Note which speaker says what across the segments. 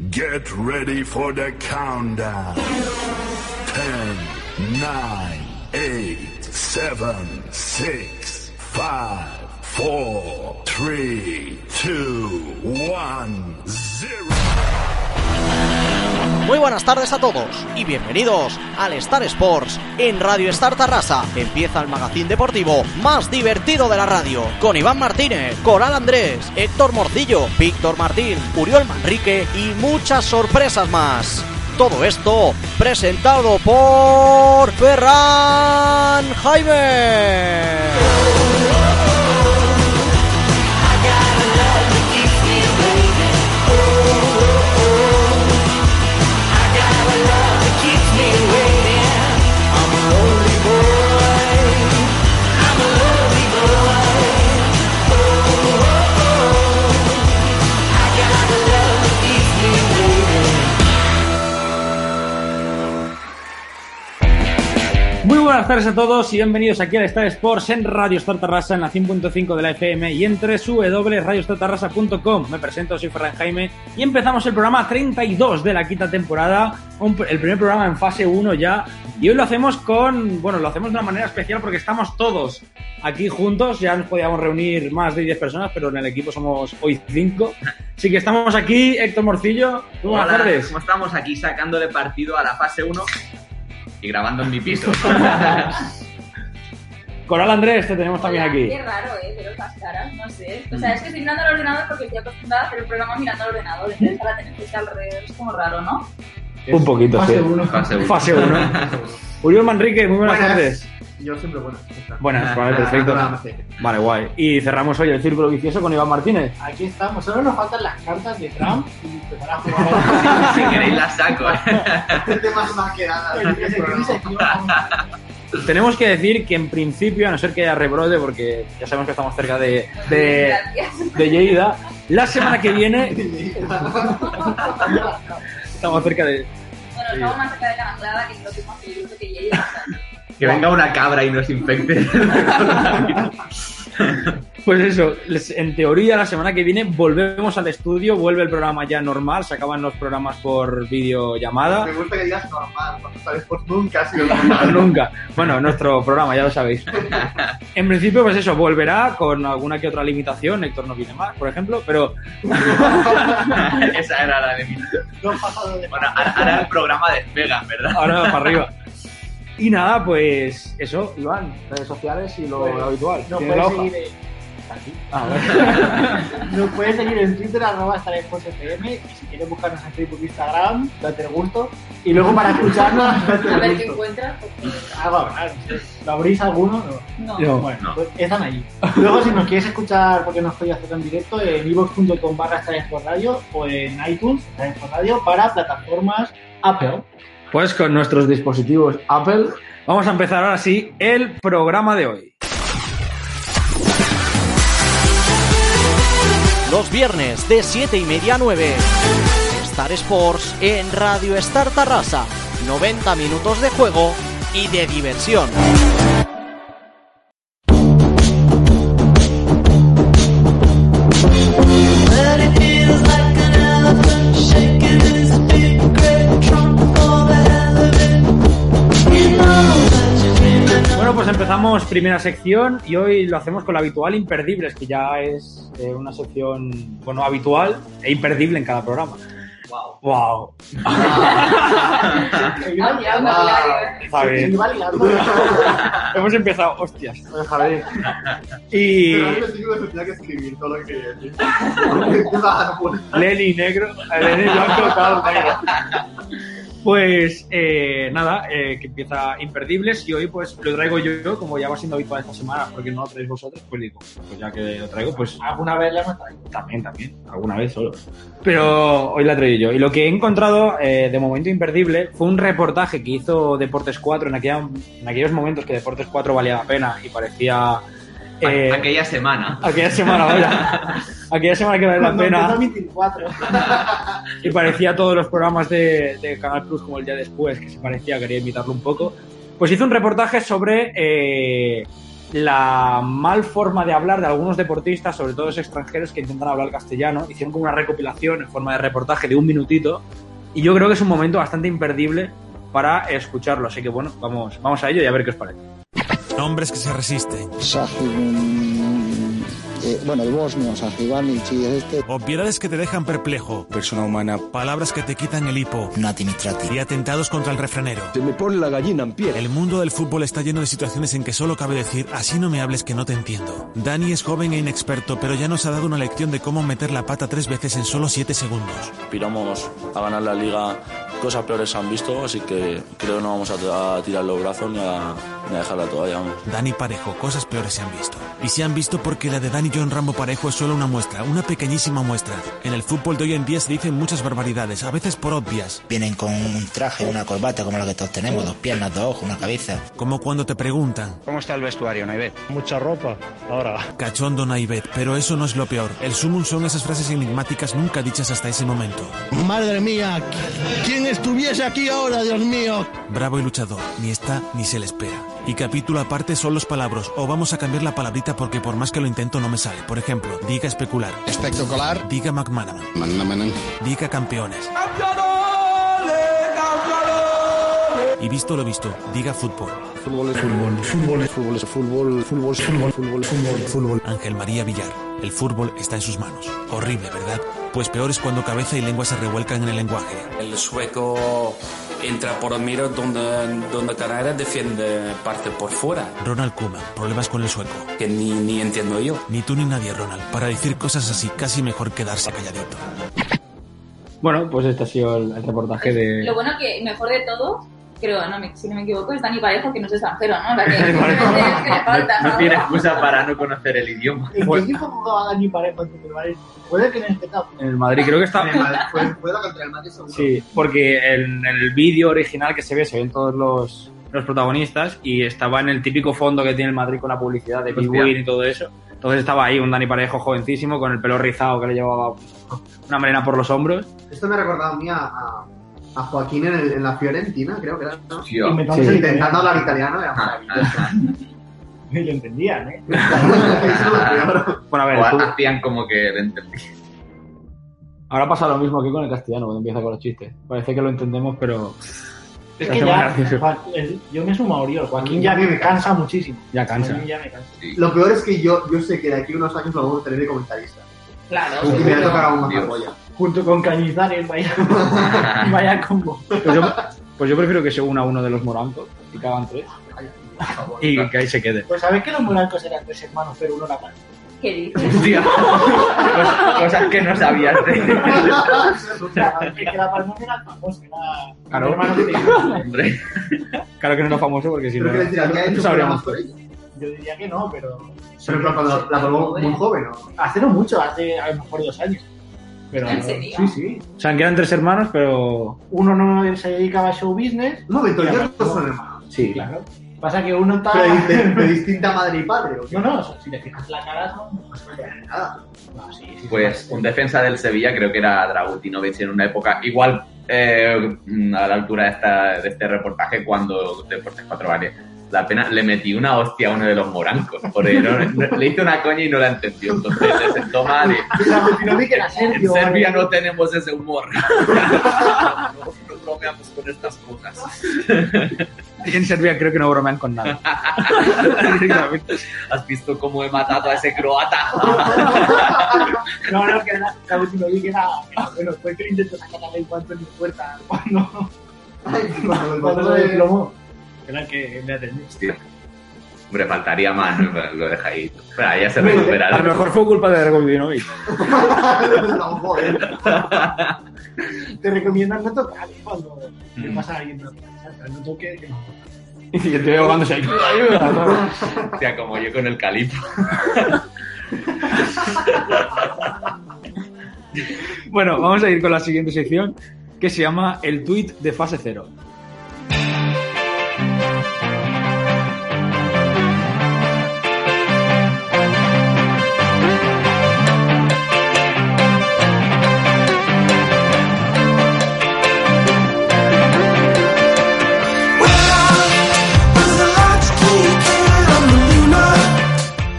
Speaker 1: Get ready for the countdown. 10, 9, 8, 7, 6, 5, 4, 3, 2, 1, 0.
Speaker 2: Muy buenas tardes a todos y bienvenidos al Star Sports en Radio Star Tarrasa. Empieza el magazín deportivo más divertido de la radio con Iván Martínez, Coral Andrés, Héctor Morcillo, Víctor Martín, Uriol Manrique y muchas sorpresas más. Todo esto presentado por Ferran Jaime.
Speaker 3: Muy buenas tardes a todos y bienvenidos aquí al Star Sports en Radio Star Tarrasa en la 100.5 de la FM y en www.radiostartarrasa.com. Me presento, soy Ferran Jaime y empezamos el programa 32 de la quinta temporada, un- el primer programa en fase 1 ya. Y hoy lo hacemos con, bueno, lo hacemos de una manera especial porque estamos todos aquí juntos, ya nos podíamos reunir más de 10 personas, pero en el equipo somos hoy 5. Así que estamos aquí, Héctor Morcillo, muy buenas
Speaker 4: Hola,
Speaker 3: tardes.
Speaker 4: ¿Cómo estamos aquí sacándole partido a la fase 1 y grabando en mi piso?
Speaker 3: Coral Andrés, te tenemos también
Speaker 5: Hola,
Speaker 3: aquí.
Speaker 5: Qué raro, ¿eh? Pero las caras, no sé. O sea, es que estoy mirando al ordenador porque estoy acostumbrada a hacer el programa mirando al ordenador. Entonces ahora tener que estar al revés es como raro, ¿no?
Speaker 3: Un poquito, sí.
Speaker 4: fase 1.
Speaker 3: Fase 1. Uriel Manrique, muy buenas,
Speaker 6: Buenas.
Speaker 3: tardes.
Speaker 6: Yo siempre bueno.
Speaker 3: Buenas, vale, perfecto. Vale, guay. Y cerramos hoy el círculo vicioso con Iván Martínez.
Speaker 6: Aquí estamos. Solo nos faltan las cartas de Trump y empezar a jugar.
Speaker 4: Si queréis la saco. ¿eh?
Speaker 6: Este más más que nada. Pero
Speaker 3: Tenemos que decir que en principio, a no ser que haya rebrote, porque ya sabemos que estamos cerca de, de,
Speaker 5: Gracias.
Speaker 3: de Lleida, la semana que viene estamos cerca de...
Speaker 5: Bueno, estamos más cerca de la anclada que creo que es más peligroso que Yale. o sea,
Speaker 4: Que venga una cabra y nos infecte.
Speaker 3: Pues eso, les- en teoría la semana que viene volvemos al estudio, vuelve el programa ya normal, se acaban los programas por videollamada.
Speaker 6: Me gusta que digas normal, cuando sabes por nunca ha sido normal.
Speaker 3: Nunca. Bueno, nuestro programa, ya lo sabéis. En principio, pues eso, volverá con alguna que otra limitación. Héctor no viene más, por ejemplo, pero
Speaker 4: Esa era la de mi.
Speaker 6: No han pasado de
Speaker 4: Bueno, ahora, ahora el programa despega, ¿verdad?
Speaker 3: ahora para arriba. Y nada, pues eso, Iván, redes sociales y lo
Speaker 6: Pues,
Speaker 3: habitual.
Speaker 6: No
Speaker 3: ¿Tienes la
Speaker 6: puedes
Speaker 3: hoja?
Speaker 6: seguir en... aquí.
Speaker 3: Ah, vale.
Speaker 6: Nos puedes seguir en Twitter, arroba estarexposfm, y si quieres buscarnos en Facebook, Instagram, date el gusto. Y luego para escucharnos, date
Speaker 5: A ver
Speaker 6: el
Speaker 5: qué
Speaker 6: gusto. Ah,
Speaker 5: encuentras. porque
Speaker 6: Algo habrá, no sé. ¿Lo abrís alguno? No.
Speaker 5: No.
Speaker 3: Yo.
Speaker 6: Bueno,
Speaker 4: No.
Speaker 6: pues están ahí. Luego, si nos quieres escuchar porque nos podéis hacer en directo, en ivox.com barra Star Sport Radio o en iTunes, Star Sport Radio, para plataformas Apple.
Speaker 3: Pues con nuestros dispositivos Apple, vamos a empezar ahora sí el programa de hoy.
Speaker 2: Los viernes de 7 y media a 9. Star Sports en Radio Star Tarrasa. 90 minutos de juego y de diversión.
Speaker 3: Bueno, pues empezamos primera sección y hoy lo hacemos con la habitual Imperdibles, que ya es eh, una sección, bueno, habitual e imperdible en cada programa.
Speaker 4: Wow.
Speaker 3: ¡Wow!
Speaker 5: Ah, ya, un vocabulario.
Speaker 3: Está bien. Hemos empezado, hostias. Y Lenny negro, Lenny blanco, claro, negro. Pues eh, nada, eh, que empieza Imperdibles y hoy pues lo traigo yo, como ya va siendo habitual esta semana, porque no lo traéis vosotros, pues digo, pues ya que lo traigo, pues
Speaker 6: Alguna vez la hemos traído.
Speaker 3: también, también, alguna vez solo. Pero hoy la traigo yo. Y lo que he encontrado eh, de momento imperdible fue un reportaje que hizo Deportes 4 en, aquella- en aquellos momentos que Deportes 4 valía la pena y parecía... eh,
Speaker 4: Aquella semana.
Speaker 3: Aquella semana, vaya. Aquella semana que vale la
Speaker 6: Cuando
Speaker 3: pena.
Speaker 6: empezó Meeting 4.
Speaker 3: Y parecía todos los programas de, de Canal Plus, como el día después, que se parecía, quería imitarlo un poco. Pues hizo un reportaje sobre eh, la mal forma de hablar de algunos deportistas, sobre todo los extranjeros que intentan hablar castellano. Hicieron como una recopilación en forma de reportaje de un minutito y yo creo que es un momento bastante imperdible para escucharlo. Así que bueno, vamos, vamos a ello y a ver qué os parece.
Speaker 7: Nombres que se resisten.
Speaker 8: Sahibin, eh, bueno, el bosnio, Sahibanic y este.
Speaker 7: Obviedades que te dejan perplejo.
Speaker 9: persona humana
Speaker 7: Palabras que te quitan el hipo. Y atentados contra el refranero.
Speaker 9: se me pone la gallina en pie.
Speaker 7: El mundo del fútbol está lleno de situaciones en que solo cabe decir, así no me hables que no te entiendo. Dani es joven e inexperto, pero ya nos ha dado una lección de cómo meter la pata tres veces en solo siete segundos.
Speaker 10: aspiramos a ganar la liga, cosas peores se han visto, así que creo que no vamos a, a tirar los brazos ni a, ni a dejar la toalla. Vamos.
Speaker 7: Dani Parejo, cosas peores se han visto. Y se han visto porque la de Dani John Rambo Parejo es solo una muestra, una pequeñísima muestra. En el fútbol de hoy en día se dicen muchas barbaridades, a veces por obvias,
Speaker 11: Vienen con un traje, una corbata como la que todos tenemos, dos piernas, dos ojos, una cabeza.
Speaker 7: como cuando te preguntan,
Speaker 11: ¿Cómo está el vestuario, Naivet?
Speaker 8: Mucha ropa, ahora.
Speaker 7: cachondo Naivet, pero eso no es lo peor. El sumum son esas frases enigmáticas nunca dichas hasta ese momento.
Speaker 8: Madre mía, ¿quién estuviese aquí ahora, Dios mío?
Speaker 7: Bravo y luchador, ni está ni se le espera. Y capítulo aparte son los palabras, o vamos a cambiar la palabrita porque por más que lo intento no me sale. Por ejemplo, diga especular,
Speaker 8: Espectacular.
Speaker 7: diga McManaman, diga campeones. Y visto lo visto, diga fútbol.
Speaker 9: Fútbol es fútbol, fútbol es fútbol, es fútbol, fútbol, es fútbol, fútbol, es fútbol, fútbol.
Speaker 7: Ángel María Villar, el fútbol está en sus manos. Horrible, ¿verdad? Pues peor es cuando cabeza y lengua se revuelcan en el lenguaje.
Speaker 10: El sueco entra por el miro donde, donde Canarias defiende parte por fuera,
Speaker 7: Ronald Koeman, problemas con el sueco.
Speaker 10: que ni, ni entiendo yo.
Speaker 7: Ni tú ni nadie, Ronald. Para decir cosas así, casi mejor quedarse calladito.
Speaker 3: Bueno, pues este ha sido el, el reportaje de...
Speaker 5: Lo bueno que, mejor de todo, creo, no me- si no me equivoco, es Dani Parejo, que no es extranjero, ¿no? O sea, que,
Speaker 3: Dani Parejo.
Speaker 5: no sé, es que le falta,
Speaker 4: No, no tiene
Speaker 5: ¿no?
Speaker 4: excusa para no conocer el idioma.
Speaker 6: ¿En
Speaker 3: Bueno.
Speaker 6: qué equipo jugaba Dani Parejo antes del Valencia? Puede que en el Getafe.
Speaker 3: En el Madrid creo que está...
Speaker 6: Fue- Fue contra el Madrid seguro.
Speaker 3: Sí, porque en, en el vídeo original que se ve, se ven todos los, los protagonistas y estaba en el típico fondo que tiene el Madrid con la publicidad de
Speaker 4: Hostia.
Speaker 3: Big y todo eso. Entonces estaba ahí un Dani Parejo jovencísimo con el pelo rizado que le llevaba una melena por los hombros.
Speaker 12: Esto me ha recordado a mí a, a- a Joaquín en, el- en la Fiorentina, creo que era. ¿no?
Speaker 4: Tío.
Speaker 6: Inventamos el
Speaker 12: Pues Intentando
Speaker 6: italiano.
Speaker 12: hablar italiano era
Speaker 4: Ah,
Speaker 12: maravilloso.
Speaker 4: ah,
Speaker 6: Y lo entendían, ¿eh?
Speaker 12: Eso es lo peor.
Speaker 3: Bueno, a
Speaker 4: ah.
Speaker 3: ver,
Speaker 4: O
Speaker 3: tú-
Speaker 4: hacían como que lo entendí.
Speaker 3: ahora pasa lo mismo que con el castellano cuando empieza con los chistes. Parece que lo entendemos, pero
Speaker 6: Es
Speaker 3: Está
Speaker 6: que
Speaker 3: muy
Speaker 6: ya,
Speaker 3: gracioso.
Speaker 6: Joa- el- yo me sumo a Oriol. Joaquín ya me cansa muchísimo.
Speaker 3: ya cansa.
Speaker 6: Joaquín ya me cansa.
Speaker 12: Lo peor es que yo, yo sé que de aquí a unos años lo vamos a tener de comentarista.
Speaker 6: Claro.
Speaker 12: Y me va a tocar aún más
Speaker 4: Dios.
Speaker 12: la polla.
Speaker 6: Junto con Cañizares, vaya, vaya combo.
Speaker 3: Pues yo, pues yo prefiero que se una uno de los morancos y que hagan tres y que ahí se quede.
Speaker 6: Pues sabéis que los morancos eran tres hermanos, pero uno era más.
Speaker 5: ¿Qué dices?
Speaker 4: Hostia. Cosas, cosas que no sabías. ¿eh?
Speaker 6: que la palma era famoso, era
Speaker 3: Claro.
Speaker 6: hermano que tenía.
Speaker 4: Hombre.
Speaker 3: Claro que no era famoso porque si no,
Speaker 12: Pero que decir, había
Speaker 3: no
Speaker 12: hecho
Speaker 3: sabríamos.
Speaker 12: programas por ello.
Speaker 6: Yo diría que no, pero.
Speaker 12: Pero en plan, cuando la probó muy joven, ¿no?
Speaker 6: Hace no mucho, hace a lo mejor dos años. Pero,
Speaker 5: ¿En serio?
Speaker 6: Sí, sí.
Speaker 3: O sea, que eran tres hermanos, pero
Speaker 6: Uno no se dedicaba a show business.
Speaker 12: Un momento,
Speaker 6: Ya,
Speaker 12: yo
Speaker 6: no.
Speaker 12: no son hermanos.
Speaker 3: sí, claro.
Speaker 6: Pasa que uno está.
Speaker 12: Pero de, de distinta madre y padre. ¿o qué?
Speaker 6: No, no, si te fijas la cara son.
Speaker 12: Nada.
Speaker 6: No, sí, sí,
Speaker 4: Pues un defensa del Sevilla creo que era Dragutinovic en una época igual eh, a la altura de, esta- de este reportaje cuando Deportes 4 vale la pena le metí una hostia a uno de los morancos porque no- no- le hice una coña y no la entendió entonces le sentó mal y,
Speaker 6: Dragutinovic era
Speaker 4: en
Speaker 6: serbio. eh,
Speaker 4: Serbia
Speaker 6: ¿vale?
Speaker 4: no tenemos ese humor no, no bromeamos con estas cosas
Speaker 3: Y en Serbia creo que no bromean con nada. Directamente.
Speaker 4: has visto cómo he matado a ese croata
Speaker 6: No, no, que era Dragutinovic era. Bueno, fue que lo intentó sacar a la cuanto en mi puerta. Cuando.
Speaker 12: Ay, cuando me
Speaker 6: Cuando
Speaker 12: pasó
Speaker 6: se
Speaker 12: de-
Speaker 6: desplomó. Era el que me atendió.
Speaker 4: Hostia. hombre faltaría más lo deja ahí Espera, ya se
Speaker 3: A lo
Speaker 4: recuperará
Speaker 3: mejor fue culpa de Dragutinovic.
Speaker 12: No, joder.
Speaker 6: Te recomiendan no tocar ¿eh? cuando te
Speaker 4: Mm.
Speaker 6: pasa a alguien. No, no toques. que no.
Speaker 3: Y el tío ahogándose ahí. Ayuda.
Speaker 4: O sea, como yo con el calipo.
Speaker 3: Bueno, vamos a ir con la siguiente sección que se llama el tweet de fase cero.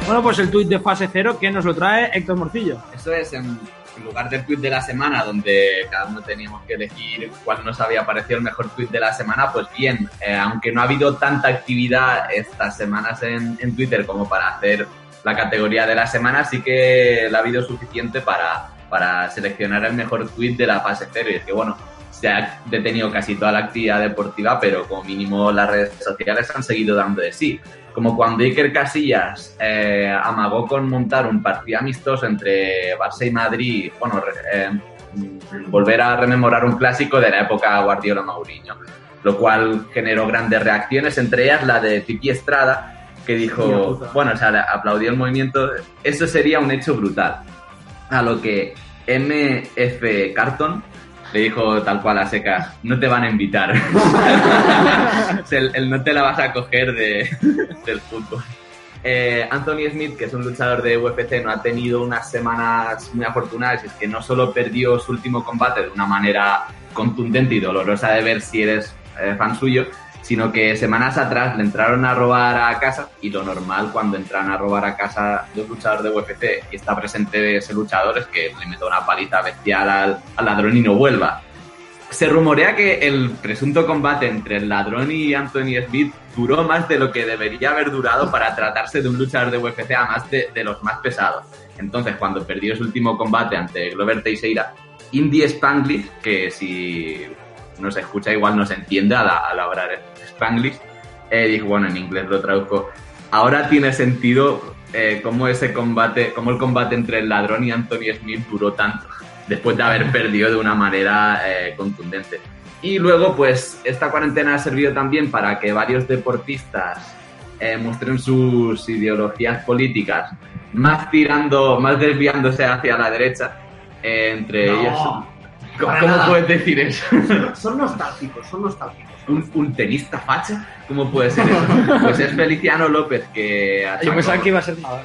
Speaker 13: tenemos pues el tuit de fase cero que nos lo trae Héctor Morcillo.
Speaker 4: Eso es, en lugar del tweet de la semana, donde cada uno teníamos que elegir cuál nos había parecido el mejor tweet de la semana, pues bien, eh, aunque no ha habido tanta actividad estas semanas en, en Twitter como para hacer la categoría de la semana, sí que la ha habido suficiente para, para seleccionar el mejor tweet de la fase cero. Y es que, bueno, se ha detenido casi toda la actividad deportiva, pero como mínimo las redes sociales han seguido dando de sí. Como cuando Iker Casillas eh, amagó con montar un partido amistoso entre Barça y Madrid, bueno, re- eh, mm, volver a rememorar un clásico de la época Guardiola-Mauriño, lo cual generó grandes reacciones, entre ellas la de Pipi Estrada, que
Speaker 3: Hostia
Speaker 4: dijo,
Speaker 3: puta.
Speaker 4: bueno, o sea, le aplaudió el movimiento, eso sería un hecho brutal. A lo que MF Carton le dijo tal cual a secas, no te van a invitar. O sea, el, el no te la vas a coger de, del fútbol. Eh, Anthony Smith, que es un luchador de UFC, no ha tenido unas semanas muy afortunadas. y Es que no solo perdió su último combate de una manera contundente y dolorosa de ver si eres eh, fan suyo, sino que semanas atrás le entraron a robar a casa. Y lo normal cuando entran a robar a casa de un luchador de UFC y está presente ese luchador es que le meta una paliza bestial al- al ladrón y no vuelva. Se rumorea que el presunto combate entre el ladrón y Anthony Smith duró más de lo que debería haber durado para tratarse de un luchador de UFC, además de, de los más pesados. Entonces, cuando perdió su último combate ante Glover Teixeira, Indy Spanglish, que si nos escucha igual nos entiende al, al hablar Spanglish, eh, dijo, bueno, en inglés lo traduzco, ahora tiene sentido eh, cómo ese combate, cómo el combate entre el ladrón y Anthony Smith duró tanto, después de haber perdido de una manera eh, contundente. Y luego, pues, esta cuarentena ha servido también para que varios deportistas eh, muestren sus ideologías políticas, más tirando, más desviándose hacia la derecha, eh, entre
Speaker 12: No,
Speaker 4: ellos. ¿Cómo,
Speaker 12: para
Speaker 4: cómo
Speaker 12: nada.
Speaker 4: puedes decir eso?
Speaker 12: Son nostálgicos, son nostálgicos.
Speaker 4: ¿Un, un tenista facha? ¿Cómo puede ser eso? Pues es Feliciano López que... ha
Speaker 13: Yo pensaba
Speaker 4: sacado-
Speaker 13: que iba a ser nada.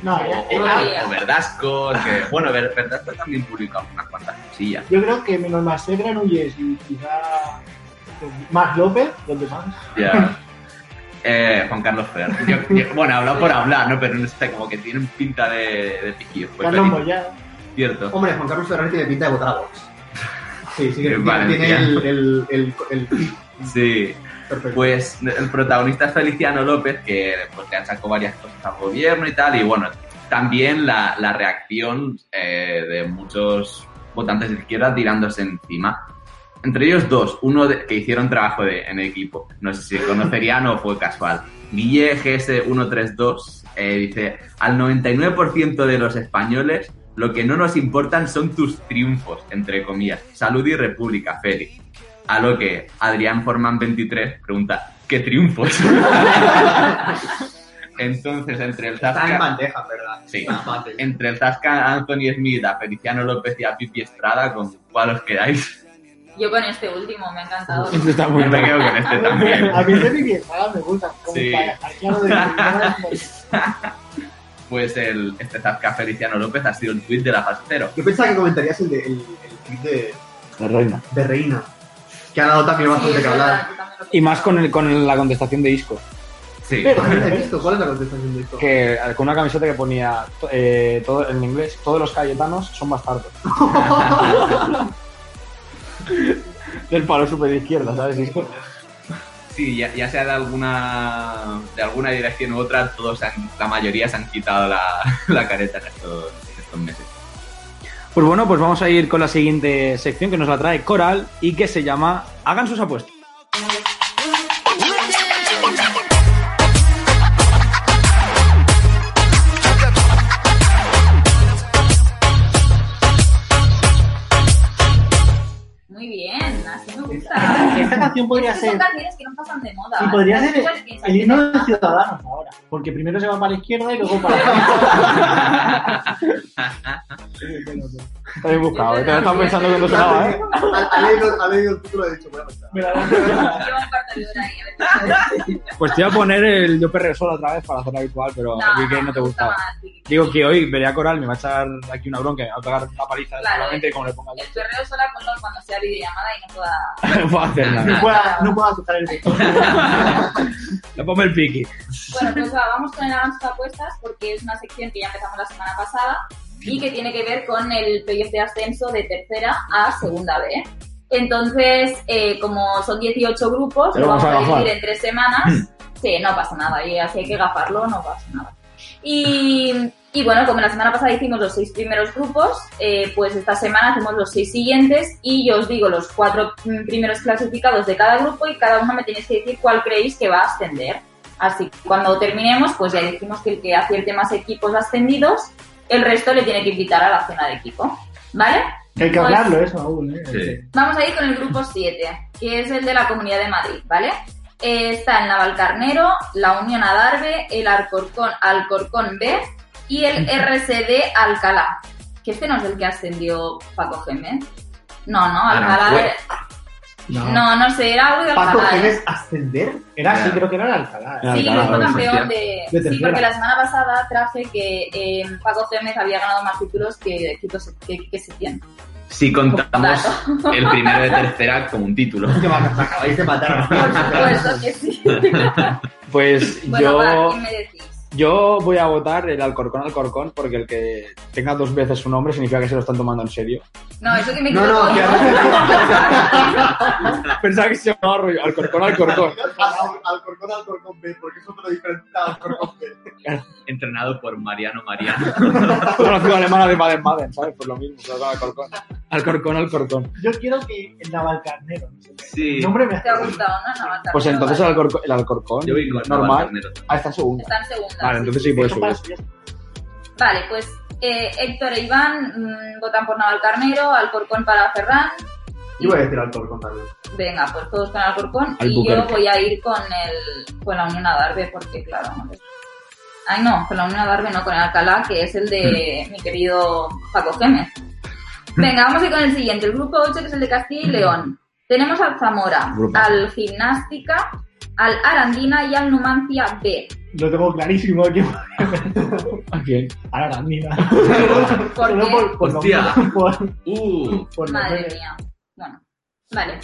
Speaker 6: No, eh, ah,
Speaker 4: o, o-
Speaker 5: Ah.
Speaker 4: o Verdasco, que bueno, Ver- Verdasco también publica unas cuantas cosillas.
Speaker 6: Yo creo que menos Macegra, Núñez y quizá más López, los demás.
Speaker 4: Ya. Eh, Juan Carlos Fer. Yo- yo- bueno, hablado por hablar, ¿no? Pero no sé, como que tienen pinta de, de piquillos. Pues,
Speaker 12: Carlos
Speaker 4: feliz.
Speaker 12: Moyá.
Speaker 4: Cierto.
Speaker 12: Hombre, Juan Carlos Ferrer tiene pinta de votar a Vox. Sí, sí, que
Speaker 4: En
Speaker 12: tiene, tiene
Speaker 4: Valencia.
Speaker 12: el, el, el, el-
Speaker 4: Sí. Pues el protagonista es Feliciano López, que pues, le achacó varias cosas al gobierno y tal, y bueno, también la, la reacción eh, de muchos votantes de izquierda tirándose encima. Entre ellos dos, uno de- que hicieron trabajo de- en equipo, no sé si conocerían o fue casual. Guille GS132 eh, dice, al 99% de los españoles lo que no nos importan son tus triunfos, entre comillas. Salud y República, Félix. A lo que Adrián Forman 23 pregunta, ¿qué triunfos? Entonces, entre el
Speaker 12: Está en
Speaker 4: Zasca-
Speaker 12: bandeja, ¿verdad?
Speaker 4: Sí.
Speaker 12: Está en bandeja.
Speaker 4: Entre el Zasca, Anthony Smith, a Feliciano López y a Pipi Estrada, con cuál os quedáis.
Speaker 5: Yo con este último, me ha encantado.
Speaker 4: Este está muy Yo me quedo con este
Speaker 6: A mí-
Speaker 4: también.
Speaker 6: A mí de mi vieja me gusta. Como
Speaker 4: Sí.
Speaker 6: para hackearlo de- no,
Speaker 4: Pues el, este Zasca Feliciano López ha sido el tweet de la fase cero.
Speaker 12: Yo pensaba que comentarías el de el, el tweet de,
Speaker 13: La reina.
Speaker 12: de Reina, que ha dado también bastante que hablar.
Speaker 13: Y más con, el, con la contestación de Isco.
Speaker 4: Sí.
Speaker 12: Pero no la he visto, ¿cuál es la contestación de esto?
Speaker 13: Que con una camiseta que ponía to- eh, todo en inglés, todos los cayetanos son bastardos. Del palo super izquierda, ¿sabes? Isco?
Speaker 4: Sí, ya, ya sea de alguna, de alguna dirección u otra, todos han- la mayoría se han quitado la, la careta en estos, en estos meses.
Speaker 13: Pues bueno, pues vamos a ir con la siguiente sección que nos la trae Coral y que se llama Hagan sus apuestas.
Speaker 5: Muy bien, así me gusta.
Speaker 6: Esta canción podría
Speaker 5: Es que Son
Speaker 6: ser-
Speaker 5: canciones que no pasan de moda.
Speaker 6: Y podría ser
Speaker 5: Igual piensas
Speaker 6: el
Speaker 5: que este
Speaker 6: himno de Ciudadanos ahora. Porque primero se va para la izquierda y luego para la
Speaker 13: Está bien buscado, ¿eh? te lo están pensando cuando sonaba, ¿eh?
Speaker 12: Ha ha leído, ha leído el título y ha dicho, bueno, está.
Speaker 13: Pues te iba a poner el Yo Perreo Solo otra vez para hacerlo habitual, pero vi que no te gustaba. Digo que hoy Pelea Coral me va a echar aquí una bronca, me va a pegar una paliza
Speaker 5: Claro,
Speaker 13: seguramente como le ponga el
Speaker 5: El perreo sola cuando, cuando sea videollamada y no pueda.
Speaker 13: No puedo hacer
Speaker 6: No
Speaker 13: nada.
Speaker 6: pueda, no pueda tocar el botón.
Speaker 13: Le pongo el piqui.
Speaker 5: Bueno, pues va, vamos con el avance de apuestas porque es una sección que ya empezamos la semana pasada y que tiene que ver con el playoff de ascenso de tercera a segunda B. Entonces, eh, como son 18 grupos,
Speaker 3: Pero
Speaker 5: lo vamos
Speaker 3: vamos a
Speaker 5: a
Speaker 3: gafar.
Speaker 5: dividir
Speaker 3: Hmm.
Speaker 5: en tres semanas. Sí, no pasa nada, y así hay que gafarlo, no pasa nada. Y, y bueno, como la semana pasada hicimos los seis primeros grupos, eh, pues esta semana hacemos los seis siguientes y yo os digo los cuatro mm, primeros clasificados de cada grupo y cada uno me tenéis que decir cuál creéis que va a ascender. Así que cuando terminemos, pues ya decimos que el que acierte más equipos ascendidos, el resto le tiene que invitar a la cena de equipo. ¿Vale?
Speaker 6: Que hay que
Speaker 5: Pues-
Speaker 6: hablarlo eso aún, ¿eh?
Speaker 5: Vamos a ir con el grupo 7, que es el de la Comunidad de Madrid, ¿vale? Eh, está el Navalcarnero, la Unión Adarve, el Alcorcón, Alcorcón B y el RCD Alcalá. Que este no es el que ascendió Paco Gémez. No, Ah, no, Alcalá.
Speaker 12: Aranjuez.
Speaker 5: No. no, sé, era algo de
Speaker 6: Paco
Speaker 5: Alcalá. ¿eh?
Speaker 6: Gémez ascender. Era así, creo que era el Alcalá.
Speaker 13: Ah,
Speaker 6: ¿eh?
Speaker 5: Sí, fue campeón de.
Speaker 6: De
Speaker 5: sí,
Speaker 6: tercera.
Speaker 5: porque la semana pasada traje que eh, Paco Gémez había ganado más títulos que Kiko Se- que Quique Setién.
Speaker 4: Si contamos
Speaker 5: Dato.
Speaker 4: el primero de tercera como un título.
Speaker 12: Acabáis de matar.
Speaker 5: Pues, que sí.
Speaker 13: Pues
Speaker 5: Bueno,
Speaker 13: yo.
Speaker 5: va, ¿quién me decís?
Speaker 13: Yo voy a votar el Alcorcón Alcorcón porque el que tenga dos veces su nombre significa que se lo están tomando en serio.
Speaker 5: No, eso que me
Speaker 13: No,
Speaker 5: equivoco.
Speaker 13: no, que- Pensaba que se llamaba rollo Alcorcón Alcorcón.
Speaker 12: Alcorcón, Alcorcón B, porque es otro diferente a Alcorcón B.
Speaker 4: Entrenado por Mariano Mariano.
Speaker 13: Una ciudad alemana de Baden-Baden, ¿sabes? Por lo mismo, pero con Alcorcón. Alcorcón Alcorcón.
Speaker 6: Yo quiero que el Navalcarnero. no sé.
Speaker 4: Sí.
Speaker 6: El nombre me
Speaker 5: ¿Te ha gustado, no? No, está
Speaker 13: Pues
Speaker 5: bien,
Speaker 13: entonces el
Speaker 5: vale.
Speaker 13: Alcorcón, el Alcorcón
Speaker 4: Yo voy con
Speaker 13: normal.
Speaker 4: Navalcarnero.
Speaker 13: Ah, está en segunda.
Speaker 5: Está en segunda.
Speaker 13: Vale,
Speaker 5: sí.
Speaker 13: entonces sí pues puede
Speaker 5: Eso
Speaker 13: subir.
Speaker 5: pasa. Vale, pues eh, Héctor e Iván mm, votan por Navalcarnero, Alcorcón para Ferran.
Speaker 12: Yo voy a decir Alcorcón también.
Speaker 5: Venga, pues todos con Alcorcón. y yo
Speaker 12: Albuquerque.
Speaker 5: voy a ir con el con la Unión Adarve porque, claro, no les- Ay, no, con la Unión Adarve no, con el Alcalá, que es el de mi querido Paco Gémez. Venga, vamos a ir con el siguiente, el grupo 8, que es el de Castilla y León. Tenemos al Zamora,
Speaker 6: Grupo.
Speaker 5: al Gimnástica, al Arandina y al Numancia B.
Speaker 6: Lo tengo clarísimo aquí.
Speaker 13: ¿A quién?
Speaker 6: A la Arandina.
Speaker 5: ¿Por
Speaker 6: Solo
Speaker 5: qué?
Speaker 6: por
Speaker 4: Hostia.
Speaker 6: por-
Speaker 4: Uh,
Speaker 6: por
Speaker 5: Madre
Speaker 6: nombre.
Speaker 5: mía. Bueno, vale.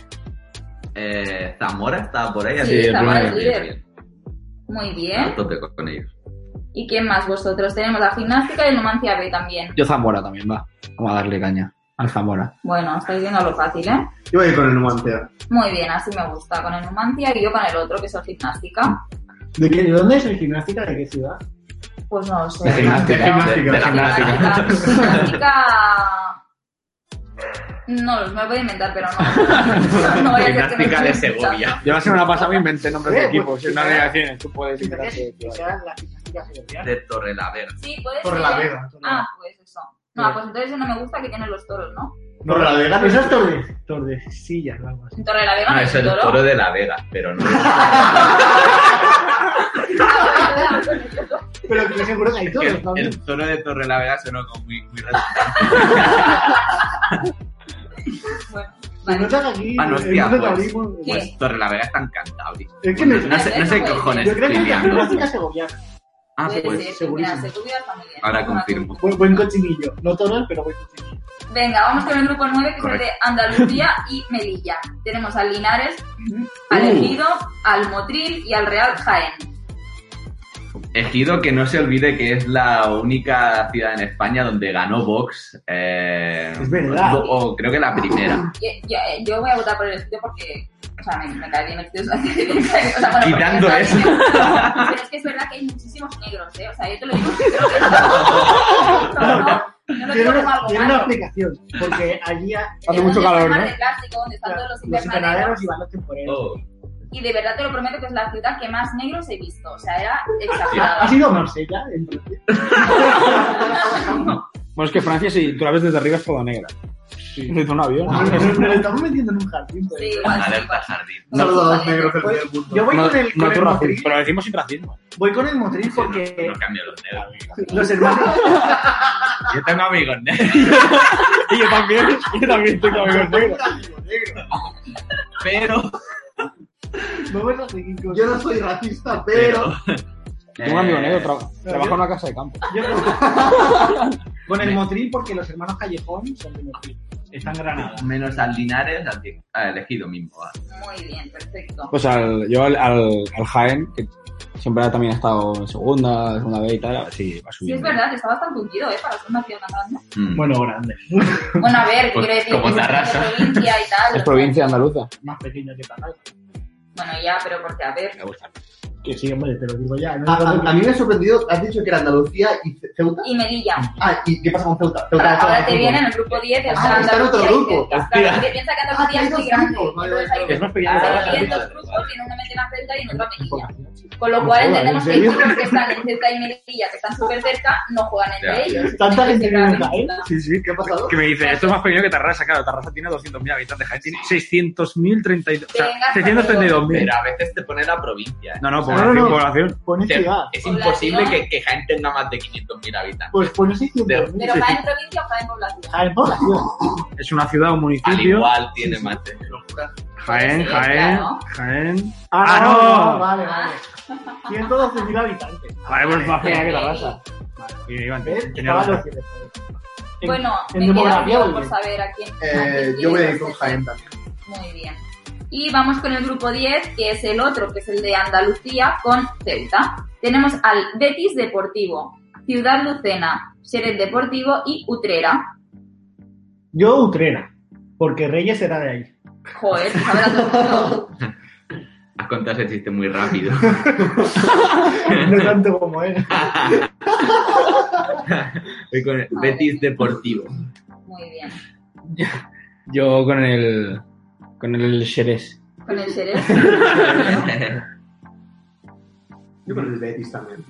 Speaker 4: eh, Zamora estaba por ahí.
Speaker 5: Sí,
Speaker 4: así que
Speaker 5: Zamora
Speaker 4: bien,
Speaker 5: es
Speaker 4: bien,
Speaker 5: líder.
Speaker 4: bien.
Speaker 5: Muy
Speaker 4: A
Speaker 5: bien.
Speaker 4: tope con con ellos.
Speaker 5: ¿Y quién más vosotros? Tenemos la gimnástica y el Numancia B también.
Speaker 13: Yo Zamora también, va. Vamos a darle caña al Zamora.
Speaker 5: Bueno, estáis viendo lo fácil, ¿eh?
Speaker 12: Yo voy a ir con el Numancia.
Speaker 5: Muy bien, así me gusta. Con el Numancia y yo con el otro, que es el gimnástica.
Speaker 6: ¿De, qué- de dónde es el gimnástica? ¿De qué ciudad?
Speaker 5: Pues no lo sé.
Speaker 6: De gimnástica. De gimnástica.
Speaker 5: De gimnástica.
Speaker 6: De gimnástica.
Speaker 5: Gimnástica- No, los me lo voy a inventar, pero no. No voy a hacer que me
Speaker 13: Gimnástica
Speaker 5: estén
Speaker 13: de
Speaker 5: escuchando.
Speaker 13: Segovia. Yo la semana pasada me inventé nombres de
Speaker 6: Eh, pues,
Speaker 13: equipos. Es una
Speaker 6: sí,
Speaker 13: negación. Tú puedes inventar.
Speaker 4: De Torrelavera.
Speaker 5: Sí, puede
Speaker 6: Por
Speaker 5: ser.
Speaker 6: la Vega, por la-
Speaker 5: Ah, pues eso. No, pues entonces no me gusta que tienen los toros, ¿no?
Speaker 6: No, la Vega no es Torres. Tordesillas, vamos.
Speaker 5: En Torre Ah, de la Vega no,
Speaker 4: No,
Speaker 5: hay
Speaker 4: Ah, es el
Speaker 5: toro.
Speaker 4: toro de la Vega, pero no.
Speaker 6: Pero que seguro que hay
Speaker 4: Es que
Speaker 6: todos,
Speaker 4: el,
Speaker 6: ¿no?
Speaker 4: el toro de Torrelavera sonó como muy, muy redundante.
Speaker 6: Se nota que aquí.
Speaker 4: Ah, no, hostia,
Speaker 6: el mundo
Speaker 4: pues,
Speaker 6: taurino-
Speaker 4: pues Torrelavega está en Cantabria.
Speaker 6: Es que
Speaker 4: no,
Speaker 6: me-
Speaker 4: no sé, no sé qué cojones
Speaker 6: Yo creo que
Speaker 4: estoy
Speaker 6: es la
Speaker 4: liando.
Speaker 6: gimnástica segoviana.
Speaker 4: Ah,
Speaker 5: Puede
Speaker 4: pues,
Speaker 5: ser,
Speaker 6: segurísimo.
Speaker 5: mira, Segovia está muy bien.
Speaker 4: Ahora confirmo.
Speaker 6: Buen, buen cochinillo. No todos, pero buen cochinillo.
Speaker 5: Venga, vamos con el grupo 9, que es el
Speaker 6: Correcto.
Speaker 5: de Andalucía y Melilla. Tenemos al Linares, al
Speaker 4: Uh.
Speaker 5: Ejido, al Motril y al Real Jaén.
Speaker 4: Ejido, que no se olvide que es la única ciudad en España donde ganó Vox. eh,
Speaker 6: Es verdad.
Speaker 4: O, o creo que la primera.
Speaker 5: Yo, yo- yo voy a votar por el Ejido porque, o sea, me, me cae bien el Ejido. o sea, bueno,
Speaker 4: Quitando
Speaker 5: porque-
Speaker 4: eso.
Speaker 5: Pero es que es verdad que hay muchísimos negros, ¿eh? O sea, yo te lo digo. creo que- No, no, no lo
Speaker 6: Tiene
Speaker 5: digo como
Speaker 6: una,
Speaker 5: algo
Speaker 6: tiene
Speaker 5: malo.
Speaker 6: una aplicación, porque allí ha-
Speaker 13: Hace mucho calor,
Speaker 5: Mar
Speaker 13: ¿no?
Speaker 5: de plástico, donde están todos los
Speaker 6: los
Speaker 5: invernaderos.
Speaker 6: invernaderos y van los temporeros.
Speaker 4: Oh,
Speaker 5: Y de verdad te lo prometo que es la ciudad que más negros he visto. O sea, era
Speaker 6: Ha
Speaker 4: Ah,
Speaker 5: exagerado.
Speaker 6: sido Marsella, en Francia.
Speaker 13: Bueno, es que Francia, si tú la ves desde arriba, es toda negra. Sí. Desde un avión.
Speaker 3: Ah,
Speaker 6: Nos nos estamos metiendo en un jardín. pues.
Speaker 4: Alerta jardín.
Speaker 6: No,
Speaker 4: Saludos
Speaker 6: vale, pues, Yo voy
Speaker 13: No-
Speaker 6: con el,
Speaker 13: no
Speaker 6: con
Speaker 13: tu
Speaker 6: el
Speaker 13: racismo,
Speaker 6: Motril.
Speaker 13: pero lo decimos sin racismo.
Speaker 6: Voy con el Motril porque
Speaker 4: No cambio los negros.
Speaker 6: los hermanos.
Speaker 4: Yo tengo amigos negros.
Speaker 13: Y yo también, yo también tengo amigos negros.
Speaker 4: Pero.
Speaker 6: Vamos a seguir con.
Speaker 12: Yo no soy racista, pero.
Speaker 13: Tengo un amigo negro, tra-
Speaker 6: Pero
Speaker 13: trabaja en
Speaker 6: yo-
Speaker 13: una casa de campo.
Speaker 6: Yo con el Motril porque los hermanos Callejón son de Motril.
Speaker 13: Está en Granada.
Speaker 4: eh, Menos al Linares, al que ha elegido mismo. ah.
Speaker 5: Muy bien, perfecto.
Speaker 3: Pues al, yo al, al, al Jaén, que siempre ha también ha estado en segunda, segunda B y tal, a ver si va
Speaker 5: Sí, es
Speaker 3: subiendo.
Speaker 5: verdad, que está bastante hundido, ¿eh? Para ser una ciudad tan grande.
Speaker 4: Hmm.
Speaker 3: Bueno, grande.
Speaker 5: Bueno, a ver, quiero decir,
Speaker 3: como
Speaker 5: que es
Speaker 3: Tarrasa.
Speaker 5: de provincia y tal. pues,
Speaker 3: Es provincia andaluza.
Speaker 6: Más pequeña que Tarrasa.
Speaker 5: Bueno, ya, pero porque, a ver,
Speaker 6: Que sí, hombre, te lo digo ya. ¿no?
Speaker 12: A, a- a mí me ha sorprendido, has dicho que era Andalucía y Ce- Ceuta.
Speaker 5: y Melilla.
Speaker 12: Ah, ¿y qué pasa con Ceuta? Ceuta
Speaker 5: Ahora,
Speaker 12: está
Speaker 5: ahora
Speaker 12: en
Speaker 5: te
Speaker 12: el
Speaker 5: viene en
Speaker 12: grupo.
Speaker 5: el grupo 10, el
Speaker 12: Ah, está en otro grupo.
Speaker 5: Claro, es que piensa que Andalucía es muy grande.
Speaker 13: Es más pequeño
Speaker 5: Hay
Speaker 13: que Granada.
Speaker 5: dos grupos y en uno meten a Celta y en otro a Melilla. Con lo cual entendemos que hay
Speaker 13: ¿En serio?
Speaker 5: grupos que están en Celta y Melilla, que están súper cerca, no juegan entre ellos.
Speaker 6: Tanta gente que
Speaker 5: Claro,
Speaker 6: ¿eh?
Speaker 13: Sí, sí, ¿qué ha pasado? Que me dice, esto es más pequeño que Tarrasa, claro, Tarrasa tiene 200.000 habitantes, Jaén tiene 600.000, 32, o sea,
Speaker 5: Venga,
Speaker 13: 632.000.
Speaker 4: Pero a veces te pone la provincia. ¿eh?
Speaker 13: No,
Speaker 4: O
Speaker 13: no,
Speaker 4: sea,
Speaker 13: población,
Speaker 4: te-
Speaker 13: población.
Speaker 4: te- Es imposible
Speaker 5: Población.
Speaker 4: que, que Jaén tenga más de 500.000 habitantes.
Speaker 6: Pues pone sitio. Ah,
Speaker 4: De-
Speaker 5: Pero Ah,
Speaker 4: sí,
Speaker 5: está
Speaker 4: sí.
Speaker 5: en provincia o está en población.
Speaker 6: Jaén población.
Speaker 13: Es una ciudad, un
Speaker 4: Al
Speaker 13: municipio.
Speaker 4: igual tiene más de...
Speaker 13: Jaén, Jaén,
Speaker 5: Sí, claro.
Speaker 13: Jaén.
Speaker 6: Ah, no, no,
Speaker 13: ¡Ah,
Speaker 6: vale, vale. 112.000 habitantes.
Speaker 13: no! Jaén pues,
Speaker 3: Ah,
Speaker 13: es más pequeña que Tarrasa.
Speaker 5: Sí.
Speaker 13: Y Iván,
Speaker 6: ¿Ves?
Speaker 13: tenía
Speaker 6: Estaba
Speaker 13: razón.
Speaker 6: los cien. En-
Speaker 5: Bueno,
Speaker 6: en
Speaker 5: me queda
Speaker 6: demografía,
Speaker 5: un poco por
Speaker 6: oye.
Speaker 5: saber a quién. a
Speaker 12: Eh,
Speaker 5: quién
Speaker 12: yo voy a
Speaker 5: quieres
Speaker 12: ir con
Speaker 5: hacer.
Speaker 12: Jaén también.
Speaker 5: Muy bien. Y vamos con el grupo 10, que es el otro, que es el de Andalucía con Ceuta. Tenemos al Betis Deportivo, Ciudad Lucena, Xeret Deportivo y Utrera.
Speaker 6: Yo Utrera, porque Reyes era de ahí.
Speaker 5: Joder, sabrá todo.
Speaker 4: Has contado ese chiste muy rápido.
Speaker 6: No tanto como él.
Speaker 4: Voy con el Betis Deportivo.
Speaker 5: Muy bien.
Speaker 3: Yo con el. con el Xerez.
Speaker 5: Con el Xeret.
Speaker 12: Yo con el Betis también.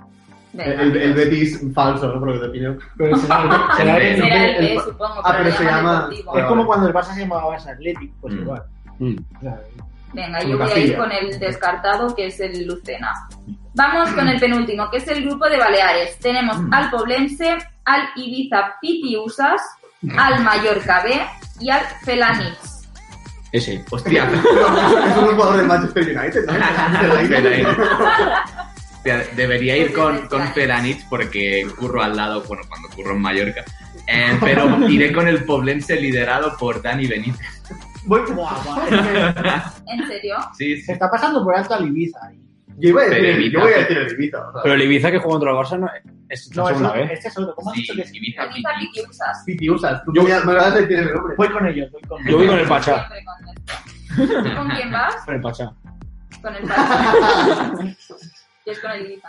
Speaker 5: venga.
Speaker 12: El, el Betis falso, ¿no? Por lo que te pillo.
Speaker 6: Pero será el- será el-
Speaker 5: Será el
Speaker 12: el-
Speaker 5: B, supongo.
Speaker 12: ah, pero se
Speaker 5: le llaman
Speaker 12: llama-
Speaker 5: Deportivo.
Speaker 6: Es como cuando el Barça se llamaba Barça Athletic, pues
Speaker 4: Mm.
Speaker 6: igual.
Speaker 3: Mm.
Speaker 5: Venga,
Speaker 12: Con
Speaker 5: yo voy a ir
Speaker 12: Castilla.
Speaker 5: con el descartado, que es el Lucena. Vamos con el penúltimo, que es el grupo de Baleares. Tenemos al Poblense, al Ibiza Pitiusas, al Mallorca B y al Felanix.
Speaker 3: Ese.
Speaker 4: Hostia.
Speaker 12: es un jugador del Manchester United,
Speaker 4: Felanitz.
Speaker 12: ¿no?
Speaker 4: Hostia, Debería ir con, con Felanitz porque curro al lado, bueno, cuando curro en Mallorca. Eh, pero iré con el Poblense liderado por Dani Benítez.
Speaker 6: Voy Buah, buah, es que
Speaker 5: ¿En serio?
Speaker 4: Sí, sí.
Speaker 6: se está pasando por alto al Ibiza.
Speaker 12: Yo iba a decir,
Speaker 4: Pero Ibiza.
Speaker 12: yo voy a decir el Ibiza. o sea.
Speaker 3: Pero el Ibiza que juega contra el Barça no, es la
Speaker 6: No, es
Speaker 3: segunda
Speaker 6: otro,
Speaker 3: vez.
Speaker 6: este es otro. ¿Cómo has
Speaker 4: Sí,
Speaker 6: dicho que es?
Speaker 4: Ibiza
Speaker 5: Ibiza Pitiusas.
Speaker 12: Piti usas. Tú me me vas a decir el nombre.
Speaker 6: Voy con ellos, voy con ellos.
Speaker 3: Yo voy con el Pachá.
Speaker 5: Siempre contesto. ¿Tú ¿Con quién vas?
Speaker 3: Con el Pachá.
Speaker 5: Con el Pachá. Yo es con el Ibiza.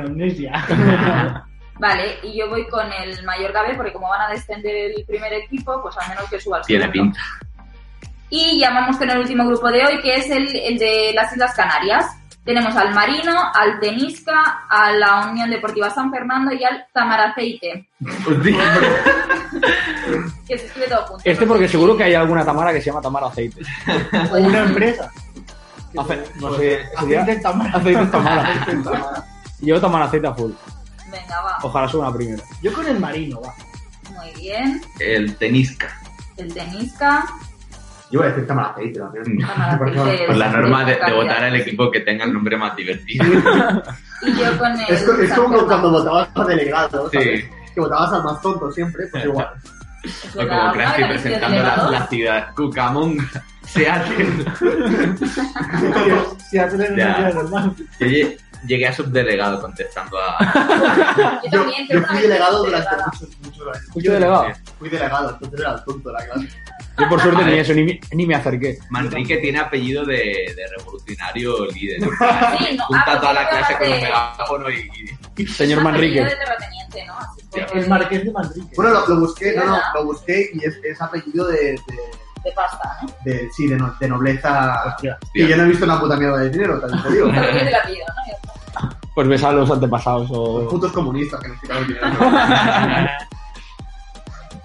Speaker 6: amnesia.
Speaker 5: Vale, y yo voy con el Mallorca B, porque como van a descender el primer equipo, pues al menos que suba el
Speaker 4: Tiene
Speaker 5: segundo.
Speaker 4: pinta.
Speaker 5: Y ya vamos con el último grupo de hoy, que es el, el de las Islas Canarias. Tenemos al Marino, al Tenisca, a la Unión Deportiva San Fernando y al Tamaraceite,
Speaker 4: Pues
Speaker 5: que se escribe todo junto.
Speaker 3: Este porque seguro que hay alguna Tamara que se llama Tamara Aceite.
Speaker 6: O una empresa.
Speaker 3: Ace-
Speaker 6: Pues
Speaker 3: no sé, sería
Speaker 6: Aceite Tamara.
Speaker 3: aceite Tamara. Yo Tamara Aceite a full.
Speaker 5: Venga, va.
Speaker 3: Ojalá suba una primera.
Speaker 6: Yo con el marino, va.
Speaker 5: Muy bien.
Speaker 4: El Tenisca.
Speaker 5: El Tenisca.
Speaker 12: Yo voy a decir Tamara Aceite también.
Speaker 5: Tamaraceite.
Speaker 4: Por Pues la norma de, de
Speaker 5: Canarias.
Speaker 4: votar al equipo que tenga el nombre más divertido.
Speaker 5: Y yo con el.
Speaker 12: Es, co- es
Speaker 5: San
Speaker 12: como
Speaker 5: Fernando.
Speaker 12: cuando votabas a delegado, ¿sabes?
Speaker 4: Sí.
Speaker 12: Que votabas al más tonto siempre, pues igual.
Speaker 5: Es
Speaker 4: O
Speaker 5: verdad,
Speaker 4: como
Speaker 5: ¿alguna
Speaker 4: Krusty
Speaker 5: vez habéis sido
Speaker 4: presentando la,
Speaker 5: delegados?
Speaker 4: la ciudad. Cucamonga. Seattle.
Speaker 6: Si haces el
Speaker 4: Ya.
Speaker 6: normal.
Speaker 4: Yo lle- llegué a subdelegado contestando a...
Speaker 5: Yo
Speaker 12: Yo,
Speaker 5: también, creo que
Speaker 12: yo fui
Speaker 5: una vez
Speaker 12: delegado
Speaker 5: fui
Speaker 12: durante
Speaker 5: delegada.
Speaker 12: muchos, muchos años.
Speaker 3: Fuiste delegado.
Speaker 12: Fui delegado, entonces era el tonto de la clase.
Speaker 3: Yo por suerte ni eso, ni, me- ni me acerqué.
Speaker 4: Manrique tiene apellido de, de revolucionario líder.
Speaker 5: Sí, no,
Speaker 4: Junta
Speaker 5: ah,
Speaker 4: toda la
Speaker 5: porque
Speaker 4: clase con
Speaker 5: yo
Speaker 4: un
Speaker 5: de-
Speaker 4: megáfono y... y-
Speaker 3: Señor
Speaker 5: Ah, pero yo
Speaker 3: Manrique.
Speaker 5: de terrateniente, ¿no? Así que-
Speaker 6: El marqués de Madrid.
Speaker 12: Bueno, lo, lo busqué, no, no,
Speaker 5: ¿Verdad?
Speaker 12: lo busqué y es, es apellido de,
Speaker 5: de pasta, ¿no?
Speaker 12: de, de- sí, de, no- de nobleza.
Speaker 6: Hostia.
Speaker 12: Y yo no he visto una puta mierda de dinero, también te digo.
Speaker 5: Creo que es el apellido, ¿no? Ya está.
Speaker 3: Pues ves a los antepasados
Speaker 12: Los
Speaker 3: o...
Speaker 12: putos comunistas que nos quitaron dinero.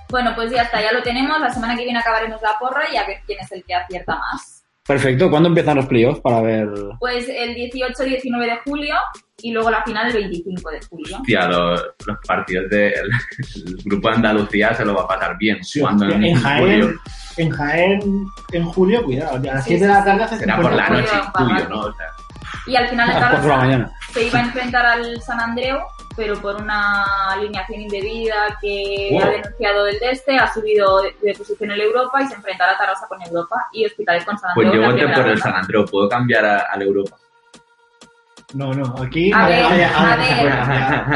Speaker 5: Bueno, pues ya está, ya lo tenemos. La semana que viene acabaremos la porra y a ver quién es el que acierta más.
Speaker 3: Perfecto, ¿cuándo empiezan los playoffs para ver...?
Speaker 5: Pues el 18-19 de julio y luego la final el 25 de julio.
Speaker 4: Hostia, los, los partidos del el grupo de Andalucía se lo va a pasar bien. jugando
Speaker 6: Hostia,
Speaker 4: en
Speaker 6: en
Speaker 4: julio.
Speaker 6: Jaén, en Jaén, en julio, cuidado. A las
Speaker 5: Sí,
Speaker 6: 7 de
Speaker 5: sí,
Speaker 6: la
Speaker 5: sí.
Speaker 6: tarde hace
Speaker 4: Será por la noche, en
Speaker 5: Julio,
Speaker 4: julio, ¿no? O sea,
Speaker 5: Y al final
Speaker 3: A
Speaker 5: el
Speaker 3: las 4 de la
Speaker 5: Tarrasa
Speaker 3: mañana.
Speaker 5: se iba a enfrentar al San Andreu pero por una alineación indebida que
Speaker 4: Wow.
Speaker 5: ha denunciado el de este, ha subido de, de posición en Europa y se enfrentará a Tarrasa con Europa y Hospitales con San
Speaker 4: Pues
Speaker 5: Andreu
Speaker 4: yo
Speaker 5: en la
Speaker 4: voté
Speaker 5: primera
Speaker 4: por el
Speaker 5: ronda.
Speaker 4: San Andreu, puedo cambiar a- al Europa.
Speaker 6: No, no, aquí.
Speaker 5: A ver,
Speaker 6: vale, vale,
Speaker 5: a
Speaker 6: vale.
Speaker 5: ver,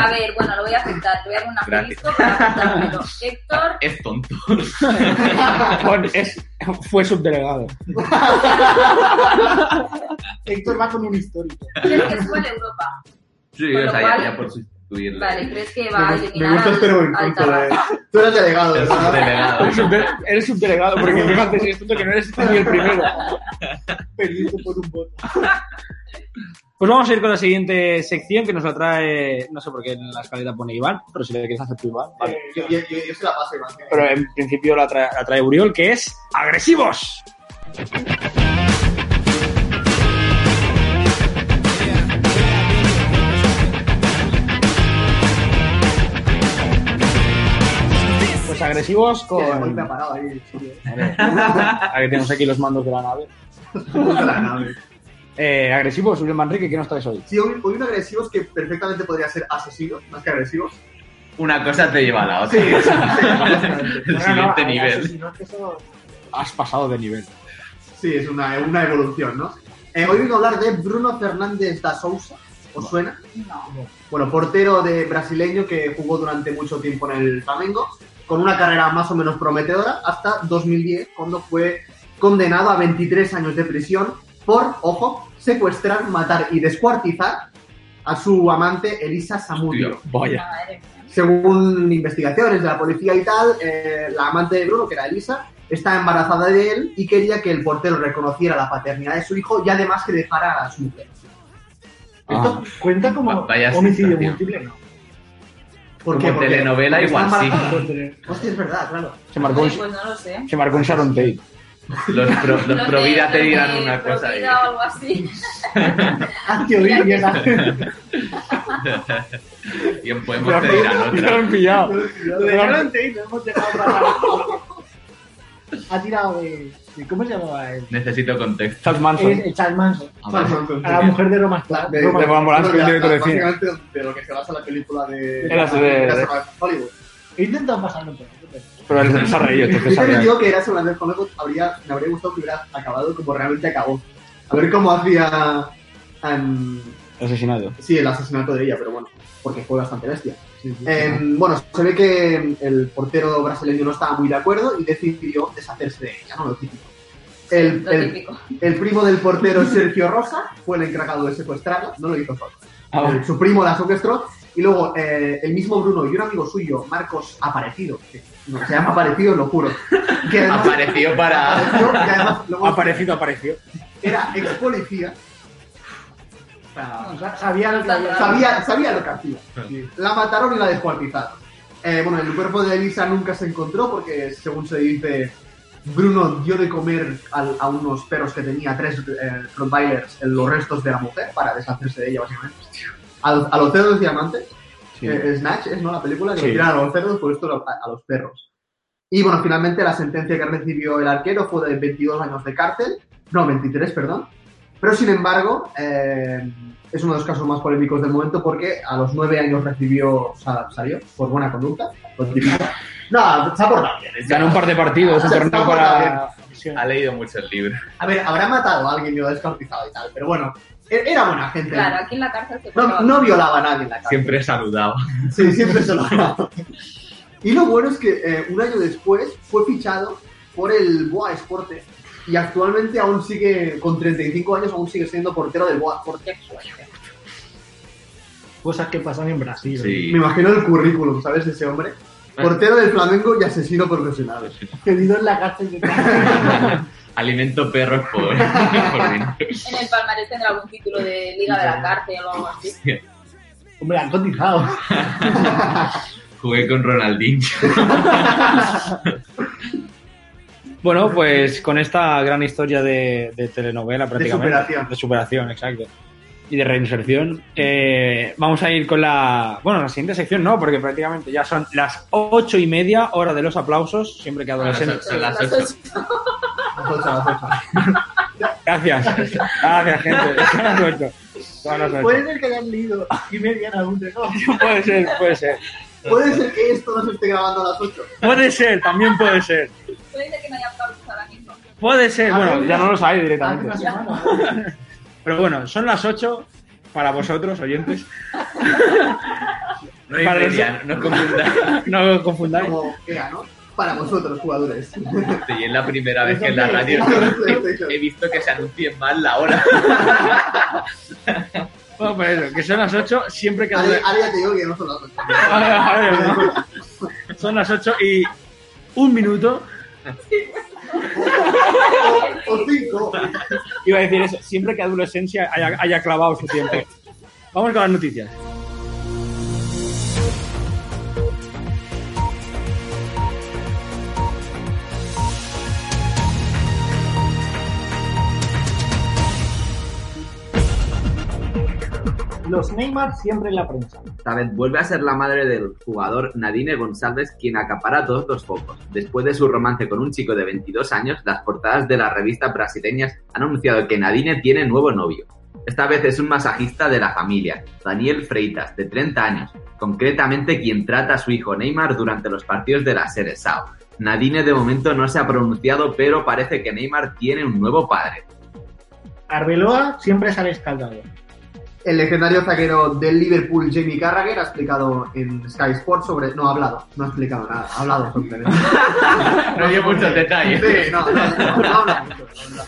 Speaker 5: a ver, bueno, lo voy a aceptar, te voy a dar un
Speaker 4: Gracias.
Speaker 5: asterisco para aceptármelo. Héctor,
Speaker 4: Es tonto.
Speaker 3: Bueno, es- fue subdelegado.
Speaker 6: Héctor va con un histórico.
Speaker 5: ¿crees que sube a Europa?
Speaker 4: Sí,
Speaker 5: Con
Speaker 4: o
Speaker 5: lo
Speaker 4: sea,
Speaker 5: cual-
Speaker 4: ya, ya por sustituirle.
Speaker 5: Vale, ¿crees que va a
Speaker 12: Me
Speaker 5: eliminar
Speaker 12: gusta este
Speaker 5: al, al
Speaker 12: movimiento de...
Speaker 5: Tarrasa?
Speaker 12: Tú eres delegado,
Speaker 4: Es
Speaker 12: ¿verdad?
Speaker 4: subdelegado.
Speaker 3: Eres subde- Eres subdelegado, porque fíjate si es tonto que no eres tú ni el primero.
Speaker 6: Perdido por un voto.
Speaker 3: Pues vamos a ir con la siguiente sección que nos la trae, no sé por qué en la escaleta pone Iván, pero si le quieres hacer tú Iván. vale.
Speaker 12: Eh, Yo, yo, yo, yo se la paso, Iván.
Speaker 3: Pero en principio la trae, la trae Uriol, que es agresivos. Pues agresivos
Speaker 12: Hostia, hoy
Speaker 3: con...
Speaker 12: me ha parado ahí, eh. en serio.
Speaker 3: Ahora que tenemos aquí los mandos de la nave.
Speaker 12: Puta la nave.
Speaker 3: Eh, agresivos, Uriel Manrique, ¿qué nos traes hoy?
Speaker 12: Sí, hoy, hoy un agresivos que perfectamente podría ser asesinos, más que agresivos.
Speaker 4: Una cosa te lleva a la otra.
Speaker 12: Sí, sí, sí,
Speaker 4: el siguiente nivel.
Speaker 6: Asesinos que son-
Speaker 3: Has pasado de nivel.
Speaker 12: Sí, es una, una evolución, ¿no? Eh, hoy vengo a hablar de Bruno Fernández da Sousa. ¿Os suena?
Speaker 5: No.
Speaker 12: Bueno, portero de brasileño que jugó durante mucho tiempo en el Flamengo, con una carrera más o menos prometedora hasta 2010, cuando fue condenado a 23 años de prisión por, ojo, secuestrar, matar y descuartizar a su amante Elisa Samudio.
Speaker 4: Tío, vaya.
Speaker 5: Madre mía.
Speaker 12: Según investigaciones de la policía y tal, eh, la amante de Bruno, que era Elisa, está embarazada de él y quería que el portero reconociera la paternidad de su hijo y además que dejara a su mujer.
Speaker 6: Esto cuenta como
Speaker 4: Va- Ah, vaya
Speaker 6: homicidio
Speaker 4: sensación.
Speaker 6: múltiple, ¿no?
Speaker 12: ¿Por
Speaker 4: Como telenovela
Speaker 12: está
Speaker 4: igual sí.
Speaker 12: embarazada. Hostia, es verdad, claro.
Speaker 3: Se marcó
Speaker 5: Oye,
Speaker 3: un,
Speaker 5: pues no lo sé.
Speaker 3: se marcó un Sharon Tate.
Speaker 4: Los, pro, los
Speaker 5: Los
Speaker 4: pro
Speaker 5: de-
Speaker 4: vida te
Speaker 5: los
Speaker 4: dirán
Speaker 5: de
Speaker 4: una
Speaker 5: pro
Speaker 4: cosa.
Speaker 5: vida
Speaker 4: y-
Speaker 5: o algo así.
Speaker 6: Ah, tío, bien, bien, bien.
Speaker 4: Y en Podemos te dirán
Speaker 3: Ya lo
Speaker 4: otra.
Speaker 3: han pillado.
Speaker 6: Lo de Sharon Tate lo hemos dejado para- Ha tirado de. de- ¿Cómo se llamaba él?
Speaker 4: Necesito contexto.
Speaker 3: Charles
Speaker 6: Es
Speaker 3: Manson.
Speaker 6: el Charles Manson.
Speaker 12: Falso,
Speaker 6: A la mujer de Roma Star.
Speaker 12: de,
Speaker 3: Roman Polanski, el
Speaker 12: bueno,
Speaker 3: director de
Speaker 12: la-
Speaker 3: cine.
Speaker 12: básicamente de lo que se basa la película de,
Speaker 3: Era así de-
Speaker 12: Era sobre Hollywood.
Speaker 6: He intentado pasarlo por ahí.
Speaker 3: Pero él se ha reído.
Speaker 12: Yo
Speaker 3: entonces se ha
Speaker 12: también
Speaker 3: reído.
Speaker 12: digo que era sobre Hollywood, habría, me habría gustado que hubiera acabado como realmente acabó. A ver cómo hacía em,
Speaker 3: Asesinado.
Speaker 12: sí, el asesinato de ella, pero bueno, porque fue bastante bestia. Em, bueno, se ve que el portero brasileño no estaba muy de acuerdo y decidió deshacerse de ella, ¿no? Lo típico. El,
Speaker 5: Lo
Speaker 12: el-
Speaker 5: típico.
Speaker 12: el primo del portero Sergio Rosa fue el encargado de secuestrarla, no lo hizo solo.
Speaker 3: Ah, bueno.
Speaker 12: Eh, Su primo la secuestró y luego eh, el mismo Bruno y un amigo suyo, Marcos Aparecido, que no, se llama Aparecido, lo juro. Que además-
Speaker 4: Apareció para.
Speaker 12: apareció, que además luego
Speaker 3: Aparecido, apareció.
Speaker 12: era ex policía,
Speaker 6: O sea, sabía lo que había.
Speaker 12: sabía, sabía lo que hacía. La mataron y la descuartizaron. Eh, bueno, el cuerpo de Elisa nunca se encontró porque, según se dice, Bruno dio de comer al- a unos perros que tenía, tres eh, Rottweilers, en los restos de la mujer para deshacerse de ella, básicamente. A, los- a los cerdos diamantes. Eh, Snatch es ¿no? la película que
Speaker 3: Sí.
Speaker 12: lo tiran a los cerdos, por esto lo- a, a los perros. Y bueno, finalmente la sentencia que recibió el arquero fue de 22 años de cárcel, no, 23, perdón. Pero sin embargo, eh, es uno de los casos más polémicos del momento porque a los 9 años recibió, o sea, salió por buena conducta. lo típico. No, se ha portado bien.
Speaker 3: Ganó un par de partidos, un
Speaker 12: Se
Speaker 3: torneo
Speaker 12: está
Speaker 3: para. Sí.
Speaker 4: Ha leído muchos libros.
Speaker 12: A ver, habrá matado a alguien y lo ha descuartizado y tal, pero bueno, e- era buena gente.
Speaker 5: Claro, aquí en la cárcel se
Speaker 12: No,
Speaker 5: portaba
Speaker 12: no violaba a nadie en la cárcel.
Speaker 4: Siempre saludaba.
Speaker 12: Sí, siempre se lo grabo. Y lo bueno es que eh, un año después fue fichado por el Boa Esporte y actualmente aún sigue, con 35 años, aún sigue siendo portero del Boa Esporte.
Speaker 6: Cosas que pasan en Brasil.
Speaker 4: Sí.
Speaker 12: Me imagino el currículum, ¿sabes? De ese hombre. Portero del Flamengo y asesino profesional.
Speaker 6: Pedido en la cárcel de
Speaker 4: Alimento perros por, por dentro.
Speaker 5: En el palmarés tendrá algún título de Liga de la Cárcel o algo así.
Speaker 6: Hombre, han cotizado.
Speaker 4: Jugué con Ronaldinho.
Speaker 3: Bueno, pues con esta gran historia de, de telenovela prácticamente.
Speaker 12: superación.
Speaker 3: De superación, exacto. Y de reinserción. eh, vamos a ir con la. Bueno, la siguiente sección no, porque prácticamente ya son las ocho y media, hora de los aplausos. Siempre que
Speaker 4: Ahora son,
Speaker 3: adolescentes.
Speaker 4: son las ocho.
Speaker 12: Las ocho, las ocho.
Speaker 3: Gracias. Gracias, gente. Son las ocho. No, no, no,
Speaker 6: Puede ser que hayan leído y media en algún de no.
Speaker 3: Puede ser, puede ser.
Speaker 12: Puede ser que esto no se esté grabando a las 8.
Speaker 3: Puede ser, también puede ser.
Speaker 5: Puede ser que no haya aplausos ahora mismo.
Speaker 3: Puede ser,
Speaker 5: Ah,
Speaker 3: bueno,
Speaker 5: no,
Speaker 3: ya
Speaker 5: ya.
Speaker 3: no lo sabéis
Speaker 5: Ah,
Speaker 3: directamente.
Speaker 5: ya.
Speaker 3: Pero bueno, son las 8 para vosotros, oyentes.
Speaker 14: No hay
Speaker 3: Para
Speaker 14: media,
Speaker 3: eso-
Speaker 14: no confundáis.
Speaker 3: no os confundáis.
Speaker 12: Como EA, ¿no? Para vosotros, jugadores.
Speaker 14: Y es la primera vez que en la radio he visto que se anuncien mal la hora.
Speaker 3: Bueno, pues eso, que son las 8 siempre que...
Speaker 12: Ahora ahora ya te digo que no son las 8.
Speaker 3: A ver, a ver, ¿no? Son las 8 y un minuto.
Speaker 12: O 5.
Speaker 3: Iba a decir eso, siempre que adolescencia haya, haya clavado su tiempo. Vamos con las noticias.
Speaker 6: Los Neymar siempre en la prensa.
Speaker 4: Esta vez vuelve a ser la madre del jugador Nadine González quien acapara todos los focos. Después de su romance con un chico de 22 años, las portadas de las revistas brasileñas han anunciado que Nadine tiene nuevo novio. Esta vez es un masajista de la familia, Daniel Freitas, de 30 años, concretamente quien trata a su hijo Neymar durante los partidos de la Seresao. Nadine de momento no se ha pronunciado, pero parece que Neymar tiene un nuevo padre.
Speaker 6: Arbeloa siempre sale escaldado.
Speaker 12: El legendario zaguero del Liverpool, Jamie Carragher, ha explicado en Sky Sports sobre. No, ha hablado. No ha explicado nada. Ha hablado simplemente.
Speaker 14: No dio muchos detalles.
Speaker 12: Sí, no, no, no, no habla mucho, la verdad.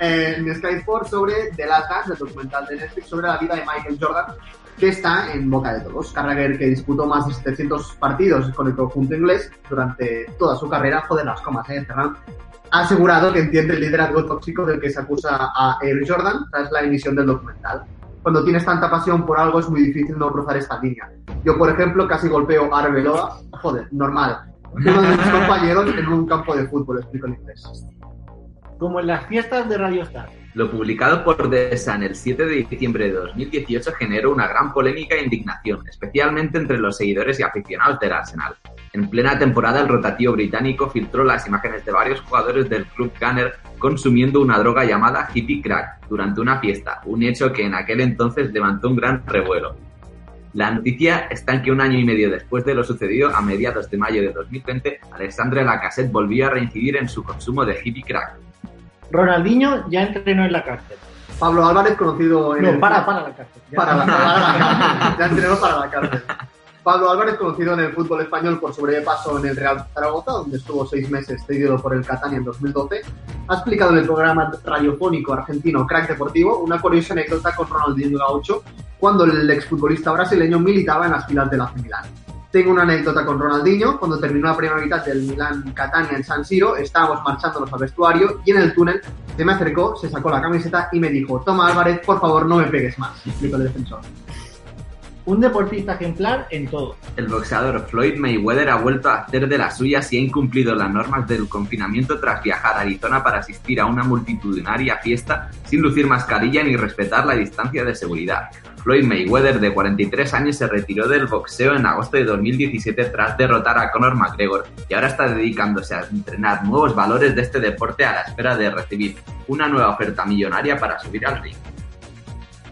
Speaker 12: Eh, En Sky Sports sobre The Last Dance, el documental de Netflix sobre la vida de Michael Jordan, que está en boca de todos. Carragher, que disputó más de 700 partidos con el conjunto inglés durante toda su carrera, joder las comas, eh, Ferran, ha asegurado que entiende el liderazgo tóxico del que se acusa a Air Jordan tras la emisión del documental. Cuando tienes tanta pasión por algo es muy difícil no cruzar esta línea. Yo, por ejemplo, casi golpeo a Arbeloa, joder, normal, de uno de mis compañeros en un campo de fútbol, explico en inglés.
Speaker 6: Como en las fiestas de Radio Star.
Speaker 4: Lo publicado por The Sun el 7 de diciembre de 2018 generó una gran polémica e indignación, especialmente entre los seguidores y aficionados del Arsenal. En plena temporada, el rotativo británico filtró las imágenes de varios jugadores del club Gunner consumiendo una droga llamada hippie crack durante una fiesta, un hecho que en aquel entonces levantó un gran revuelo. La noticia está en que un año y medio después de lo sucedido, a mediados de mayo de 2020, Alexandre Lacassette volvió a reincidir en su consumo de hippie crack.
Speaker 6: Ronaldinho ya entrenó en la cárcel.
Speaker 12: Pablo Álvarez, conocido en
Speaker 6: No,
Speaker 12: el-
Speaker 6: para, para la cárcel. Ya.
Speaker 12: Para la, para la cárcel. Ya entrenó para la cárcel. Pablo Álvarez, conocido en el fútbol español por su breve paso en el Real Zaragoza, donde estuvo seis meses cedido por el Catania en 2012, ha explicado en el programa radiofónico argentino Crack Deportivo una curiosa anécdota con Ronaldinho Gaucho cuando el exfutbolista brasileño militaba en las filas del AC Milán. Tengo una anécdota con Ronaldinho. Cuando terminó la primera mitad del Milan Catania en San Siro, estábamos marchándonos al vestuario y en el túnel se me acercó, se sacó la camiseta y me dijo: Toma Álvarez, por favor, no me pegues más. Explicó el defensor.
Speaker 6: Un deportista ejemplar en todo.
Speaker 4: el boxeador Floyd Mayweather ha vuelto a hacer de las suyas y ha incumplido las normas del confinamiento tras viajar a Arizona para asistir a una multitudinaria fiesta sin lucir mascarilla ni respetar la distancia de seguridad. Floyd Mayweather, de 43 años, se retiró del boxeo en agosto de 2017 tras derrotar a Conor McGregor y ahora está dedicándose a entrenar nuevos valores de este deporte a la espera de recibir una nueva oferta millonaria para subir al ring.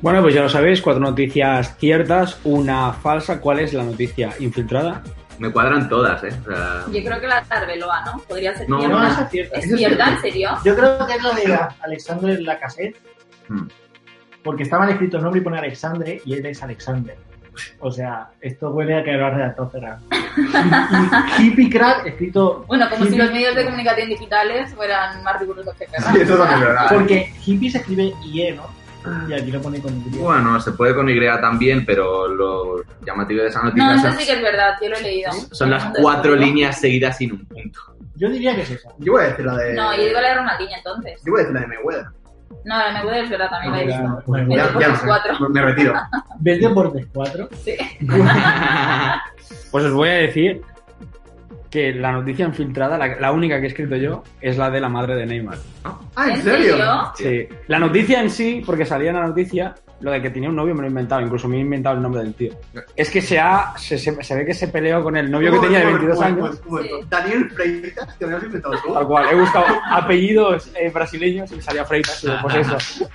Speaker 3: Bueno, pues ya lo sabéis, cuatro noticias ciertas, una falsa. ¿Cuál es la noticia infiltrada?
Speaker 4: Me cuadran todas, ¿eh? O sea,
Speaker 5: Yo creo que la de Arbeloa, ¿no? Podría ser
Speaker 4: No,
Speaker 5: cierta.
Speaker 4: no,
Speaker 6: esa es cierta.
Speaker 5: ¿Es
Speaker 6: Esa es
Speaker 5: cierta?
Speaker 6: cierta.
Speaker 5: ¿En serio?
Speaker 6: Yo creo que es la de Alexandre Lacassette.
Speaker 4: Hmm.
Speaker 6: Porque estaba escrito el nombre y pone Alexandre y él es Alexander. O sea, esto huele a que lo ha redactado Ferran. Y Hippie Crack, escrito.
Speaker 5: Bueno, como si
Speaker 6: hippie-
Speaker 5: los medios de comunicación digitales fueran más rigurosos que Ferran.
Speaker 4: Sí, eso también es verdad.
Speaker 6: Porque hippie se escribe IE, ¿no? Y aquí lo pone con Y.
Speaker 4: Bueno, se puede con Y también, pero lo llamativo de esa
Speaker 5: No,
Speaker 4: noticia
Speaker 5: eso
Speaker 4: son,
Speaker 5: sí que es verdad, yo lo he leído.
Speaker 4: son las cuatro líneas seguidas sin un punto.
Speaker 6: Yo diría que es esa.
Speaker 12: Yo voy a decir la de.
Speaker 5: No, yo digo la de Ronaldinho entonces.
Speaker 12: Yo voy a decir la de Mayweather.
Speaker 5: No, la de Mayweather es verdad, también la he
Speaker 12: Ya,
Speaker 5: visto.
Speaker 12: ya,
Speaker 5: Me
Speaker 12: ya,
Speaker 5: dejo
Speaker 12: ya,
Speaker 5: las cuatro.
Speaker 12: me- me retiro.
Speaker 6: ¿Ves Deportes 4?
Speaker 5: Sí.
Speaker 3: Pues os voy a decir que la noticia infiltrada, la, la única que he escrito yo, es la de la madre de Neymar.
Speaker 12: Ah, ¿en
Speaker 5: ¿En
Speaker 12: serio?
Speaker 5: serio?
Speaker 3: Sí. La noticia en sí, porque salía en la noticia, lo de que tenía un novio me lo he inventado, incluso me he inventado el nombre del tío. Es que se, ha, se, se- se ve que se peleó con el novio que
Speaker 12: Un
Speaker 3: tenía de 22
Speaker 12: momento, un momento,
Speaker 3: años.
Speaker 12: un momento. Daniel Freitas, te lo habías inventado tú.
Speaker 3: Tal cual, he buscado apellidos eh, brasileños y me salía Freitas, y pues eso.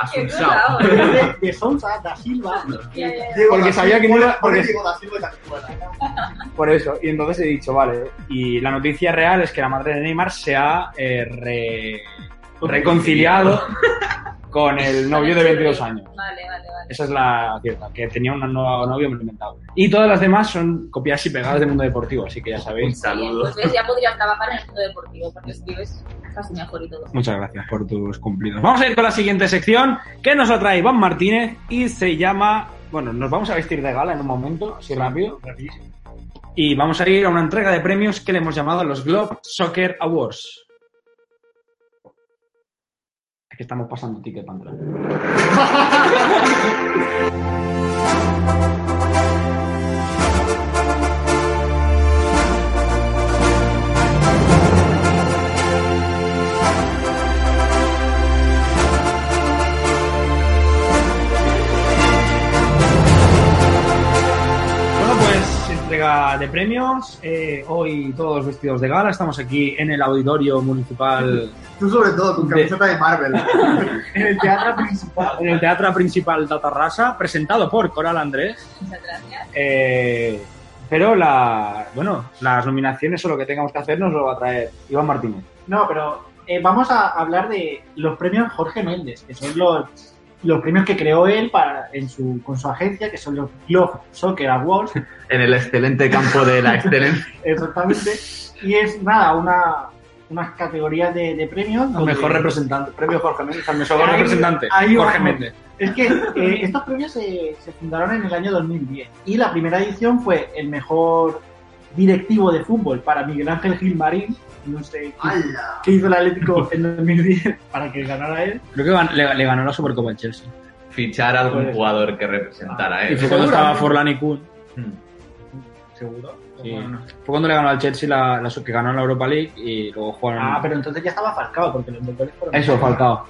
Speaker 15: Asunsao.
Speaker 6: De, de Sousa, da Silva.
Speaker 3: Porque sabía que no era- porque-
Speaker 12: Diego da Silva y también fuera.
Speaker 3: Por eso, y entonces he dicho, vale, y la noticia real es que la madre de Neymar se ha eh, re- reconciliado con el novio de 22 años.
Speaker 5: Vale, vale, vale.
Speaker 3: Esa es la cierta, que tenía un nuevo novio, me lo he inventado. Y todas las demás son copiadas y pegadas del mundo deportivo, así que ya sabéis. Un
Speaker 5: Pues ves, ya podrías trabajar en el mundo deportivo porque escribes casi mejor y todo.
Speaker 3: Muchas gracias por tus cumplidos. Vamos a ir con la siguiente sección que nos la trae Iván Martínez y se llama. Bueno, nos vamos a vestir de gala en un momento, así rápido. Y vamos a ir a una entrega de premios que le hemos llamado los Globe Soccer Awards. Aquí estamos pasando ticket para entrar. Bueno, pues entrega de premios. Eh, hoy todos vestidos de gala. Estamos aquí en el auditorio municipal.
Speaker 12: Tú sobre todo, con camiseta de Marvel.
Speaker 3: En el teatro principal. En el teatro principal de Tarrasa, presentado por Coral Andrés.
Speaker 5: Muchas gracias.
Speaker 3: Eh, pero la, bueno, las nominaciones o lo que tengamos que hacer nos lo va a traer Iván Martínez.
Speaker 6: No, pero eh, vamos a hablar de los premios Jorge Méndez, que son los, los premios que creó él para, en su, con su agencia, que son los Globe Soccer Awards.
Speaker 15: En el excelente campo de la excelencia.
Speaker 6: Exactamente. Y es nada, una, unas categorías de, de premios.
Speaker 3: Al
Speaker 6: donde-
Speaker 3: mejor representante, premio Jorge Méndez, al mejor
Speaker 6: Ahí-
Speaker 3: representante,
Speaker 6: ahí
Speaker 3: Jorge
Speaker 6: vamos.
Speaker 3: Méndez.
Speaker 6: Es que eh, estos premios se, se fundaron en el año 2010 y la primera edición fue el mejor directivo de fútbol para Miguel Ángel Gilmarín, no sé qué,
Speaker 12: ¡Hala!
Speaker 6: qué hizo el Atlético en 2010 para que ganara él.
Speaker 3: Creo que gan- le, le ganó la Supercopa al Chelsea.
Speaker 4: Fichar a algún jugador que representara,
Speaker 3: Y
Speaker 4: ¿eh?
Speaker 3: fue cuando estaba Forlán y Kun.
Speaker 6: ¿Seguro?
Speaker 3: Sí. Fue cuando le ganó al Chelsea la, la su- que ganó la Europa League y luego jugaron.
Speaker 6: Ah, pero entonces ya estaba Falcao porque los mejores fueron...
Speaker 3: Eso, Falcao.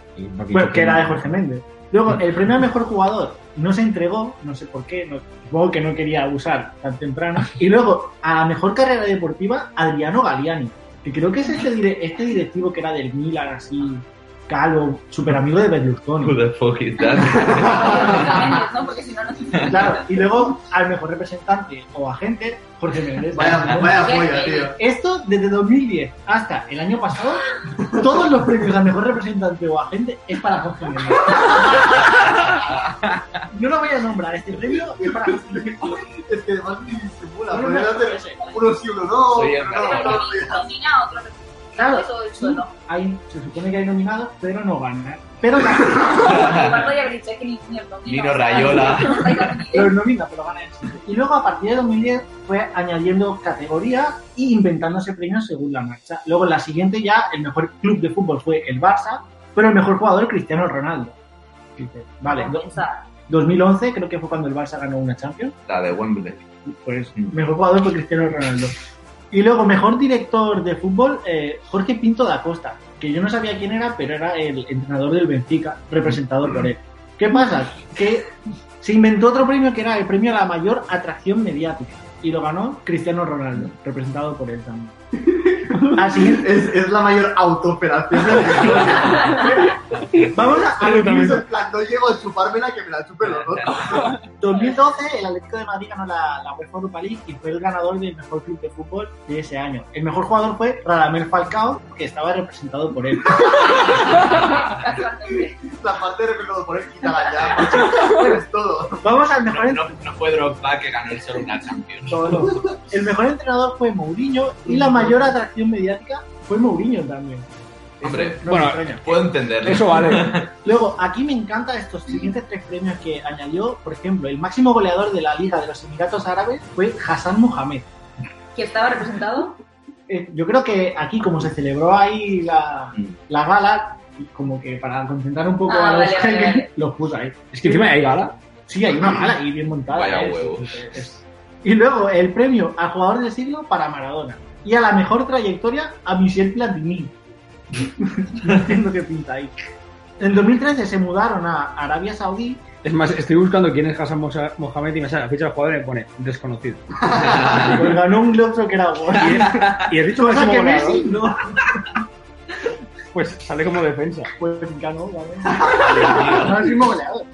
Speaker 6: Bueno, que era de Jorge Méndez. Luego, el premio al mejor jugador no se entregó, no sé por qué, no, supongo que no quería abusar tan temprano. Y luego, a mejor carrera deportiva, Adriano Galiani, que creo que es este, dire- este directivo que era del Milan, así, calvo, súper amigo de
Speaker 4: Who
Speaker 6: Berlusconi.
Speaker 4: the fuck is that?
Speaker 5: Lógicamente, ¿no? Porque si no, no te-
Speaker 6: Claro, y luego al mejor representante o agente, Jorge Méndez.
Speaker 12: Vaya, vaya polla, tío.
Speaker 6: Esto desde 2010 hasta el año pasado, todos los premios al mejor representante o agente es para Jorge Méndez. Yo lo voy a nombrar, este premio es para Jorge Méndez.
Speaker 12: Es que además ni disimula.
Speaker 6: No, no,
Speaker 12: podría
Speaker 6: no,
Speaker 12: hacer
Speaker 6: no sé.
Speaker 12: uno sí, uno no.
Speaker 4: Soy
Speaker 12: pero no,
Speaker 5: Pero
Speaker 12: no, no.
Speaker 5: que domina otro
Speaker 6: Claro,
Speaker 5: Eso es
Speaker 6: sí,
Speaker 5: bueno.
Speaker 6: hay- se supone que hay nominados, pero no ganan. Pero
Speaker 5: Igual podría haber dicho que ni, ni el domina.
Speaker 4: Nino
Speaker 5: o sea,
Speaker 4: Rayola.
Speaker 6: Los nomina, pero gana él. Y luego a partir de 2010 fue añadiendo categorías e inventándose premios según la marcha. Luego en la siguiente ya el mejor club de fútbol fue el Barça, pero el mejor jugador Cristiano Ronaldo. Dices,
Speaker 5: Ah,
Speaker 6: Vale, do-
Speaker 5: compensa.
Speaker 6: 2011 creo que fue cuando el Barça ganó una Champions.
Speaker 4: La de Wembley.
Speaker 6: Pues mejor jugador fue Cristiano Ronaldo. Y luego mejor director de fútbol eh, Jorge Pinto da Costa, que yo no sabía quién era, pero era el entrenador del Benfica, representado por él. ¿Qué pasa? Que se inventó otro premio que era el premio a la mayor atracción mediática. Y lo ganó Cristiano Ronaldo, representado por él también. Así
Speaker 12: Es, es la mayor autooperación de la historia.
Speaker 6: es. Vamos a, a lo que
Speaker 12: Es
Speaker 6: hizo.
Speaker 12: en plan, no llego a chupármela que me la chupen los otros.
Speaker 6: 2012 el Atlético de Madrid ganó la, la UEFA Europa League y fue el ganador del mejor club de fútbol de ese año. El mejor jugador fue Radamel Falcao, que estaba representado por él.
Speaker 5: Casualmente.
Speaker 12: La parte de recuerdo por él, quítala ya. Es todo.
Speaker 6: Vamos al mejor,
Speaker 4: No,
Speaker 6: en-
Speaker 4: no, no fue Drogba que ganó el solo una Champions.
Speaker 6: Todo. El mejor entrenador fue Mourinho y la mayor atracción mediática fue Mourinho también.
Speaker 4: Hombre,
Speaker 6: No me
Speaker 3: Bueno,
Speaker 6: extraña.
Speaker 4: puedo entenderlo.
Speaker 3: Eso vale.
Speaker 6: Luego, aquí me encantan estos siguientes tres premios que añadió. Por ejemplo, el máximo goleador de la Liga de los Emiratos Árabes fue Hassan Mohamed.
Speaker 5: Que estaba representado.
Speaker 6: Eh, yo creo que aquí, como se celebró ahí la,
Speaker 4: Mm.
Speaker 6: la gala, como que para contentar un poco
Speaker 5: Ah,
Speaker 6: a los
Speaker 5: vale, vale,
Speaker 6: jeques,
Speaker 5: vale.
Speaker 6: los puso ahí.
Speaker 3: Es que encima hay gala.
Speaker 6: Sí, hay una mala ahí bien montada.
Speaker 4: Vaya
Speaker 6: ¿eh?
Speaker 4: huevo.
Speaker 6: Es- Y luego el premio al jugador del siglo para Maradona. Y a la mejor trayectoria a Michel Platini. no entiendo qué pinta ahí. En 2013 se mudaron a Arabia Saudí.
Speaker 3: Es más, estoy buscando quién es Hassan Mosa- Mohamed y me sale la ficha del jugador y me pone desconocido.
Speaker 6: Pues ganó un Globo que era bueno.
Speaker 3: Y he dicho
Speaker 6: Cosa
Speaker 3: máximo
Speaker 6: que
Speaker 3: goleador.
Speaker 6: Messi no.
Speaker 3: Pues sale como defensa.
Speaker 6: Pues ganó, ganó. Máximo goleador.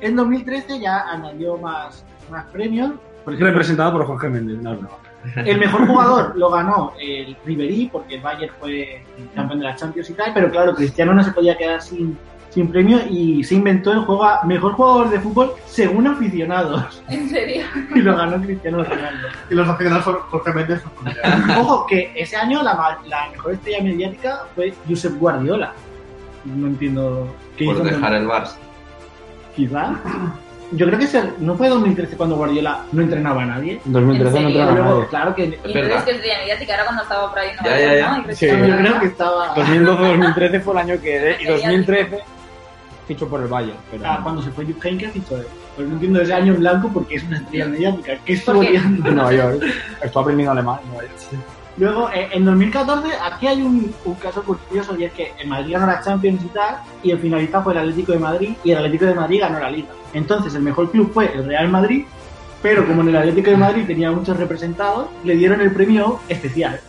Speaker 6: En 2013 ya añadió más, más premios.
Speaker 3: Por ejemplo, Representado por Jorge Méndez, no, no.
Speaker 6: El mejor jugador lo ganó el Ribery, porque el Bayern fue campeón de la Champions y tal, pero claro, Cristiano no se podía quedar sin, sin premio y se inventó el juego a mejor jugador de fútbol según aficionados.
Speaker 5: ¿En serio?
Speaker 6: Y lo ganó Cristiano Ronaldo.
Speaker 12: Y los aficionados son Jorge Méndez.
Speaker 6: Ojo, que ese año la, ma- la mejor estrella mediática fue Josep Guardiola. No entiendo qué
Speaker 4: Por
Speaker 6: hizo en
Speaker 4: dejar el Barça.
Speaker 6: Quizá. Yo creo que se- no fue 2013 cuando Guardiola no entrenaba a nadie.
Speaker 3: En 2013 no entrenaba a
Speaker 6: Luego,
Speaker 3: nadie.
Speaker 6: Claro que.
Speaker 5: Y entonces que es de mediática era cuando estaba por ahí. ¿no?
Speaker 3: Ya, ya, ya.
Speaker 5: ¿No? Y
Speaker 3: Sí.
Speaker 5: Cristiano
Speaker 3: Yo
Speaker 5: Ronaldo.
Speaker 6: creo que estaba.
Speaker 3: 2012-2013 fue el año que. Y 2013 fichó por el Bayern. Pero...
Speaker 6: Ah, cuando se fue Jupp Heynckes y todo. Pero no entiendo ese año en blanco porque es una estrella mediática. ¿Qué estuvo
Speaker 3: Porque-
Speaker 6: liando?
Speaker 3: En Nueva York. Estoy aprendiendo alemán. en Nueva York.
Speaker 6: Luego, eh, en 2014, aquí hay un, un caso curioso y es que el Madrid ganó la Champions y tal, y el finalista fue el Atlético de Madrid, y el Atlético de Madrid ganó la Liga. Entonces, el mejor club fue el Real Madrid, pero como en el Atlético de Madrid tenía muchos representados, le dieron el premio especial.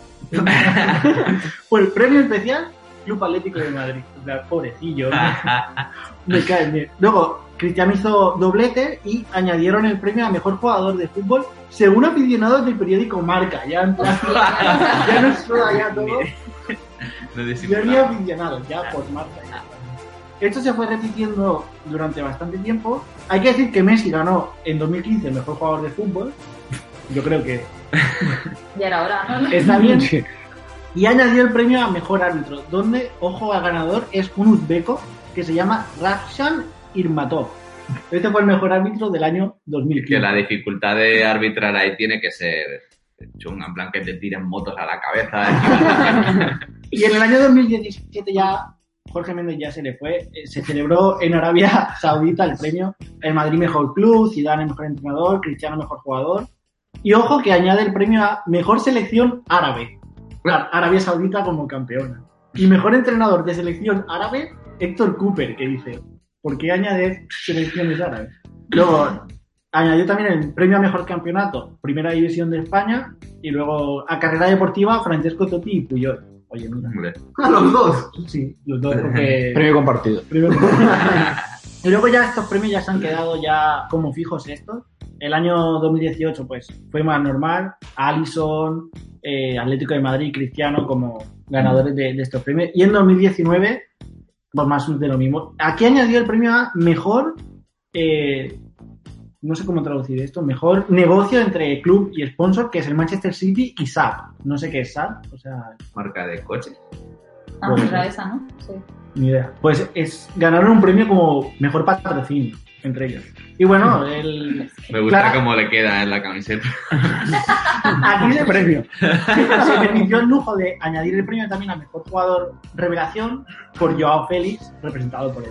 Speaker 6: Fue el premio especial Club Atlético de Madrid. O sea, Pobrecillo. ¿no? Me cae bien. Luego, Cristiano hizo doblete y añadieron el premio a mejor jugador de fútbol según aficionados del periódico Marca. Ya, en plan- ya no suena ya todo.
Speaker 4: No
Speaker 6: Ya ni
Speaker 4: disimula.
Speaker 6: aficionados, ya por Marca. ya. Esto se fue repitiendo durante bastante tiempo. Hay que decir que Messi ganó en 2015 el mejor jugador de fútbol. Yo creo que
Speaker 5: Ya era hora, ¿no?
Speaker 6: Está bien. Y añadió el premio a mejor árbitro, donde, ojo al ganador, es un uzbeco que se llama Rakshan Irmatov. Este fue el mejor árbitro del año
Speaker 4: Que
Speaker 6: 2015.
Speaker 4: la dificultad de arbitrar ahí tiene que ser chunga, en plan que te tiren motos a la cabeza. ¿eh?
Speaker 6: Y en el año 2017 ya Jorge Méndez ya se le fue. Eh, Se celebró en Arabia Saudita el premio. El Madrid mejor club, Zidane mejor entrenador, Cristiano mejor jugador. Y ojo que añade el premio a mejor selección árabe. Claro, Arabia Saudita como campeona. Y mejor entrenador de selección árabe, Héctor Cooper, que dice, ¿por qué añades selecciones árabes? Luego, añadió también el premio a mejor campeonato, Primera División de España, y luego a carrera deportiva, Francesco Totti y Puyol. Oye, mira.
Speaker 12: A los dos.
Speaker 6: Sí, los dos, porque...
Speaker 3: Premio compartido.
Speaker 6: Primero- y luego ya estos premios ya se han quedado ya como fijos estos. El año 2018 pues fue más normal. Allison, eh, Atlético de Madrid, Cristiano como ganadores de, de estos premios. Y en 2019 pues más de lo mismo. Aquí añadió el premio a mejor, eh, no sé cómo traducir esto, mejor negocio entre club y sponsor que es el Manchester City y SAP. No sé qué es SAP, o sea,
Speaker 4: Marca de coche.
Speaker 5: Ah, pues era esa, ¿no? Sí.
Speaker 6: ni idea. Pues es, ganaron un premio como mejor patrocinio entre ellos. Y bueno, el,
Speaker 4: Me gusta
Speaker 6: Claro.
Speaker 4: cómo le queda en la camiseta.
Speaker 6: aquí se, premio. se permitió el lujo de añadir el premio también a mejor jugador revelación por Joao Félix, representado por él.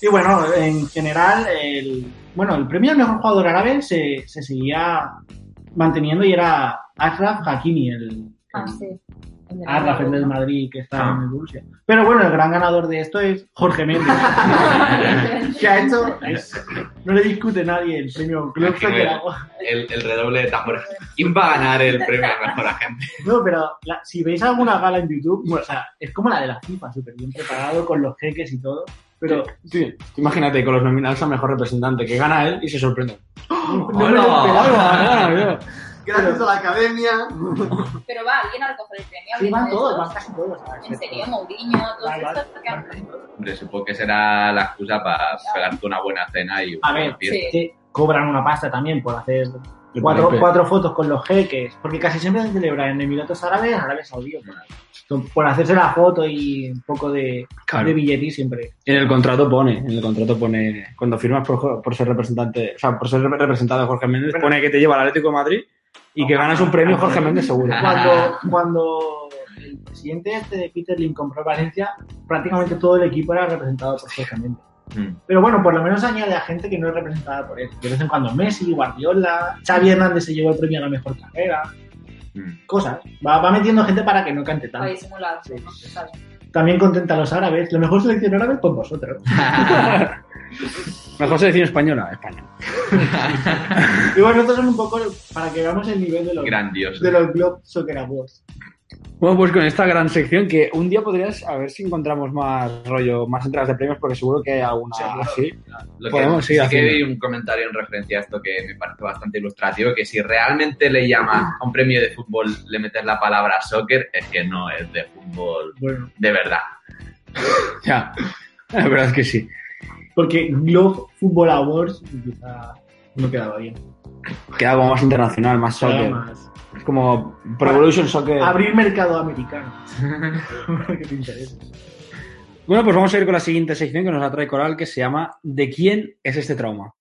Speaker 6: Y bueno, en general, el, bueno, el premio al mejor jugador árabe se, se seguía manteniendo y era Ashraf Hakimi, el,
Speaker 5: Ah, sí. El de la
Speaker 6: Arraf, el
Speaker 5: Liga,
Speaker 6: Ah, del
Speaker 5: ¿no?
Speaker 6: Madrid, que está en el Borussia. Pero bueno, el gran ganador de esto es Jorge Méndez. que ha hecho... es- no le discute nadie el premio Club
Speaker 4: Jorge Méndez.
Speaker 6: Soccer.
Speaker 4: El, el redoble de tambores. ¿Quién va a ganar el premio al mejor agente?
Speaker 6: No, pero la- si veis alguna gala en YouTube, bueno, o sea, es como la de la FIFA, súper bien preparado, con los jeques y todo. Pero
Speaker 3: Sí, imagínate con los nominados al mejor representante, que gana él y se sorprende.
Speaker 6: ¡Oh! no me lo esperaba.
Speaker 3: Claro,
Speaker 12: Gracias a la academia.
Speaker 5: Pero va alguien a recoger el premio.
Speaker 6: Sí,
Speaker 5: alguien
Speaker 6: van
Speaker 5: de
Speaker 6: todos, van
Speaker 5: esos.
Speaker 6: casi todos.
Speaker 5: En serio, Mourinho, todos
Speaker 6: Vale, vale.
Speaker 5: estos. que han-
Speaker 4: Hombre, supongo que será la excusa para pegarte una buena cena y una
Speaker 6: A ver,
Speaker 4: fiesta.
Speaker 6: que cobran una pasta también por hacer
Speaker 3: El
Speaker 6: cuatro,
Speaker 3: paripé.
Speaker 6: cuatro fotos con los jeques, porque casi siempre se celebran en Emiratos Árabes, Arabia Saudí. o Por, por hacerse la foto y un poco de,
Speaker 3: Claro.
Speaker 6: de billetín siempre.
Speaker 3: En el contrato pone, en el contrato pone, cuando firmas por, jo- por ser representante, o sea, por ser rep- representado de Jorge Méndez, pone que te lleva al Atlético de Madrid y que ganas un premio Jorge Méndez seguro.
Speaker 6: Cuando, cuando el presidente este de Peterlin compró Valencia, prácticamente todo el equipo era representado por Jorge Méndez.
Speaker 4: Mm.
Speaker 6: Pero bueno, por lo menos añade a gente que no es representada por él. De vez en cuando Messi, Guardiola, Xavi Hernández se llevó el premio a la mejor carrera,
Speaker 4: Mm.
Speaker 6: cosas. Va, va metiendo gente para que no cante
Speaker 5: Lo
Speaker 6: tanto.
Speaker 5: disimulado. ¿no? Está bien.
Speaker 6: También contenta a los árabes. Lo mejor selección árabe, pues vosotros.
Speaker 3: Mejor selección española, España.
Speaker 6: y bueno, estos son un poco para que veamos el nivel de los,
Speaker 4: Grandioso.
Speaker 6: de los Globe Soccer Awards.
Speaker 3: Bueno, pues con esta gran sección que un día podrías a ver si encontramos más rollo, más entradas de premios, porque seguro que hay alguna así.
Speaker 4: Lo
Speaker 3: Podemos seguir
Speaker 4: que, sí que
Speaker 3: haciendo.
Speaker 4: vi un comentario en referencia a esto que me parece bastante ilustrativo, que si realmente le llamas a un premio de fútbol, le metes la palabra soccer, es que no es de fútbol
Speaker 6: Bueno.
Speaker 4: de verdad.
Speaker 3: Ya, la verdad es que sí.
Speaker 6: Porque Globe Football Awards quizá no quedaba bien.
Speaker 3: Queda como más internacional, más
Speaker 6: Quedaba
Speaker 3: soccer.
Speaker 6: más-
Speaker 3: Es como Pro Evolution Soccer.
Speaker 6: Abrir mercado americano. Porque te interesa.
Speaker 3: Bueno, pues vamos a ir con la siguiente sección que nos atrae Coral, que se llama ¿De quién es este trauma?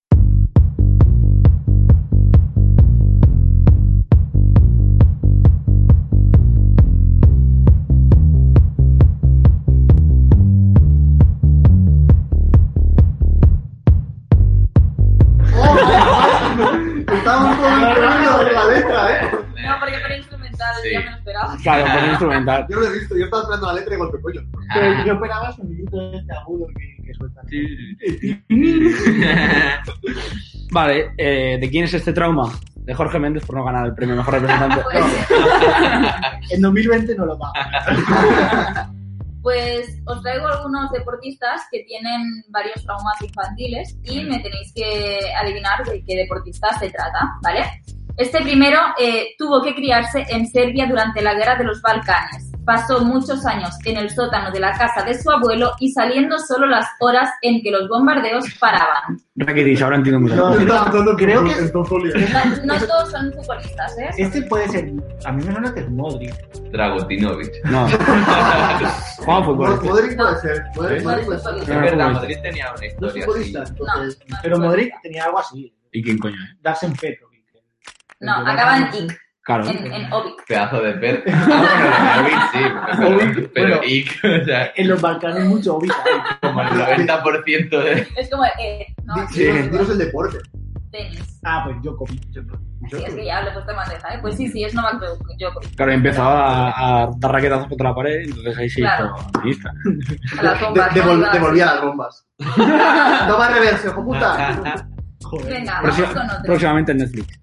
Speaker 12: Estábamos todo entrando de la letra, ¿eh?
Speaker 5: No, porque por instrumental,
Speaker 4: Sí.
Speaker 5: ya me lo esperaba.
Speaker 3: Claro, por instrumental.
Speaker 12: Yo lo he visto, yo estaba esperando la letra y golpe coño.
Speaker 4: Ah.
Speaker 3: Ah.
Speaker 6: Pero yo esperaba su grito este agudo que, que suelta.
Speaker 3: Vale, eh, ¿de quién es este trauma? De Jorge Méndez por no ganar el premio mejor representante.
Speaker 6: En 2020 no lo va.
Speaker 5: Pues os traigo algunos deportistas que tienen varios traumas infantiles y me tenéis que adivinar de qué deportista se trata, ¿vale? Este primero eh, tuvo que criarse en Serbia durante la guerra de los Balcanes. Pasó muchos años en el sótano de la casa de su abuelo y saliendo solo las horas en que los bombardeos paraban.
Speaker 3: Rakitic, ahora entiendo mucho.
Speaker 6: No, no, creo que
Speaker 5: No, no todos son futbolistas, ¿eh?
Speaker 6: este puede ser. A mí me suena que es Modric.
Speaker 4: Dragutinovich.
Speaker 3: No. Juega a fútbol.
Speaker 12: Mo-
Speaker 3: este.
Speaker 12: Modric puede ser. Modric,
Speaker 4: Sí.
Speaker 12: Modric
Speaker 5: No,
Speaker 12: puede
Speaker 4: Es
Speaker 12: ser.
Speaker 3: no,
Speaker 4: verdad,
Speaker 3: no.
Speaker 4: Madrid tenía una
Speaker 12: No es
Speaker 4: historia así.
Speaker 12: futbolista, entonces.
Speaker 6: Pero Modric tenía algo así.
Speaker 3: ¿Y quién coño es?
Speaker 6: Darsen Petrovic.
Speaker 5: No, acaba en Ick,
Speaker 3: Claro.
Speaker 5: en, en Ovic.
Speaker 4: Pedazo de per. Ah, bueno, Ovic sí. Pero, pero
Speaker 6: bueno.
Speaker 4: Ick, o sea,
Speaker 6: En los Balcanes mucho Ovic.
Speaker 4: como el 90% de.
Speaker 5: Es como, eh, no,
Speaker 12: Di- Dinos dinos el deporte.
Speaker 5: tenis.
Speaker 6: Ah, pues Djokovic.
Speaker 5: Sí, es que ya le he puesto más deja, ¿eh? Pues sí, sí, es Novak Djokovic.
Speaker 3: Claro, empezaba a, a dar raquetazos contra la pared, entonces ahí sí
Speaker 5: Claro.
Speaker 3: hizo lista.
Speaker 5: A las
Speaker 12: De-
Speaker 5: bombas,
Speaker 12: devol-
Speaker 5: ¿no? A las-
Speaker 12: devolvía las bombas. no va a reverse, ojo puta.
Speaker 6: Joder.
Speaker 5: Venga, vamos
Speaker 3: Próxima-
Speaker 5: con otro.
Speaker 3: próximamente en Netflix.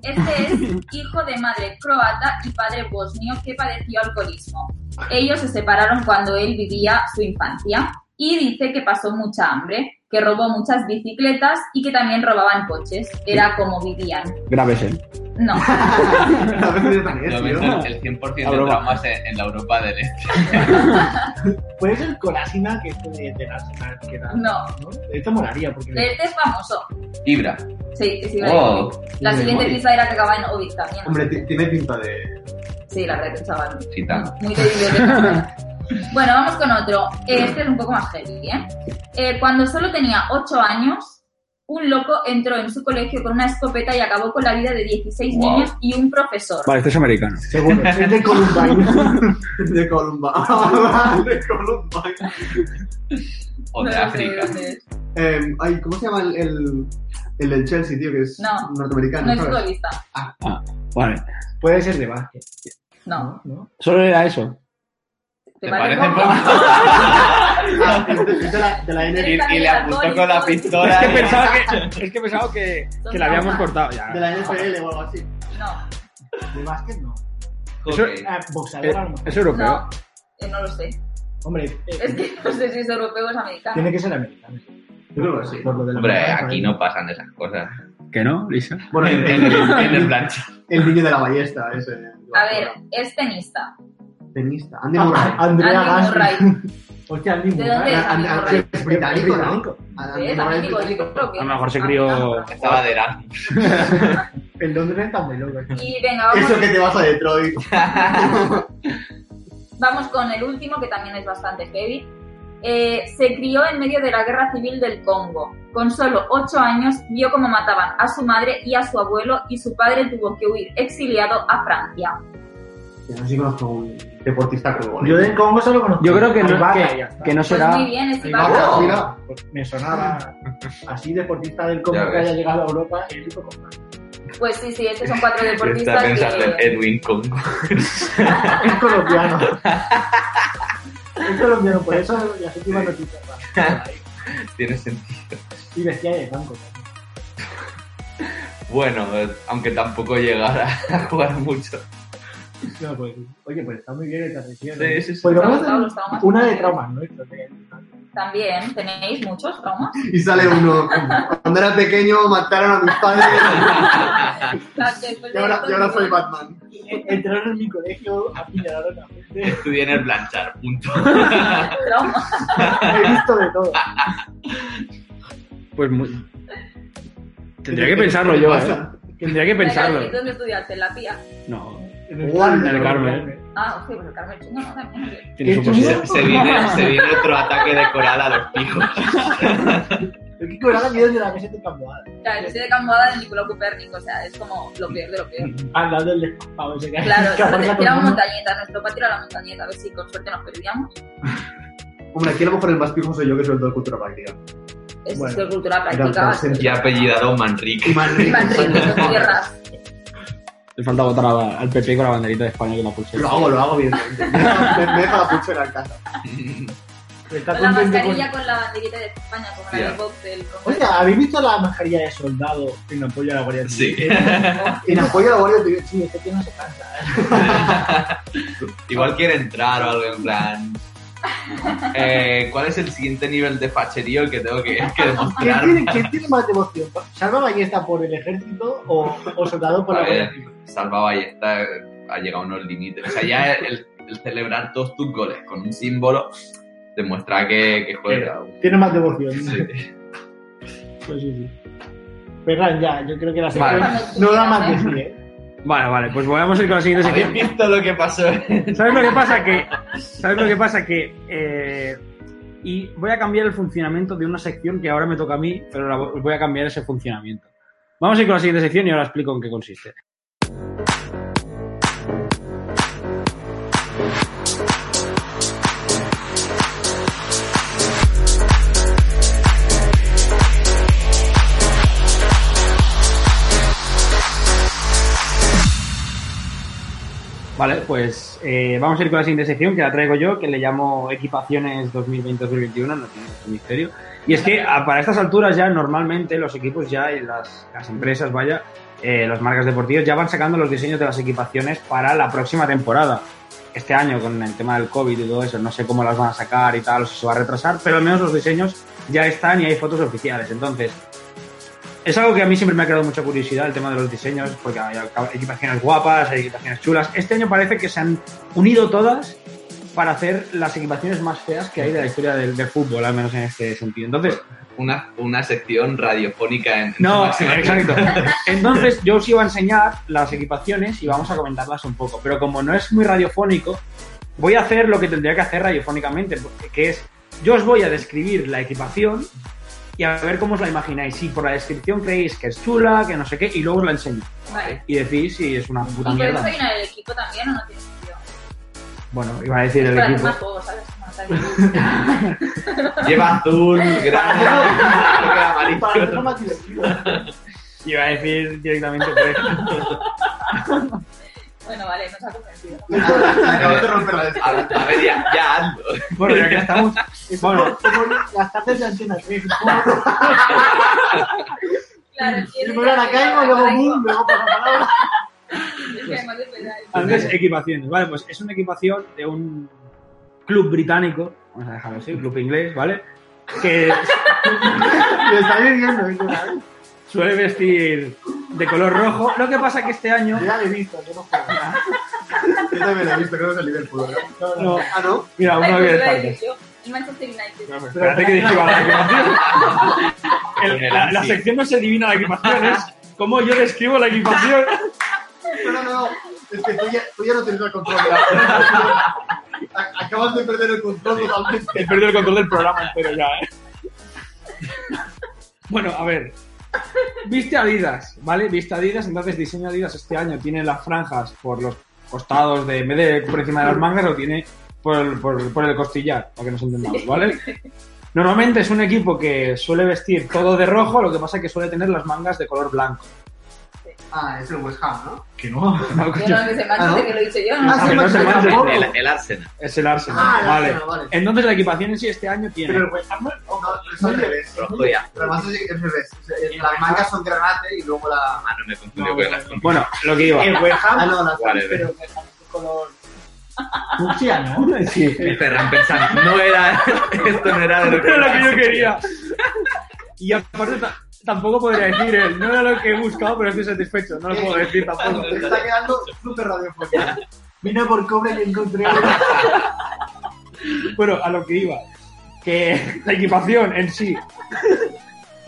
Speaker 5: Este es hijo de madre croata y padre bosnio que padeció alcoholismo. Ellos se separaron cuando él vivía su infancia y dice que pasó mucha hambre, que robó muchas bicicletas y que también robaban coches. Era como vivían.
Speaker 3: Graves, ¿eh?
Speaker 5: No,
Speaker 12: A veces yo también,
Speaker 4: No,
Speaker 12: tío.
Speaker 4: el 100% de
Speaker 3: broma.
Speaker 4: traumas en, en la Europa del Este.
Speaker 6: Puede ser Colasina, que es de, de Arsenal. Que era,
Speaker 5: No.
Speaker 6: Esto molaría porque.
Speaker 5: este es famoso.
Speaker 4: Ibra.
Speaker 5: Sí, sí, sí.
Speaker 4: Wow.
Speaker 5: La siguiente
Speaker 12: Muy
Speaker 5: pista era que acababa en Ovid también.
Speaker 12: Hombre, ti- tiene pinta de.
Speaker 5: Sí, la verdad que chaval.
Speaker 4: Gitano.
Speaker 5: Muy de biblioteca. bueno, vamos con otro. Este es un poco más heavy, ¿eh? Eh, Cuando solo tenía 8 años, un loco entró en su colegio con una escopeta y acabó con la vida de 16
Speaker 4: Wow.
Speaker 5: niños y un profesor.
Speaker 3: Vale, este es americano.
Speaker 6: Seguro, es de Columbine.
Speaker 12: De Columbine. de Columbine.
Speaker 4: O de
Speaker 5: No sé
Speaker 4: África.
Speaker 5: dónde es.
Speaker 12: Eh, ay, ¿Cómo se llama el, el, el del Chelsea, tío? Que es
Speaker 5: No.
Speaker 12: norteamericano.
Speaker 5: No es
Speaker 12: ¿sabes?
Speaker 5: futbolista.
Speaker 3: Vale.
Speaker 6: Puede ser de básquet.
Speaker 5: No.
Speaker 6: ¿no?
Speaker 3: Solo era eso.
Speaker 4: ¿Te parece
Speaker 5: poco?
Speaker 4: poco?
Speaker 6: Ah, es de, es de la, de la NBA.
Speaker 4: Y, y le apuntó con la pistola.
Speaker 3: Es que
Speaker 4: y-
Speaker 3: pensaba que, es que, pensaba que,
Speaker 5: Son
Speaker 3: que la habíamos
Speaker 5: traumas.
Speaker 3: cortado ya.
Speaker 12: De la NFL o algo así.
Speaker 5: No,
Speaker 6: De básquet no.
Speaker 4: Joder.
Speaker 6: Ah,
Speaker 3: Eh,
Speaker 6: boxeador a lo mejor.
Speaker 3: Es europeo.
Speaker 5: no. Eh, no lo sé.
Speaker 6: Hombre, eh,
Speaker 5: Es que no sé si es europeo o es americano.
Speaker 6: tiene que ser americano.
Speaker 12: Yo creo que sí.
Speaker 6: Por lo de la
Speaker 4: Hombre,
Speaker 6: medalla,
Speaker 4: aquí
Speaker 6: ¿sabes?
Speaker 4: no pasan esas cosas.
Speaker 3: ¿Que no, Lisa?
Speaker 12: Bueno,
Speaker 4: En,
Speaker 12: el,
Speaker 4: en,
Speaker 12: el,
Speaker 4: el- en el plancha.
Speaker 12: el niño de la ballesta, ese.
Speaker 5: A ver, es tenista.
Speaker 12: Tenista. Andy Murray.
Speaker 6: Ah, Andrea
Speaker 5: Andy
Speaker 6: Gassi.
Speaker 5: Murray.
Speaker 6: Hostia, Andy
Speaker 5: ¿De
Speaker 6: Murray.
Speaker 5: dónde es Andy
Speaker 12: Ah, ah,
Speaker 5: Murray?
Speaker 12: Es británico, ¿no? Ah,
Speaker 5: Eh,
Speaker 12: Andy Murray
Speaker 5: también
Speaker 12: es
Speaker 5: digo,
Speaker 12: británico.
Speaker 5: yo creo que-
Speaker 3: A lo mejor se crió-
Speaker 5: Ah, ah,
Speaker 4: Estaba de Erasmus.
Speaker 6: El Londres está muy loco.
Speaker 12: eh.
Speaker 5: ah. Y venga, vamos.
Speaker 12: Eso que te vas a Detroit.
Speaker 5: Vamos con el último, que también es bastante heavy. Eh, se crió en medio de la guerra civil del Congo. Con solo 8 años vio cómo mataban a su madre y a su abuelo y su padre tuvo que huir exiliado a Francia.
Speaker 12: Yo no sé si conozco un deportista como
Speaker 6: Yo del Congo solo conozco.
Speaker 3: Yo creo que
Speaker 6: a
Speaker 3: no,
Speaker 6: Ibaka y ya
Speaker 3: que,
Speaker 6: está.
Speaker 3: que no
Speaker 5: Pues
Speaker 3: será.
Speaker 5: muy bien, es
Speaker 6: Ibaka,
Speaker 5: Ibaka.
Speaker 4: no.
Speaker 12: Oh.
Speaker 6: mira, pues me sonaba así deportista del Congo
Speaker 4: Ya
Speaker 6: que
Speaker 4: ves.
Speaker 6: haya llegado a Europa. el único con-
Speaker 5: Pues sí, sí, estos son cuatro
Speaker 4: Está
Speaker 5: deportistas
Speaker 4: pensando en
Speaker 5: que...
Speaker 4: Edwin Congo.
Speaker 6: Es colombiano. es colombiano, por eso las últimas noticias. va.
Speaker 4: Tiene sentido.
Speaker 6: Y vestía de blanco.
Speaker 4: Bueno, eh, aunque tampoco llegara a jugar mucho.
Speaker 6: No, pues, oye, pues está muy bien esta sección.
Speaker 4: Sí,
Speaker 6: ¿eh?
Speaker 4: sí, sí.
Speaker 6: Pues vamos a
Speaker 5: Los traumas,
Speaker 6: hacer
Speaker 5: traumas.
Speaker 6: una de traumas, ¿no? ¿eh?
Speaker 5: También, ¿tenéis muchos traumas?
Speaker 12: Y sale uno. Cuando era pequeño mataron a mis padres.
Speaker 5: Después
Speaker 12: y,
Speaker 5: de
Speaker 12: ahora,
Speaker 5: esto,
Speaker 12: y ahora soy Batman.
Speaker 6: Entraron en mi colegio, apuñalaron a gente.
Speaker 4: Estudié en el planchar, punto.
Speaker 5: Trauma.
Speaker 6: He visto de todo.
Speaker 3: Pues muy- Tendría que pensarlo yo, ¿eh? Tendría que
Speaker 5: Venga,
Speaker 3: pensarlo.
Speaker 5: ¿Dónde estudiaste? ¿En la pía?
Speaker 3: No.
Speaker 6: En el
Speaker 3: En
Speaker 6: Carmen.
Speaker 3: el Carmen.
Speaker 5: Ah, sí, pues el Carmen Chungo no también.
Speaker 3: Tiene su
Speaker 6: ¿Qué
Speaker 3: posición.
Speaker 6: chungo?
Speaker 4: Se viene, se viene otro ataque de coral a los pijos.
Speaker 6: El Kiko era miedo de la mesa de Camboada.
Speaker 5: Claro, yo soy de Camboada de Nicolau Copérnico, o sea, es como lo peor de lo peor.
Speaker 6: Hablando del despapado ese que
Speaker 5: Claro,
Speaker 6: que aparca
Speaker 5: nosotros
Speaker 6: todo el
Speaker 5: tiramos
Speaker 6: mundo.
Speaker 5: montañeta, nuestro patio era la montañeta, a ver si con suerte nos perdíamos.
Speaker 12: Hombre, aquí a lo mejor el más pijo soy yo que suelto de cultura práctica.
Speaker 5: Es
Speaker 12: Bueno,
Speaker 5: que cultura
Speaker 12: era
Speaker 5: práctica.
Speaker 12: presente.
Speaker 4: Y apellidado Manrique.
Speaker 12: Manrique.
Speaker 5: Iban ricos, no tierras.
Speaker 3: Le falta votar a- al PP con la banderita de España que la pulsera.
Speaker 12: Lo hago, lo hago bien. Me me deja la pulsera en casa.
Speaker 6: Está
Speaker 5: Con la
Speaker 6: contento con-
Speaker 5: mascarilla con la banderita de España, como la
Speaker 4: Ya.
Speaker 5: del box del Congreso.
Speaker 6: Oye, ¿habéis visto la mascarilla de soldado en apoyo a la Guardia
Speaker 4: Sí.
Speaker 6: Civil?
Speaker 12: En apoyo a la Guardia Civil.
Speaker 6: Sí, este tío no se cansa. ¿eh?
Speaker 4: Igual quiere entrar o algo en plan. eh, ¿Cuál es el siguiente nivel de facherío que tengo que, que
Speaker 6: ¿Quién
Speaker 4: demostrar?
Speaker 6: tiene, quién tiene más devoción? ¿Salva Ballesta por el ejército o, o soldado por
Speaker 4: A
Speaker 6: la
Speaker 4: ver.
Speaker 6: Guardia Civil?
Speaker 4: Salva Ballesta eh, ha llegado a unos límites. O sea, ya el, el celebrar todos tus goles con un símbolo demuestra que, que juega.
Speaker 6: Tiene más devoción. ¿no?
Speaker 4: Sí.
Speaker 6: Pues sí, sí. Ferran, ya, yo creo que la sección
Speaker 4: Vale.
Speaker 6: no da más de sí, ¿eh?
Speaker 3: Vale, vale, pues vamos a ir con la siguiente
Speaker 4: ¿Habéis
Speaker 3: sección.
Speaker 4: visto lo que pasó?
Speaker 3: ¿Sabes lo que pasa? Que, ¿Sabes lo que pasa? Que. eh, y voy a cambiar el funcionamiento de una sección que ahora me toca a mí, pero la vo- voy a cambiar ese funcionamiento. Vamos a ir con la siguiente sección y ahora explico en qué consiste. Vale, pues eh, vamos a ir con la siguiente sección que la traigo yo, que le llamo Equipaciones 2020-2021, no tiene mucho misterio. Y es que a- para estas alturas ya normalmente los equipos ya y las, las empresas, vaya, eh, las marcas deportivas ya van sacando los diseños de las equipaciones para la próxima temporada. Este año con el tema del COVID y todo eso, no sé cómo las van a sacar y tal, o si se va a retrasar, pero al menos los diseños ya están y hay fotos oficiales. Entonces, es algo que a mí siempre me ha creado mucha curiosidad el tema de los diseños, porque hay equipaciones guapas, hay equipaciones chulas. Este año parece que se han unido todas para hacer las equipaciones más feas que hay de la historia del, del fútbol, al menos en este sentido. Entonces,
Speaker 4: Una, una sección radiofónica en.
Speaker 3: no, sí, exacto. Entonces, yo os iba a enseñar las equipaciones y vamos a comentarlas un poco. Pero como no es muy radiofónico, voy a hacer lo que tendría que hacer radiofónicamente, porque- que es, yo os voy a describir la equipación y a ver cómo os la imagináis. Si por la descripción creéis que es chula, que no sé qué, y luego os la enseño.
Speaker 5: Vale.
Speaker 3: Y decís si es una
Speaker 5: ¿Y
Speaker 3: puta
Speaker 5: por eso
Speaker 3: mierda.
Speaker 5: hay una del equipo también o no tiene sentido?
Speaker 3: Bueno, iba a decir
Speaker 5: Es
Speaker 3: el
Speaker 5: para hacer
Speaker 3: equipo.
Speaker 5: más juegos, ¿sabes? No, está bien.
Speaker 4: Lleva azul, grana, amarillo.
Speaker 6: Para hacerlo más divertido.
Speaker 3: Iba a decir directamente por eso.
Speaker 5: Bueno, vale, nos ha convencido.
Speaker 12: Acabas de romper la
Speaker 4: Eh, A ver, a ver, ya, ya ando.
Speaker 3: Bueno, ya que estamos.
Speaker 6: Es
Speaker 3: Bueno.
Speaker 6: como, como las tardes de Antena 3.
Speaker 5: Claro, tiene
Speaker 6: Primero la
Speaker 5: que-
Speaker 6: caigo, luego boom, luego palabra.
Speaker 5: Es que además es verdad.
Speaker 3: Antes, equipaciones. Vale, pues es una equipación de un club británico. Vamos a dejarlo así, un club inglés, ¿vale? Que
Speaker 6: Me está viviendo, ¿eh?
Speaker 3: suele vestir de color rojo. Lo que pasa que este año.
Speaker 6: Yo ya la he visto, yo no juego.
Speaker 12: Yo también la he visto, creo que es el Liverpool. ¿no?
Speaker 3: No,
Speaker 12: Ah, ¿no?
Speaker 3: mira,
Speaker 5: Ay,
Speaker 3: uno
Speaker 5: pues
Speaker 3: que
Speaker 5: lo iba
Speaker 3: destaca.
Speaker 5: a decir yo. El Manchester United.
Speaker 3: Espérate que dije la equipación.
Speaker 4: Con
Speaker 3: El-
Speaker 4: el
Speaker 3: la, la
Speaker 4: ansia.
Speaker 3: sección no se adivina la equipación, es como yo describo la equipación.
Speaker 12: No, no, no. Es que tú ya, tú ya no tienes el control. de la- A- Acabas de perder el control totalmente.
Speaker 3: He perdido el control del programa entero ya, ¿eh? Bueno, a ver. Viste Adidas, ¿vale? Viste Adidas, entonces diseño Adidas este año tiene las franjas por los costados de... En vez de por encima de las mangas, lo tiene por, por- por el costillar, para que nos entendamos, ¿vale? Normalmente es un equipo que suele vestir todo de rojo, lo que pasa es que suele tener las mangas de color blanco.
Speaker 12: Ah, es el West Ham, ¿no?
Speaker 6: Que no.
Speaker 3: ¿no?
Speaker 5: Yo no, que se Manchester,
Speaker 12: Ah, ¿no?
Speaker 5: que lo he dicho yo.
Speaker 12: Ah,
Speaker 5: ¿no?
Speaker 12: sí,
Speaker 3: no
Speaker 12: Manchester
Speaker 3: se manche.
Speaker 12: tampoco.
Speaker 4: El, el Arsenal.
Speaker 3: Es el Arsenal,
Speaker 12: Ah, el
Speaker 3: ¿vale?
Speaker 12: Arsenal, vale.
Speaker 3: Entonces la equipación en sí este año tiene...
Speaker 6: Pero el West Ham, ojo,
Speaker 12: No, es al revés.
Speaker 4: Rojo y
Speaker 12: Pero además es al revés. O sea, Las mangas son granate y luego la.
Speaker 4: Ah, no me he confundido con el Aston.
Speaker 3: Bueno, lo que iba...
Speaker 6: el West Ham,
Speaker 12: Ah, no, la.
Speaker 4: Vale,
Speaker 6: pero el West Ham es color fucsia, ¿no?
Speaker 4: Sí. Ferran pensando, no era, esto no era de
Speaker 3: No era lo que yo quería. Y aparte ta- tampoco podría decir él, no era lo que he buscado, pero estoy satisfecho, no lo puedo decir tampoco.
Speaker 12: Se está quedando súper radiofónico.
Speaker 6: Vine por cobre y encontré oro.
Speaker 3: Bueno, a lo que iba, que la equipación en sí.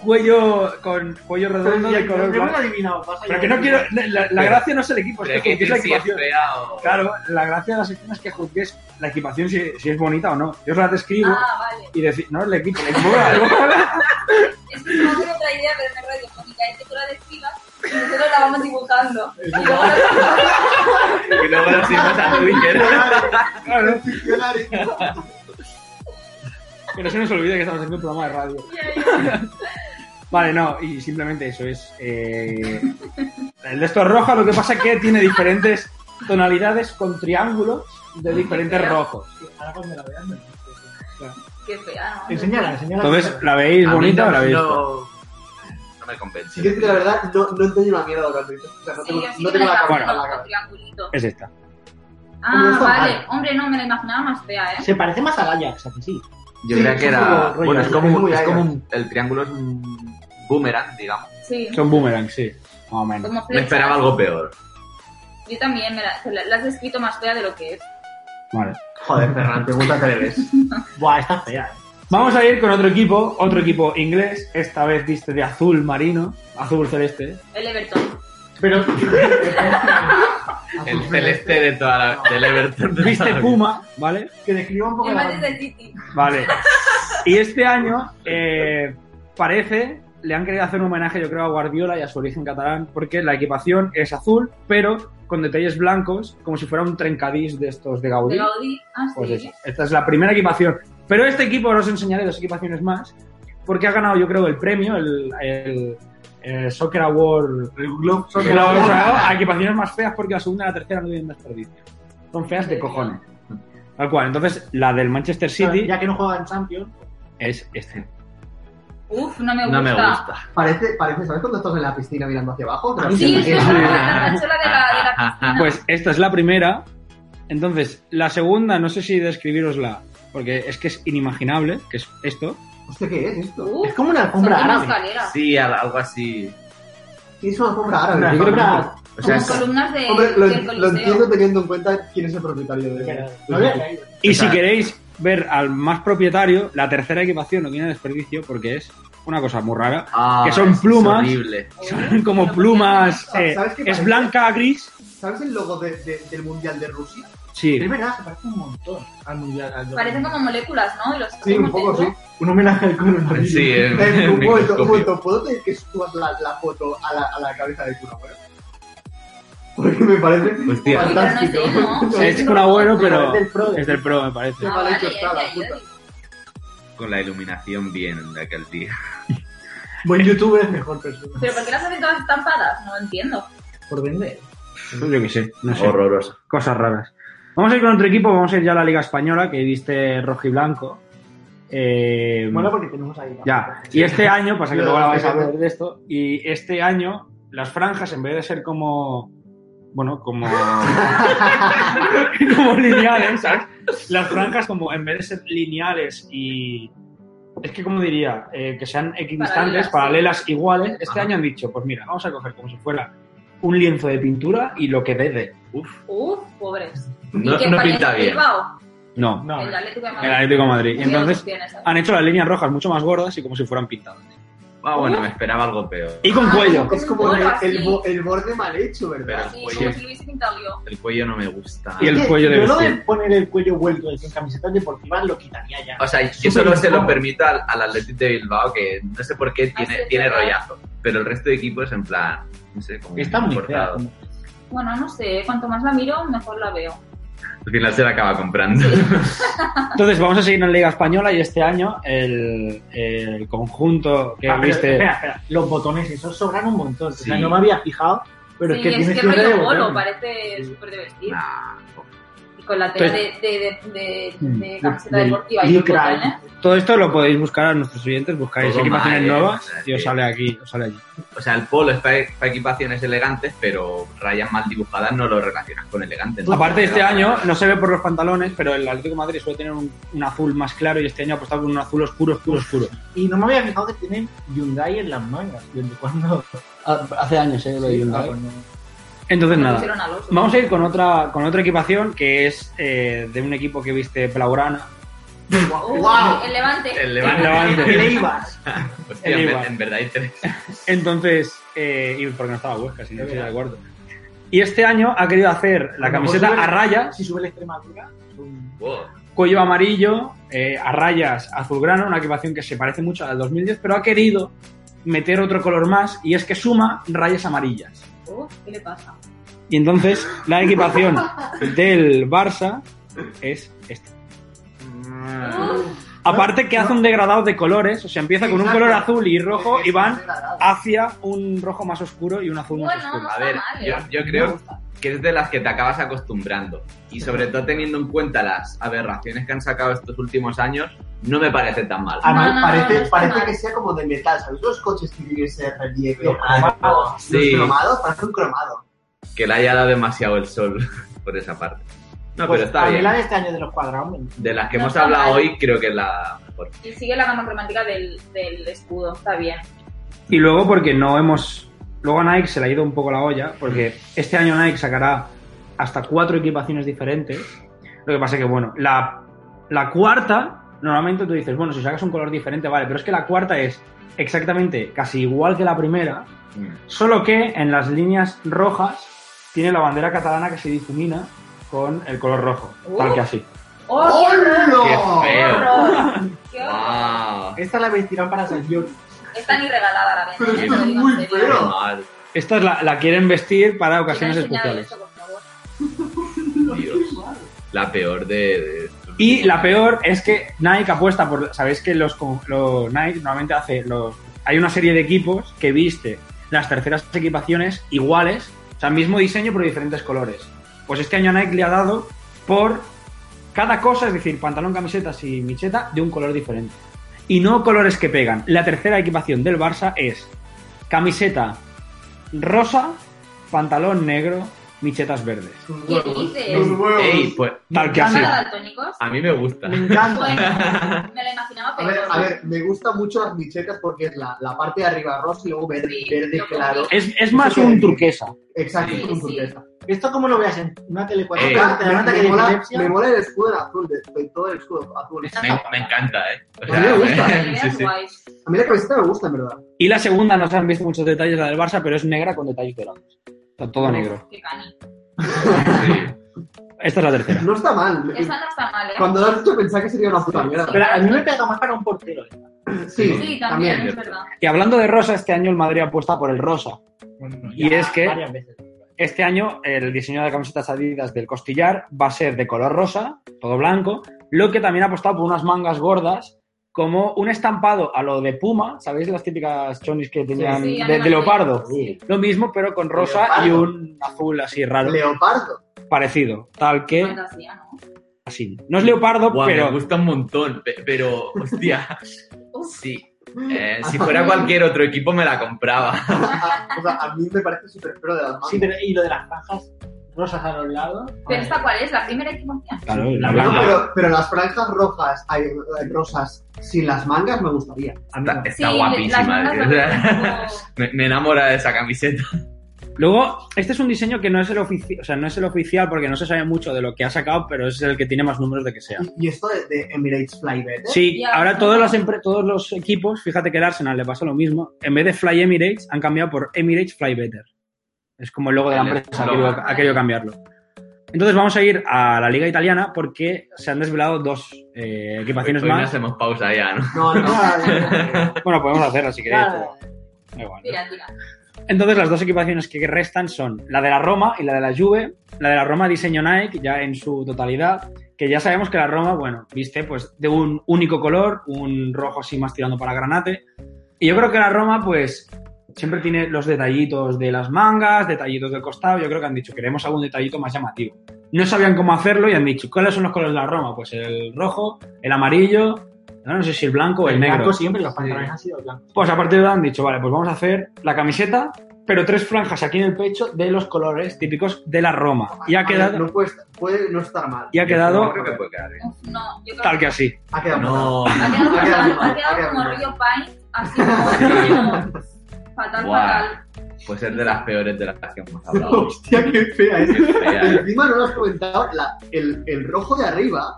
Speaker 3: Cuello con cuello redondo de color
Speaker 6: Hemos
Speaker 3: blanco.
Speaker 6: adivinado, pasa
Speaker 3: Pero
Speaker 6: ya.
Speaker 3: que no quiero. La, la gracia no es el equipo, es
Speaker 4: Pero
Speaker 3: que
Speaker 4: que
Speaker 3: juzguéis la
Speaker 4: si es
Speaker 3: equipación.
Speaker 4: fea o-
Speaker 3: Claro, la gracia de la sección es que juzguéis la equipación si, si es bonita o no. Yo os la describo
Speaker 5: Ah, vale.
Speaker 3: y decir, no, el equipo, el equipo. algo-
Speaker 5: Es que no tengo otra idea, pero no es radiofónica. Es que tú la describas y nosotros la vamos dibujando. Y luego
Speaker 4: Y luego lo hicimos a Twitter.
Speaker 3: Claro,
Speaker 12: Claro.
Speaker 3: que no se nos olvide que estamos haciendo un programa de radio. Vale, no, y simplemente eso es. eh, el de esto es rojo, lo que pasa es que tiene diferentes tonalidades con triángulos de diferentes rojos.
Speaker 6: Ahora cuando la veas, me lo
Speaker 5: Qué fea, ¿no?
Speaker 6: Enseñala, enseñala.
Speaker 3: Entonces, ¿la veis
Speaker 4: A mí
Speaker 3: bonita o
Speaker 4: no,
Speaker 3: la veis? fea?
Speaker 4: No, no me
Speaker 12: Si te
Speaker 4: convence.
Speaker 12: digo la verdad, no, no entiendo una mierda de lo que has dicho. O sea, no
Speaker 5: Sí,
Speaker 12: tengo,
Speaker 5: yo sí
Speaker 12: no
Speaker 5: que
Speaker 12: tengo
Speaker 5: me
Speaker 12: la
Speaker 5: la
Speaker 12: cabeza.
Speaker 3: Bueno.
Speaker 5: bueno. con triangulitos.
Speaker 3: Es esta.
Speaker 5: Ah,
Speaker 12: está
Speaker 5: vale.
Speaker 12: mal.
Speaker 5: Hombre, no, me la imaginaba más fea, ¿eh?
Speaker 6: Se parece más al Ajax, ¿a que sí?
Speaker 4: Yo
Speaker 12: Sí,
Speaker 4: creía
Speaker 12: es
Speaker 4: que
Speaker 12: un
Speaker 4: era.
Speaker 12: poco rollo,
Speaker 4: Bueno, es
Speaker 12: es
Speaker 4: como, un-
Speaker 12: muy
Speaker 4: es
Speaker 12: aire.
Speaker 4: como un- el triángulo es un boomerang, digamos.
Speaker 5: Sí.
Speaker 3: Son boomerang, sí. Más o menos.
Speaker 5: Como
Speaker 4: Me
Speaker 5: flechas.
Speaker 4: esperaba algo peor.
Speaker 5: Yo también, me la, se la- la has escrito más fea de lo que es.
Speaker 3: Vale.
Speaker 12: Joder, Ferran, te gusta que le ves.
Speaker 6: Buah, está fea. ¿eh?
Speaker 3: Vamos a ir con otro equipo, otro equipo inglés. Esta vez viste de azul marino, azul celeste.
Speaker 5: El Everton.
Speaker 6: Pero
Speaker 4: El celeste de toda la, del Everton. de toda
Speaker 3: Viste
Speaker 4: la vida.
Speaker 3: Puma, ¿vale?
Speaker 6: que describa un poco
Speaker 5: El
Speaker 6: la
Speaker 5: más del City.
Speaker 3: Vale. Y este año, eh, parece, le han querido hacer un homenaje, yo creo, a Guardiola y a su origen catalán, porque la equipación es azul, pero con detalles blancos, como si fuera un trencadís de estos de Gaudí.
Speaker 5: De Gaudí. Ah, sí.
Speaker 3: Pues eso, esta es la primera equipación. Pero este equipo, ahora os enseñaré dos equipaciones más, porque ha ganado, yo creo, el premio, el, el- el Soccer Award. El Globe Soccer Award se ha dado a equipaciones más feas, porque la segunda y la tercera no tienen desperdicio. Son feas de cojones. Tal cual. Entonces, la del Manchester City
Speaker 6: Ya que no juega en Champions.
Speaker 3: es este.
Speaker 5: Uf, no me gusta.
Speaker 4: No me gusta.
Speaker 12: Parece, parece, ¿sabes cuando estás en la piscina mirando hacia abajo?
Speaker 6: A mí
Speaker 5: Sí, es
Speaker 12: Es-
Speaker 5: la la chola de la, de la piscina.
Speaker 3: Pues esta es la primera. Entonces, la segunda, no sé si describirosla, porque es que es inimaginable, que es esto.
Speaker 12: Hostia, ¿qué es esto?
Speaker 5: Uf,
Speaker 6: Es como una
Speaker 5: son
Speaker 6: alfombra
Speaker 5: como
Speaker 6: árabe.
Speaker 5: escaleras.
Speaker 4: Sí, al- algo así.
Speaker 12: ¿Qué es una alfombra árabe?
Speaker 6: Una
Speaker 12: Yo creo que-
Speaker 6: alfombra-
Speaker 4: O sea,
Speaker 5: Como
Speaker 4: es-
Speaker 5: columnas de,
Speaker 12: Hombre, lo,
Speaker 5: del
Speaker 12: lo
Speaker 5: Coliseo.
Speaker 12: entiendo teniendo en cuenta quién es el propietario de
Speaker 6: ¿No había-
Speaker 3: Y si
Speaker 4: Exacto.
Speaker 3: queréis ver al más propietario, la tercera equipación no tiene desperdicio porque es una cosa muy rara.
Speaker 4: ah,
Speaker 3: Que son
Speaker 4: es
Speaker 3: plumas.
Speaker 4: horrible.
Speaker 3: Son como plumas. eh,
Speaker 12: ¿Sabes qué
Speaker 3: es
Speaker 12: parece?
Speaker 3: blanca a gris.
Speaker 12: ¿Sabes el logo de- de- del Mundial de Rusia?
Speaker 3: Sí.
Speaker 6: Es verdad, se parece un montón al mundial. al-
Speaker 5: Parecen como moléculas, ¿no? Y los
Speaker 12: Sí, un poco, sí.
Speaker 6: Un homenaje al coronavirus.
Speaker 4: Sí,
Speaker 12: Eh,
Speaker 4: el, el
Speaker 12: un momento, un
Speaker 4: microscopio.
Speaker 12: momento, ¿puedo pedir que subas la, la foto a la, a la cabeza de Kun Agüero? Porque me parece
Speaker 4: Hostia.
Speaker 5: Uy,
Speaker 12: fantástico.
Speaker 5: pero no es él, ¿no?
Speaker 3: Es un abuelo, pero
Speaker 6: Es del pro,
Speaker 3: es del pro, me parece.
Speaker 5: Ah,
Speaker 12: mal
Speaker 5: vale,
Speaker 12: hecho
Speaker 5: ya,
Speaker 12: está la
Speaker 5: ya, ya.
Speaker 4: Con la iluminación bien de aquel día.
Speaker 6: Buen youtuber es mejor persona.
Speaker 5: Pero ¿por qué las hacen todas estampadas? No lo entiendo.
Speaker 6: Por vender.
Speaker 3: Yo qué sé, no sé.
Speaker 4: Horroroso.
Speaker 3: Cosas raras. Vamos a ir con otro equipo, vamos a ir ya a la Liga Española, que viste rojo y blanco. Eh,
Speaker 6: Mola porque tenemos ahí.
Speaker 3: Ya, y este año, pasa que
Speaker 12: Yo
Speaker 3: luego la vais a
Speaker 12: fíjate.
Speaker 3: ver de esto, y este año las franjas, en vez de ser como. Bueno, como. como lineales, ¿sabes? Las franjas, como en vez de ser lineales y. Es que, como diría, Eh, que sean equidistantes,
Speaker 5: Paralelas.
Speaker 3: paralelas, iguales. Este
Speaker 4: Ajá.
Speaker 3: año han dicho, pues mira, vamos a coger como si fuera un lienzo de pintura y lo que dé de.
Speaker 5: Uf, pobres.
Speaker 4: No,
Speaker 5: ¿Y qué
Speaker 4: no
Speaker 5: falla
Speaker 4: pinta
Speaker 5: en
Speaker 4: bien.
Speaker 5: Bilbao?
Speaker 3: No,
Speaker 6: No, eh.
Speaker 5: El Atlético de
Speaker 3: el
Speaker 5: Madrid.
Speaker 3: Atlético de Madrid. Y
Speaker 5: Muy
Speaker 3: entonces
Speaker 5: bien, opciones, ¿eh?
Speaker 3: han hecho las líneas rojas mucho más gordas y como si fueran pintadas.
Speaker 4: Ah, bueno, me esperaba algo peor.
Speaker 3: Y con
Speaker 5: Ah,
Speaker 3: cuello.
Speaker 12: Es como
Speaker 5: Un
Speaker 12: el,
Speaker 5: gorro así.
Speaker 12: el bo- el borde mal hecho, ¿verdad?
Speaker 5: Sí,
Speaker 4: Oye.
Speaker 5: como si lo hubiese pintado yo.
Speaker 4: El cuello no me gusta.
Speaker 3: Y el
Speaker 6: Es que
Speaker 3: cuello de
Speaker 6: Yo lo de
Speaker 3: vestir.
Speaker 6: poner el cuello vuelto en camisetas deportivas lo quitaría ya.
Speaker 4: O sea, yo
Speaker 6: Súper
Speaker 4: solo se lo
Speaker 6: incómodo.
Speaker 4: permito al, al Atlético de Bilbao, que no sé por qué
Speaker 5: Ah,
Speaker 4: tiene,
Speaker 5: sí,
Speaker 4: tiene
Speaker 5: es verdad.
Speaker 4: rollazo. Pero el resto de equipos, en plan, no sé, como
Speaker 6: Está muy fea.
Speaker 4: cortado.
Speaker 5: Bueno, no sé. Cuanto más la miro, mejor la veo.
Speaker 4: Al final se la acaba comprando.
Speaker 3: Entonces vamos a seguir en la Liga Española y este año el, el conjunto que
Speaker 6: Ah, pero
Speaker 3: viste...
Speaker 6: Espera, espera. Los botones esos sobran un montón. O sea,
Speaker 4: Sí.
Speaker 6: no me había fijado, pero
Speaker 5: sí,
Speaker 6: es que
Speaker 5: es
Speaker 6: tienes
Speaker 5: que
Speaker 6: que usar
Speaker 5: rollo
Speaker 6: el
Speaker 5: polo,
Speaker 6: botón.
Speaker 5: parece súper de vestir.
Speaker 4: Nah.
Speaker 5: Y con la tela de, de, de, de- de camiseta deportiva y fútbol, ¿eh?
Speaker 3: Todo esto lo podéis buscar a nuestros oyentes, buscáis
Speaker 4: Todo
Speaker 3: equipaciones
Speaker 4: mal, eh,
Speaker 3: nuevas
Speaker 4: o sea,
Speaker 3: y os
Speaker 4: que-
Speaker 3: sale aquí, os sale allí.
Speaker 4: O sea, el polo es para, para equipaciones elegantes, pero rayas mal dibujadas no lo relacionas con elegante. ¿no?
Speaker 3: Aparte, este año no se ve por los pantalones, pero el Atlético de Madrid suele tener un, un azul más claro y este año ha apostado por un azul oscuro, oscuro, oscuro.
Speaker 6: Y no me había fijado que tienen Hyundai en las mangas. ¿Desde cuándo? ah,
Speaker 3: Hace años, ¿eh?
Speaker 6: de Hyundai.
Speaker 3: Entonces,
Speaker 6: Me
Speaker 3: nada.
Speaker 6: pusieron al oso.
Speaker 3: Vamos a ir con otra, con otra equipación que es eh, de un equipo que viste Blaugrana.
Speaker 5: Uh, El Levante. Uh,
Speaker 4: El Levante.
Speaker 3: Levante.
Speaker 4: El Eibar. Hostia,
Speaker 3: El
Speaker 4: en,
Speaker 3: Eibar.
Speaker 4: en verdad interesa.
Speaker 3: Entonces, eh, y porque no estaba Huesca, si no estoy de acuerdo. Y este año ha querido hacer la camiseta a rayas,
Speaker 6: Si sube la Extremadura.
Speaker 3: cuello amarillo, eh, a rayas azulgrana, una equipación que se parece mucho al 2010, pero ha querido meter otro color más y es que suma rayas amarillas.
Speaker 5: Uh, ¿Qué le pasa?
Speaker 3: Y entonces la equipación del Barça es esta. Aparte que hace un degradado de colores, o sea, empieza con un
Speaker 4: Exacto.
Speaker 3: color azul y rojo y van hacia un rojo más oscuro y un azul más oscuro.
Speaker 4: A ver, yo,
Speaker 12: ¿eh?
Speaker 4: yo creo que es de las que te acabas acostumbrando. Y sobre todo teniendo en cuenta las aberraciones que han sacado estos últimos años, no me parece tan mal.
Speaker 6: Ah,
Speaker 12: Además, parece, parece que sea como de metal. ¿Sabes los coches que tienen ese relieve?
Speaker 6: ah,
Speaker 12: alto? Los
Speaker 4: Sí.
Speaker 12: cromados, parece un cromado.
Speaker 4: Que le haya dado demasiado el sol por esa parte. No,
Speaker 6: Pues
Speaker 4: pero está
Speaker 6: a mí
Speaker 4: bien.
Speaker 6: la de este año de los cuadrados. me-
Speaker 4: De las que
Speaker 5: No
Speaker 4: hemos
Speaker 5: está
Speaker 4: hablado
Speaker 5: mal.
Speaker 4: hoy, creo que es la mejor.
Speaker 5: Y sigue la gama cromática del, del escudo, está bien.
Speaker 3: Y luego porque no hemos... Luego a Nike se le ha ido un poco la olla, porque este año Nike sacará hasta cuatro equipaciones diferentes. Lo que pasa es que, bueno, la, la cuarta, normalmente tú dices, bueno, si sacas un color diferente, vale, pero es que la cuarta es exactamente casi igual que la primera, solo que en las líneas rojas tiene la bandera catalana que se difumina con el color rojo, tal que así.
Speaker 12: ¡Oh,
Speaker 5: ¡Hola!
Speaker 3: ¡Qué feo!
Speaker 5: ¡Qué ¡Oh, horror!
Speaker 6: Esta la vestirán para San Jordi.
Speaker 5: Está ni regalada la venta.
Speaker 3: Pero
Speaker 5: te lo
Speaker 3: esto es
Speaker 5: digo en
Speaker 3: muy
Speaker 5: serio.
Speaker 3: feo. Esta es la, la quieren vestir para ocasiones
Speaker 5: Quiero enseñar
Speaker 3: especiales.
Speaker 5: esto, por favor.
Speaker 4: La peor de. de-
Speaker 3: Y la peor es que Nike apuesta por. Sabéis que los, con- los Nike normalmente hace. Los, hay una serie de equipos que viste las terceras equipaciones iguales, o sea, mismo diseño pero diferentes colores. Pues este año Nike le ha dado por cada cosa, es decir, pantalón, camisetas y micheta de un color diferente. Y no colores que pegan. La tercera equipación del Barça es camiseta rosa, pantalón negro, michetas verdes.
Speaker 5: ¿Qué dices?
Speaker 4: Ey, pues.
Speaker 3: Tal que
Speaker 5: ¿Van
Speaker 3: así.
Speaker 5: a daltónicos?
Speaker 4: A mí me gusta.
Speaker 5: Bueno, me lo imaginaba
Speaker 12: A
Speaker 5: peor.
Speaker 12: ver, a ver, me gustan mucho las michetas porque es la, la parte de arriba rosa y luego verde, verde claro.
Speaker 3: Es, es más un turquesa.
Speaker 12: Exacto,
Speaker 3: Sí,
Speaker 12: es un
Speaker 3: sí.
Speaker 12: turquesa.
Speaker 6: ¿Esto cómo lo veas en una tele 4K?
Speaker 4: Eh,
Speaker 6: ¿Te das cuenta
Speaker 12: me,
Speaker 6: que hay
Speaker 12: mola,
Speaker 6: epilepsia?
Speaker 12: me mola el escudo en azul, de, de todo el escudo azul.
Speaker 4: Me, me encanta, ¿eh? O
Speaker 12: A mí me gusta.
Speaker 4: sí, sí.
Speaker 12: A mí la camiseta me gusta, en verdad.
Speaker 3: Y la segunda, no se han visto muchos detalles, la del Barça, pero es negra con detalles dorados. Está todo negro.
Speaker 5: Qué cani.
Speaker 3: Esta es la tercera.
Speaker 12: No está mal.
Speaker 5: Esa no está mal, ¿eh?
Speaker 12: Cuando lo has hecho pensar que sería una puta mierda.
Speaker 6: Pero a mí me pega más para un portero. eh.
Speaker 12: Sí,
Speaker 5: Sí, también, es verdad.
Speaker 3: Y hablando de rosa, este año el Madrid apuesta por el rosa. y es que
Speaker 6: varias veces.
Speaker 3: este año el diseño de camisetas adidas del costillar va a ser de color rosa, todo blanco, lo que también ha apostado por unas mangas gordas, como un estampado a lo de puma, ¿sabéis las típicas chonis que tenían
Speaker 6: sí,
Speaker 3: de, de
Speaker 6: animales,
Speaker 3: leopardo? Lo mismo, pero con rosa y
Speaker 6: Leopardo.
Speaker 3: un azul así raro.
Speaker 12: Leopardo.
Speaker 3: Parecido, tal que
Speaker 5: Fantasía, ¿no?
Speaker 3: así. No es leopardo,
Speaker 4: Guau,
Speaker 3: pero...
Speaker 4: Me gusta un montón, pe- pero, hostia. sí. Eh, si
Speaker 12: Ajá.
Speaker 4: fuera cualquier otro equipo, me la compraba.
Speaker 12: o sea, a mí me parece súper feo de las manos.
Speaker 6: Sí, pero y lo de las franjas rosas a los lados.
Speaker 5: Pero esta cuál es, la primera equipación.
Speaker 3: Claro,
Speaker 6: la
Speaker 12: No,
Speaker 6: blanca.
Speaker 12: pero, pero las franjas rojas, ay, rosas sin las mangas me gustaría.
Speaker 4: Está, está
Speaker 12: Sí, las
Speaker 4: guapísima. ¿eh?
Speaker 12: mangas
Speaker 4: tío. O
Speaker 12: son
Speaker 4: sea, me, me enamora de esa camiseta.
Speaker 3: Luego, este es un diseño que no es el oficial, o sea, no es el oficial porque no se sabe mucho de lo que ha sacado, pero es el que tiene más números de que sea.
Speaker 12: Y esto de, de Emirates Flybet.
Speaker 3: Sí, ahora todos los, empre- todos los equipos, fíjate que el Arsenal le pasa lo mismo, en vez de Fly Emirates han cambiado por Emirates Fly Better. Es como el logo de la
Speaker 4: El
Speaker 3: empresa, ha
Speaker 4: logo.
Speaker 3: querido, ha querido cambiarlo. Entonces vamos a ir a la liga italiana porque se han desvelado dos eh,
Speaker 4: Hoy,
Speaker 3: equipaciones
Speaker 4: hoy no
Speaker 3: más.
Speaker 4: hacemos pausa ya, ¿no?
Speaker 12: No, no.
Speaker 3: Bueno, podemos hacerlo si queréis. pero- da igual.
Speaker 5: Oh, Mira, mira.
Speaker 3: Entonces, las dos equipaciones que restan son la de la Roma y la de la Juve. La de la Roma diseño Nike, ya en su totalidad, que ya sabemos que la Roma, bueno, viste, pues de un único color, un rojo así más tirando para granate. Y yo creo que la Roma, pues, siempre tiene los detallitos de las mangas, detallitos del costado. Yo creo que han dicho, queremos algún detallito más llamativo. no sabían cómo hacerlo y han dicho, ¿cuáles son los colores de la Roma? Pues el rojo, el amarillo, no, no sé si el blanco o el,
Speaker 6: El
Speaker 3: Pues negro.
Speaker 6: blanco siempre, los pantalones han sido blancos.
Speaker 3: Pues a partir de ahora han dicho, vale, pues vamos a hacer la camiseta, pero tres franjas aquí en el pecho de los colores típicos de la Roma. Y ha
Speaker 12: No
Speaker 3: quedado
Speaker 12: puede, estar- puede no estar mal.
Speaker 3: Y ha quedado-
Speaker 12: No, creo que puede
Speaker 4: quedar
Speaker 12: bien.
Speaker 5: No, yo creo
Speaker 3: tal que así.
Speaker 12: Ha quedado
Speaker 3: No.
Speaker 5: Ha quedado,
Speaker 12: Ha quedado
Speaker 5: fatal,
Speaker 12: mal,
Speaker 5: ha quedado
Speaker 12: ha quedado
Speaker 5: como
Speaker 12: mal.
Speaker 5: Río Pine, así como fatal,
Speaker 4: Guau.
Speaker 5: fatal.
Speaker 4: Pues es de las peores de las que hemos hablado.
Speaker 12: Hostia, qué fea es.
Speaker 4: fea, eh.
Speaker 12: Encima no lo has comentado, la- el, el rojo de arriba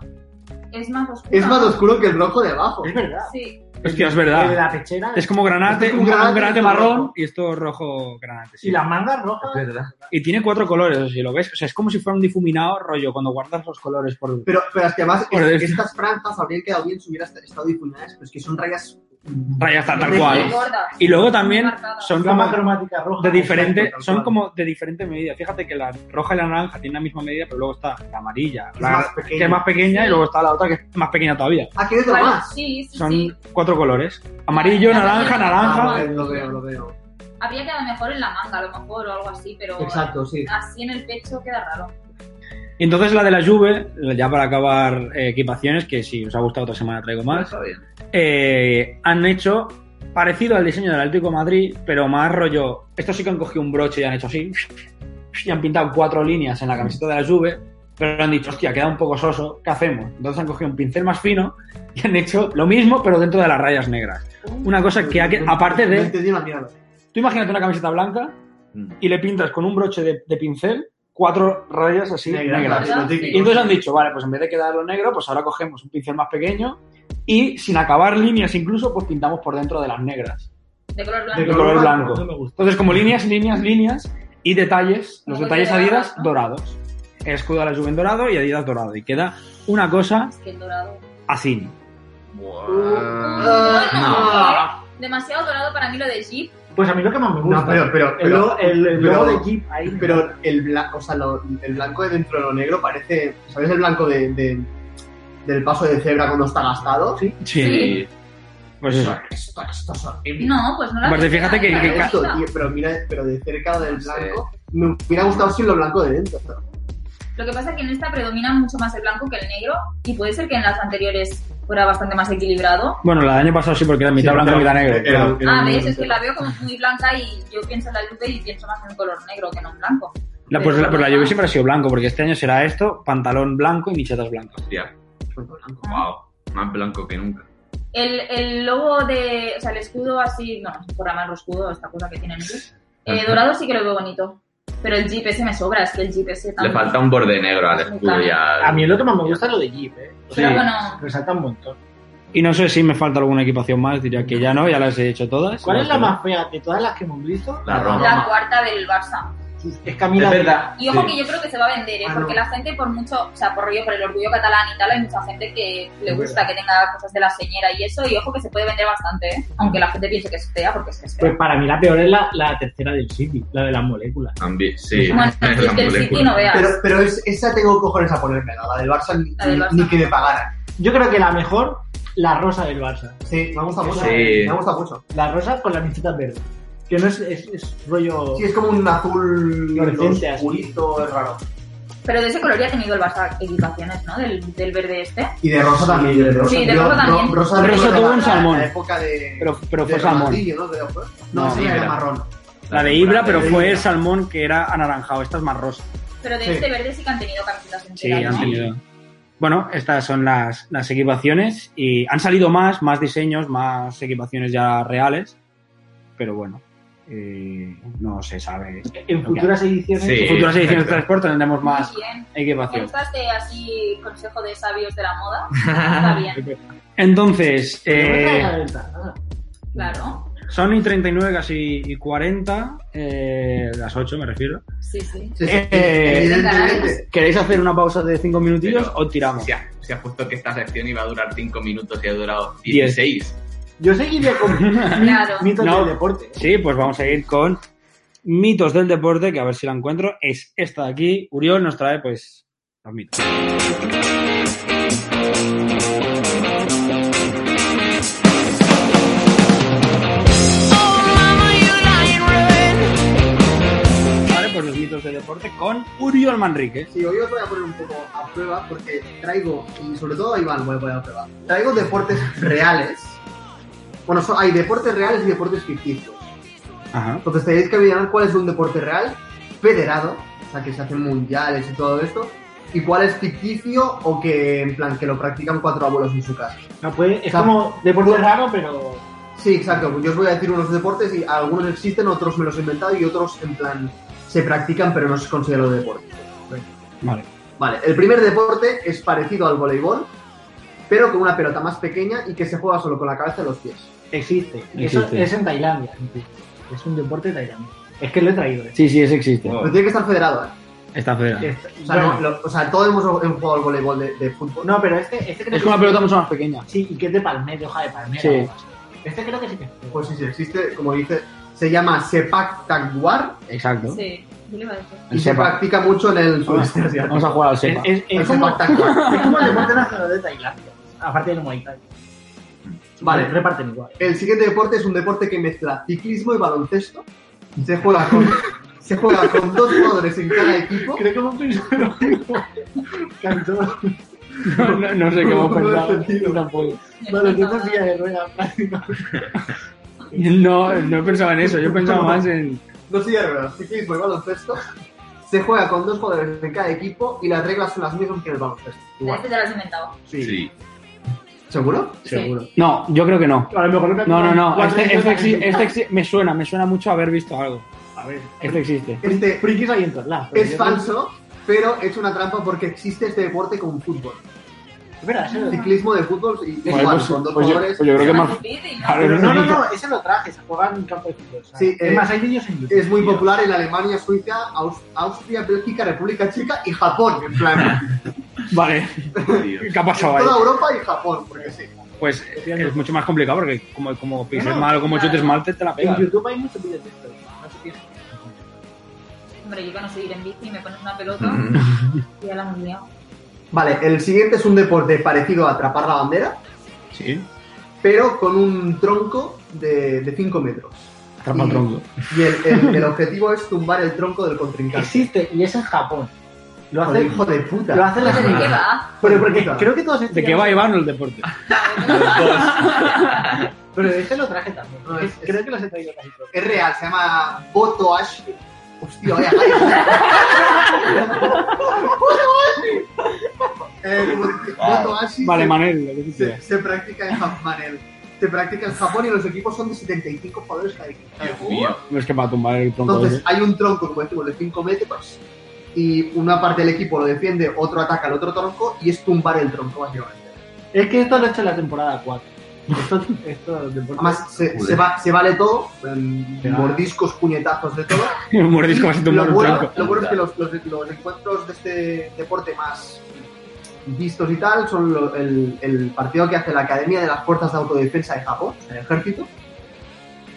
Speaker 5: Es más oscuro.
Speaker 12: es más oscuro que el rojo de abajo.
Speaker 6: Es verdad.
Speaker 5: Sí.
Speaker 3: Hostia, es verdad.
Speaker 6: El de la pechera.
Speaker 3: Es como granate,
Speaker 6: Es
Speaker 3: un,
Speaker 6: un
Speaker 3: un granate,
Speaker 6: granate
Speaker 3: marrón
Speaker 6: rojo.
Speaker 3: y esto rojo granate. sí.
Speaker 6: Y las mangas rojas.
Speaker 3: Y tiene cuatro colores, o sea, si lo ves. O sea, es como si fuera un difuminado rollo cuando guardas los colores por.
Speaker 12: Pero, pero es que además
Speaker 3: Por el-
Speaker 12: es- estas franjas habrían quedado bien si hubieran estado difuminadas, pero es que son rayas
Speaker 3: Rayas tal, tal
Speaker 12: Muy
Speaker 3: cual.
Speaker 12: gordas.
Speaker 3: Y luego también son
Speaker 6: Gama
Speaker 3: como
Speaker 6: cromática roja.
Speaker 3: de diferente,
Speaker 6: Exacto, tal
Speaker 3: son
Speaker 6: cual.
Speaker 3: como de diferente medida. Fíjate que la roja y la naranja tienen la misma medida, pero luego está la amarilla,
Speaker 6: Es
Speaker 3: la-
Speaker 6: más pequeña.
Speaker 3: que es más pequeña, y luego está la otra que es más pequeña todavía.
Speaker 12: ¿Ha quedado
Speaker 5: Vale,
Speaker 12: Ah, más?
Speaker 5: Sí, sí,
Speaker 3: Son
Speaker 5: sí.
Speaker 3: cuatro colores. Amarillo,
Speaker 5: La
Speaker 3: naranja,
Speaker 5: amarilla.
Speaker 12: Ah,
Speaker 3: naranja.
Speaker 12: vale, lo veo, lo veo.
Speaker 5: Habría quedado mejor en la manga, a lo mejor, o algo así, pero
Speaker 12: Exacto, sí.
Speaker 5: así en el pecho queda raro.
Speaker 3: Y entonces la de la Juve, ya para acabar eh, equipaciones, que si os ha gustado otra semana traigo más.
Speaker 4: Está bien.
Speaker 3: eh, han hecho parecido al diseño del Atlético de Madrid, pero más rollo. Esto sí que han cogido un broche y han hecho así. Y han pintado cuatro líneas en la camiseta de la Juve, pero han dicho, hostia, queda un poco soso, ¿qué hacemos? Entonces han cogido un pincel más fino y han hecho lo mismo, pero dentro de las rayas negras. Una cosa que, ha que- aparte
Speaker 12: No
Speaker 3: de.
Speaker 12: entendí una mierda.
Speaker 3: Tú imagínate una camiseta blanca
Speaker 4: Mm,
Speaker 3: y le pintas con un broche de, de pincel cuatro rayas así
Speaker 12: Negras,
Speaker 3: negras.
Speaker 12: lo típico.
Speaker 3: Y entonces han dicho, vale, pues en vez de quedarlo negro, pues ahora cogemos un pincel más pequeño y sin acabar líneas incluso, pues pintamos por dentro de las negras,
Speaker 5: De color blanco.
Speaker 3: de color blanco.
Speaker 6: eso me gusta.
Speaker 3: Entonces como líneas, líneas, líneas y detalles, los
Speaker 5: Como
Speaker 3: detalles
Speaker 5: de dorado,
Speaker 3: Adidas dorados. El escudo de la Juventud dorado y Adidas dorado. Y queda una cosa
Speaker 5: Es que el dorado.
Speaker 3: así.
Speaker 5: Ah, no, ¿eh? Demasiado dorado para mí lo de Jeep.
Speaker 6: Pues a mí lo que más me gusta.
Speaker 12: No, pero, pero,
Speaker 6: el,
Speaker 12: pero,
Speaker 6: logo- el, el logo
Speaker 12: pero-
Speaker 6: de Jeep ahí.
Speaker 12: pero el blanco, o sea, lo- el blanco de dentro de lo negro parece, ¿sabes el blanco de, de- del paso de cebra cuando está gastado? Sí.
Speaker 3: Sí. Pues eso.
Speaker 12: Esto, esto es horrible.
Speaker 5: No, pues no la
Speaker 3: Aparte, fíjate que- que ca-
Speaker 12: Esto, tío, pero mira, pero de cerca del blanco, me hubiera gustado si lo blanco de dentro.
Speaker 5: Lo que pasa es que en esta predomina mucho más el blanco que el negro y puede ser que en las anteriores fuera bastante más equilibrado.
Speaker 3: Bueno, la del año pasado sí, porque era mitad
Speaker 12: Sí,
Speaker 3: blanco y
Speaker 12: pero-
Speaker 3: mitad negro.
Speaker 12: era-
Speaker 3: pero-
Speaker 12: era-
Speaker 5: Ah, ves, es que la veo como muy blanca y yo pienso en la lluvia y pienso más en un color negro que no en blanco.
Speaker 3: La, pues la, pues la Juve siempre ha sido blanco, porque este año será esto, pantalón blanco y michetas blancas.
Speaker 4: Hostia,
Speaker 12: blanco.
Speaker 4: wow. Más blanco que nunca.
Speaker 5: El, el logo de, o sea, el escudo así, no, por llamarlo escudo, esta cosa que tienen ellos. Eh, dorado sí que lo veo bonito, pero el jeep ese me sobra, es que el jeep ese
Speaker 4: Le
Speaker 5: también.
Speaker 4: falta un borde negro al escudo y al-
Speaker 6: A mí lo que más me gusta es lo de Jeep, ¿eh? O
Speaker 5: Pero
Speaker 6: sea,
Speaker 5: bueno,
Speaker 6: resalta un montón.
Speaker 3: Y no sé si me falta alguna equipación más, diría que ya no, ya las he hecho todas.
Speaker 6: ¿Cuál es la
Speaker 3: Pero-
Speaker 6: más fea de todas las que hemos visto?
Speaker 4: La Roma.
Speaker 5: la cuarta del Barça.
Speaker 6: Es Camila.
Speaker 5: Y ojo
Speaker 4: Sí.
Speaker 5: que yo creo que se va a vender, ¿eh?
Speaker 6: Ah,
Speaker 5: porque
Speaker 6: no.
Speaker 5: la gente, por mucho, o sea, por rollo, por el orgullo catalán y tal, hay mucha gente que le
Speaker 6: Es
Speaker 5: gusta que tenga cosas de la señora y eso, y ojo que se puede vender bastante, ¿eh? aunque la gente piense que es fea, porque es que es fea.
Speaker 6: Pues para mí la peor es la, la tercera del City, la de las moléculas.
Speaker 4: También, sí.
Speaker 5: Bueno, si es que el City no veas.
Speaker 12: Pero, pero es- esa tengo cojones a ponerme, la del Barça ni,
Speaker 5: La del Barça.
Speaker 12: ni que me pagaran.
Speaker 6: Yo creo que la mejor, la rosa del Barça.
Speaker 12: Sí, me gusta mucho.
Speaker 4: Sí.
Speaker 12: Me gusta mucho.
Speaker 6: La rosa con las mechitas verdes. Que no es, es, es rollo.
Speaker 12: Sí, es como un azul
Speaker 6: Fluorescente, así.
Speaker 12: oscurito, es raro.
Speaker 5: Pero de ese color ya ha tenido el Barça equipaciones, ¿no? Del, del verde este.
Speaker 12: Y de rosa también. yo rosa.
Speaker 5: Sí, de
Speaker 12: Yo-
Speaker 5: rosa también.
Speaker 12: ro- rosa,
Speaker 3: Rosa
Speaker 12: recuerdo
Speaker 3: tuvo
Speaker 12: la-
Speaker 3: un salmón.
Speaker 12: La época de,
Speaker 3: Pero, pero
Speaker 12: de
Speaker 3: fue salmón.
Speaker 12: Ronaldinho, ¿no? Creo, fue. No,
Speaker 3: No,
Speaker 12: sí,
Speaker 3: sí,
Speaker 12: era
Speaker 4: era.
Speaker 12: marrón.
Speaker 3: La de Ibra, pero
Speaker 12: de
Speaker 3: fue
Speaker 12: Ibra.
Speaker 3: salmón que era anaranjado. Esta es más rosa.
Speaker 5: Pero de
Speaker 12: Sí.
Speaker 5: este verde sí que han tenido camisetas
Speaker 3: Sí,
Speaker 5: enteras,
Speaker 3: han
Speaker 5: ¿no?
Speaker 3: tenido. Bueno, estas son las, las equipaciones y han salido más, más diseños, más equipaciones ya reales. Pero bueno, eh, no se sabe.
Speaker 6: En futuras ediciones.
Speaker 4: Sí.
Speaker 3: En futuras ediciones de transporte tendremos más
Speaker 5: Muy bien.
Speaker 3: equipación.
Speaker 5: ¿Estás de así consejo de sabios de la moda? Está bien,
Speaker 3: Entonces,
Speaker 6: Yo me
Speaker 3: eh,
Speaker 6: traía la ventana.
Speaker 5: claro.
Speaker 3: Sony 39 casi y 40, eh, las 8 me refiero.
Speaker 5: Sí, sí.
Speaker 12: Sí, sí,
Speaker 3: Eh,
Speaker 12: evidentemente.
Speaker 3: ¿Queréis hacer una pausa de 5 minutillos
Speaker 4: Pero-
Speaker 3: o tiramos?
Speaker 4: Se ha, se ha puesto que esta sección iba a durar 5 minutos y ha durado
Speaker 3: Diez.
Speaker 4: 16.
Speaker 6: Yo seguiría con
Speaker 5: Claro.
Speaker 6: mitos
Speaker 3: No.
Speaker 6: del deporte.
Speaker 3: Sí, pues vamos a ir con mitos del deporte, que a ver si la encuentro. Es esta de aquí. Uriol nos trae, pues, los mitos. Vale, pues los mitos hablamos de deporte con Uriol Manrique.
Speaker 12: Sí, hoy os voy a poner un poco a prueba porque traigo, y sobre todo a Iván voy a poner a prueba, traigo deportes reales. Bueno, so- hay deportes reales y deportes ficticios. Entonces tenéis que adivinar cuál es un deporte real, federado, o sea, que se hacen mundiales y todo esto, y cuál es ficticio o que, en plan, que lo practican cuatro abuelos en su casa.
Speaker 6: No, puede, es como deporte raro, pero.
Speaker 12: Sí, exacto. Yo os voy a decir unos deportes y algunos existen, otros me los he inventado y otros, en plan, se practican pero no se considera deporte.
Speaker 3: Vale.
Speaker 12: Vale, el primer deporte es parecido al voleibol, pero con una pelota más pequeña y que se juega solo con la cabeza y los pies.
Speaker 6: Existe. Eso
Speaker 12: Existe.
Speaker 6: es en Tailandia. Es un deporte tailandés. Es que lo he traído. ¿eh?
Speaker 3: Sí, sí, ese existe.
Speaker 12: Pero tiene que estar federado, ¿eh?
Speaker 3: Está fea.
Speaker 12: O sea, no, lo- o sea, todos hemos, hemos jugado al voleibol de, de fútbol.
Speaker 6: No, pero este, este creo
Speaker 3: Es
Speaker 6: que
Speaker 3: una pelota mucho más pequeña.
Speaker 6: Sí, y que es de palmera, hoja de palmera.
Speaker 12: Sí.
Speaker 6: o algo así. Este creo que sí que
Speaker 12: Pues sí, sí, existe, como dice, se llama Sepak Takwar
Speaker 3: Exacto.
Speaker 5: Sí, yo le iba a decir.
Speaker 12: y se practica mucho en el sudeste asiático.
Speaker 3: Vamos a jugar al Sepak.
Speaker 6: Es, es
Speaker 12: Al
Speaker 6: como,
Speaker 12: Sepak Takwar.
Speaker 6: es como el deporte nacional de Tailandia. Aparte del Muay Thai.
Speaker 12: Vale.
Speaker 6: reparten igual.
Speaker 12: El siguiente deporte es un deporte que mezcla ciclismo y baloncesto. Se juega con, se juega con dos jugadores en cada equipo.
Speaker 6: Creo que hemos pensado.
Speaker 3: No, no- no sé qué hemos pensado. Tampoco.
Speaker 6: este Vale, tú te de rueda.
Speaker 3: No, no he pensado en eso. Yo pensaba más en.
Speaker 12: Dos hierros, ciclismo y baloncesto. Se juega con dos jugadores de cada equipo y las reglas son las mismas que en el baloncesto. Igual.
Speaker 5: Este te lo has inventado.
Speaker 12: Sí. ¿Seguro?
Speaker 5: Seguro.
Speaker 3: No, yo creo que no.
Speaker 6: A lo mejor
Speaker 3: No, no, no.
Speaker 6: Cuatro
Speaker 3: Este, este,
Speaker 6: veces
Speaker 3: exi-
Speaker 6: al-
Speaker 3: este exi- me suena, me suena mucho haber visto algo.
Speaker 6: A ver.
Speaker 3: Este existe.
Speaker 12: Este
Speaker 6: Frikis hay en todos lados. pero
Speaker 12: es
Speaker 6: yo-
Speaker 12: falso, pero es una trampa porque existe este deporte con fútbol.
Speaker 6: Es verdad, eso es verdad.
Speaker 12: Ciclismo de fútbol y
Speaker 6: Bueno,
Speaker 12: igual,
Speaker 6: pues-
Speaker 12: con dos
Speaker 6: pues yo-
Speaker 12: jugadores.
Speaker 6: pues yo creo que más-
Speaker 3: Claro,
Speaker 6: Pero no, no,
Speaker 3: no.
Speaker 6: no, ese lo traje, se juega en un campo de fútbol. ¿sabes?
Speaker 12: Sí,
Speaker 6: es
Speaker 12: eh,
Speaker 6: más, hay vídeos en YouTube.
Speaker 12: Es muy popular en Alemania, Suiza, Aus- Austria, Bélgica, República Checa y Japón. En plan,
Speaker 3: Vale. ¿Qué ha pasado ahí?
Speaker 12: toda Europa y Japón, porque sí.
Speaker 3: Pues eh, es mucho más complicado porque como, como pises
Speaker 6: No, no,
Speaker 3: mal o como
Speaker 6: claro.
Speaker 3: chutes mal, te, te la
Speaker 6: En
Speaker 3: pegas.
Speaker 6: YouTube hay muchos vídeos de esto. No sé qué es.
Speaker 5: Hombre, yo que no sé ir en bici y me pones una pelota
Speaker 3: Ah.
Speaker 5: y ya la hemos liado.
Speaker 12: Vale, el siguiente es un deporte parecido a atrapar la bandera,
Speaker 3: Sí.
Speaker 12: pero con un tronco de 5 metros.
Speaker 3: Atrapa el tronco.
Speaker 12: Y el, el- el objetivo es tumbar el tronco del contrincante.
Speaker 6: Existe, y es en Japón. Lo
Speaker 12: Joder,
Speaker 6: hacen.
Speaker 12: hijo de puta.
Speaker 6: Lo hacen las
Speaker 5: ¿De qué va?
Speaker 6: Pero porque
Speaker 12: Puta.
Speaker 6: Eh, creo que todos este
Speaker 3: ¿De qué va Iván el deporte?
Speaker 6: Pero ese lo traje también.
Speaker 12: No, es-
Speaker 6: creo que los he traído casi todos.
Speaker 12: Es real, se llama Boto Ash. Hostia, vaya gallo. ¡Boto Ashi! Eh, como dice,
Speaker 6: Ah,
Speaker 12: Boto Ashi
Speaker 3: Vale,
Speaker 12: se-
Speaker 3: Manel, lo que tú
Speaker 12: se,
Speaker 3: quieras.
Speaker 12: se practica en Japón. Manel. Se practica en Japón y los equipos son de 75 jugadores cada equipo.
Speaker 3: No es que para tumbar el tronco.
Speaker 12: Entonces
Speaker 3: ese.
Speaker 12: hay un tronco, como decimos, de 5 metros y una parte del equipo lo defiende, otro ataca al otro tronco y es tumbar el tronco, básicamente.
Speaker 6: Es que esto lo he hecho en la temporada 4. Esto, esto deportes-
Speaker 12: Además, se,
Speaker 3: Joder.
Speaker 12: se va- se vale todo, en
Speaker 6: Se va.
Speaker 12: mordiscos, puñetazos, de todo.
Speaker 3: Un mordisco vas a tumbar
Speaker 12: Lo
Speaker 3: un
Speaker 12: bueno,
Speaker 3: tronco.
Speaker 12: lo bueno es que los, los- los encuentros de este deporte más vistos y tal son lo- el, el partido que hace la Academia de las Fuerzas de Autodefensa de Japón, el ejército,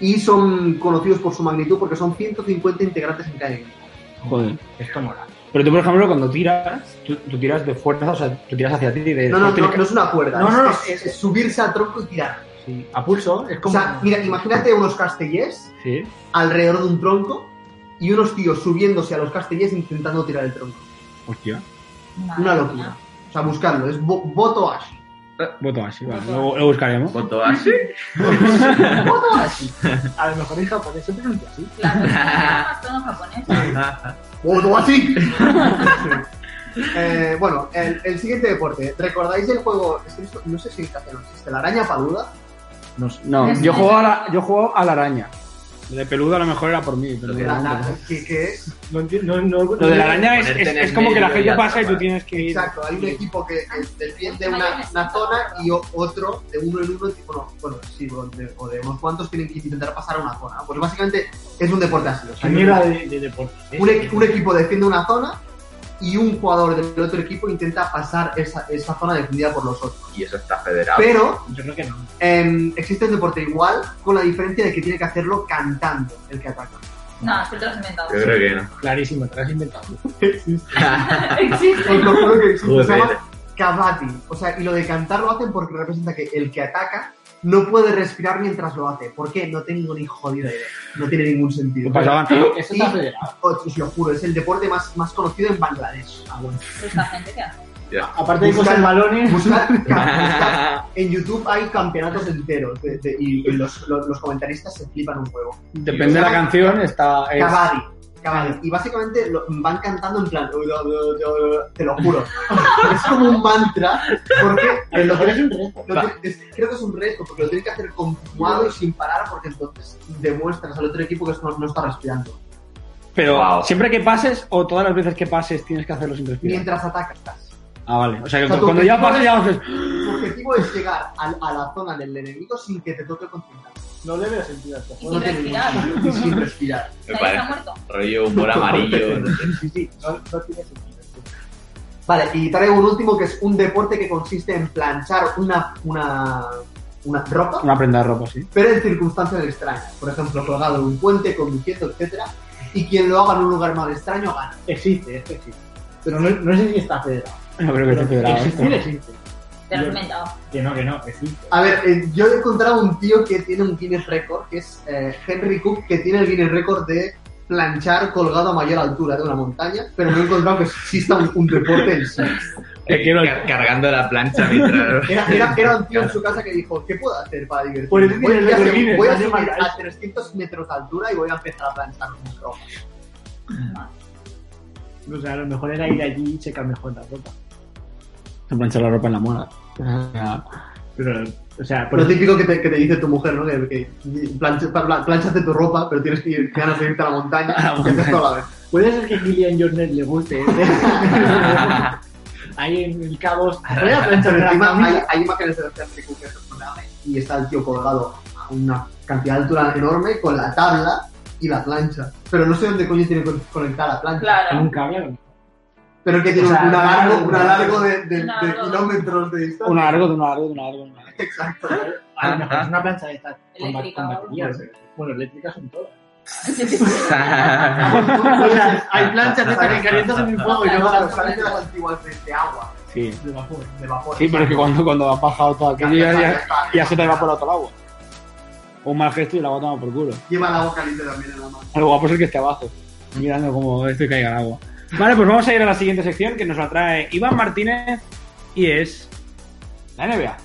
Speaker 12: y son conocidos por su magnitud porque son 150 integrantes en cada equipo.
Speaker 3: Joder.
Speaker 6: Esto mola.
Speaker 3: Pero tú, por ejemplo, cuando tiras, tú, tú tiras de fuerza, o sea, tú tiras hacia ti. De,
Speaker 12: No, no,
Speaker 3: tienes
Speaker 12: no,
Speaker 3: que-
Speaker 12: no es una cuerda,
Speaker 6: No, no, no,
Speaker 12: es, es- es subirse al tronco y tirar.
Speaker 6: Sí, a pulso, es
Speaker 12: O
Speaker 6: como.
Speaker 12: sea, mira, imagínate unos castellers
Speaker 3: Sí.
Speaker 12: alrededor de un tronco y unos tíos subiéndose a los castellers intentando tirar el tronco.
Speaker 3: Hostia.
Speaker 5: Madre
Speaker 12: Una
Speaker 6: Ah.
Speaker 5: mía.
Speaker 12: locura. O sea, buscarlo, es bo- Boto Ash.
Speaker 3: Voto así, vale. Lo, lo buscaremos.
Speaker 4: ¿Voto así?
Speaker 12: Boto Ash.
Speaker 6: A lo mejor en japonés se pronuncia así.
Speaker 5: Claro, es más tono japonés.
Speaker 12: Boto así. Eh, bueno, el, el siguiente deporte. ¿Recordáis el juego? es que esto- no sé si en castellano existe. La araña paluda.
Speaker 3: No, no, yo juego a la, yo juego a la araña. Lo de peludo a lo mejor era por mí. pero
Speaker 12: La-
Speaker 3: no,
Speaker 12: la- ¿qué, qué es?
Speaker 6: No entiendo. No, no,
Speaker 3: Lo de la araña es,
Speaker 4: Ponerte
Speaker 3: es-
Speaker 4: en el
Speaker 3: es como que la
Speaker 4: medio y
Speaker 3: gente
Speaker 4: ya
Speaker 3: pasa y
Speaker 4: está,
Speaker 3: tú
Speaker 4: vale.
Speaker 3: tienes que ir.
Speaker 12: Exacto, hay un equipo que eh, defiende una, una zona y o- otro de uno en uno, tipo, no, bueno, sí, o de, o de unos cuantos tienen que intentar pasar a una zona. Pues básicamente es un deporte así. o sea,
Speaker 6: Qué mierda de, de deporte.
Speaker 12: un, equi- un equipo defiende una zona y un jugador del otro equipo intenta pasar esa, esa zona defendida por los otros.
Speaker 4: Y eso está federado.
Speaker 12: Pero
Speaker 6: Yo creo que no.
Speaker 12: em, existe el deporte igual, con la diferencia de que tiene que hacerlo cantando el que ataca.
Speaker 5: No, es que te lo has inventado.
Speaker 4: Yo creo que no.
Speaker 6: Clarísimo, te lo has inventado.
Speaker 5: Existe.
Speaker 12: Os lo juro que existe, se
Speaker 4: Joder.
Speaker 12: llama kabati. O sea, y lo de cantar lo hacen porque representa que el que ataca no puede respirar mientras lo hace. ¿Por qué? No tengo ni jodida idea. No tiene ningún sentido.
Speaker 3: ¿Qué pasa, Alan?
Speaker 12: Y-
Speaker 3: Eso está federado.
Speaker 12: oh, os lo juro, es el deporte más, más conocido en Bangladesh. Ah, aún.
Speaker 5: Esta gente que hace.
Speaker 12: Aparte
Speaker 6: de cosas
Speaker 12: balones. en YouTube hay campeonatos enteros de- de- y, y los, los- los comentaristas se flipan un huevo.
Speaker 3: Depende de la canción, está. es-
Speaker 12: Cavadi. Cavadi. Y básicamente lo- van cantando en plan, te lo juro. es como un mantra, porque lo tienes- lo tienes- es- creo que es un reto, porque lo tienes que hacer confumado y sin parar, porque entonces demuestras al otro equipo que no, no está respirando.
Speaker 3: Pero siempre que pases o todas las veces que pases tienes que hacerlo sin respirar.
Speaker 12: Mientras atacas.
Speaker 3: Ah, vale. O sea, que
Speaker 12: O sea, tu
Speaker 3: cuando ya
Speaker 12: objetivo
Speaker 3: pases
Speaker 12: es-
Speaker 3: ya haces.
Speaker 12: Tu objetivo es llegar al- a, la zona del enemigo sin que te toque con cinta. Pues No le veo sentido a esto.
Speaker 5: Y sin respirar.
Speaker 12: Y sin respirar.
Speaker 4: Me
Speaker 5: Nadie
Speaker 4: parece
Speaker 5: está muerto.
Speaker 4: rollo humor amarillo. no sé.
Speaker 12: Sí, sí, no, no tiene sentido. Vale, y traigo un último que es un deporte que consiste en planchar una, una, una ropa,
Speaker 3: Una prenda de ropa, sí.
Speaker 12: pero en circunstancias extrañas. Por ejemplo, colgado en un puente, conduciendo, etcétera Y quien lo haga en un lugar más extraño gana. Existe, esto existe.
Speaker 6: Pero no, no sé si está federado.
Speaker 3: No creo que esté federado esto.
Speaker 6: Existir existe.
Speaker 5: Te lo has inventado.
Speaker 6: Que no, que no, existe.
Speaker 12: A ver, eh, yo he encontrado un tío que tiene un Guinness Record, que es eh, Henry Cook, que tiene el Guinness Record de planchar colgado a mayor altura de una montaña, pero no he encontrado que exista un, un deporte en sí.
Speaker 4: Car- Cargando la plancha mientras.
Speaker 12: Era, era- era un tío en su casa que dijo, ¿qué puedo hacer para divertirme?
Speaker 6: Pues el
Speaker 12: Voy,
Speaker 6: Guinness
Speaker 12: voy a,
Speaker 6: Record,
Speaker 12: hacer-
Speaker 6: Guinness,
Speaker 12: voy a
Speaker 6: nadie
Speaker 12: subir
Speaker 6: marca
Speaker 12: a 300 metros de altura y voy a empezar a planchar con ropa.
Speaker 6: O sea, a lo mejor era ir allí y checar mejor la ropa.
Speaker 3: Se plancha la ropa en la mona.
Speaker 6: Pero, o sea, por
Speaker 12: Lo típico que te, que te dice tu mujer, ¿no? Que, que plancha- pla- planchate tu ropa, pero tienes que ir, que ganas de irte a la montaña y haces todo a la vez.
Speaker 6: Puede ser que Gillian Jornet le guste. ¿eh? Ahí en el Cabos. Voy a planchar
Speaker 12: Pero
Speaker 6: la
Speaker 12: encima hay,
Speaker 6: camisa.
Speaker 12: hay imágenes de los Henry Cook que son enormes y está el tío colgado a una cantidad de altura enorme con la tabla y la plancha. Pero no sé dónde coño tiene con- conectada la plancha.
Speaker 5: Claro.
Speaker 6: Nunca hablaron.
Speaker 12: Pero que tiene
Speaker 6: O sea,
Speaker 12: un alargo,
Speaker 6: claro.
Speaker 12: un alargo de, de-
Speaker 5: Un
Speaker 12: de
Speaker 5: alargo.
Speaker 12: kilómetros de distancia.
Speaker 3: Un largo, de un largo, de un largo. de un largo.
Speaker 12: Exacto.
Speaker 6: A lo mejor es una plancha de estas con, ba-
Speaker 5: Eléctrica,
Speaker 6: con
Speaker 5: ¿no?
Speaker 6: baterías. Bueno, eléctricas son todas.
Speaker 12: O sea,
Speaker 6: hay planchas de estas que calientas en el fuego y luego
Speaker 12: Además,
Speaker 6: las
Speaker 12: los salen de las antiguas de, de agua,
Speaker 3: Sí.
Speaker 6: de vapor.
Speaker 12: de vapor.
Speaker 3: Sí, pero es que cuando, cuando has bajado todo aquello ya,
Speaker 12: Ya está, ya
Speaker 3: ya-
Speaker 12: está.
Speaker 3: ya se te ha evaporado todo el agua. Un mal gesto y el agua toma por culo.
Speaker 12: Lleva la boca caliente también en la mano.
Speaker 3: Lo guapo es el que esté abajo, mirando como esto y caiga el agua. Vale, pues vamos a ir a la siguiente sección que nos la trae Iván Martínez y es la NBA.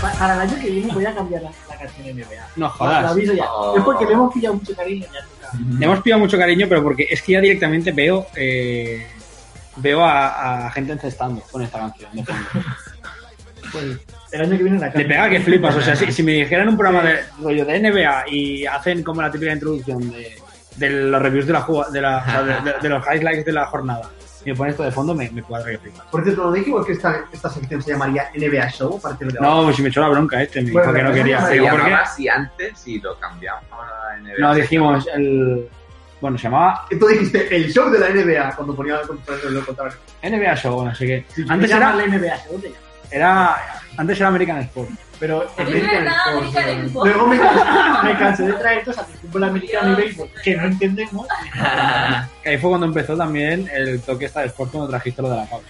Speaker 6: Pa- Para el año que viene voy a cambiar la, la canción NBA.
Speaker 3: No
Speaker 6: Lo
Speaker 3: jodas.
Speaker 6: aviso ya.
Speaker 4: Oh.
Speaker 6: Es porque le hemos pillado mucho cariño ya. toca.
Speaker 3: Le hemos pillado mucho cariño, pero porque es que ya directamente veo eh, veo a, a gente encestando con esta canción. de fondo.
Speaker 6: Pues, el año que viene la
Speaker 3: Le
Speaker 6: cambio.
Speaker 3: pega que flipas. O sea, si, si me dijeran un programa de rollo de NBA y hacen como la típica introducción de, de los reviews de la juga- de, la- o sea, de- de- de los highlights de la jornada y me ponen esto de fondo, me, me cuadra que flipas.
Speaker 12: Por cierto, no dijimos que esta, esta sección se llamaría NBA Show a partir de ahora.
Speaker 3: No, si me echó la bronca este, me
Speaker 12: Bueno,
Speaker 3: dijo que no
Speaker 12: pero
Speaker 3: quería.
Speaker 12: eso
Speaker 4: Se
Speaker 3: Digo, ¿por qué?
Speaker 4: llamaba así antes y lo cambiamos a NBA.
Speaker 3: No, dijimos el. Bueno, se llamaba
Speaker 12: Que tú dijiste el show de la NBA cuando ponía lo contrario.
Speaker 3: NBA Show, no sé qué.
Speaker 6: Antes
Speaker 3: Antes era,
Speaker 6: la NBA, según te llamas.
Speaker 3: era. Antes era American Sport.
Speaker 6: Pero
Speaker 5: verdad, American
Speaker 6: Sport.
Speaker 5: Sport.
Speaker 6: Luego me, can- me cansé de traer cosas de fútbol americano y béisbol que no entendemos.
Speaker 3: Que ahí fue cuando empezó también el toque esta de Sport cuando trajiste lo de la pausa.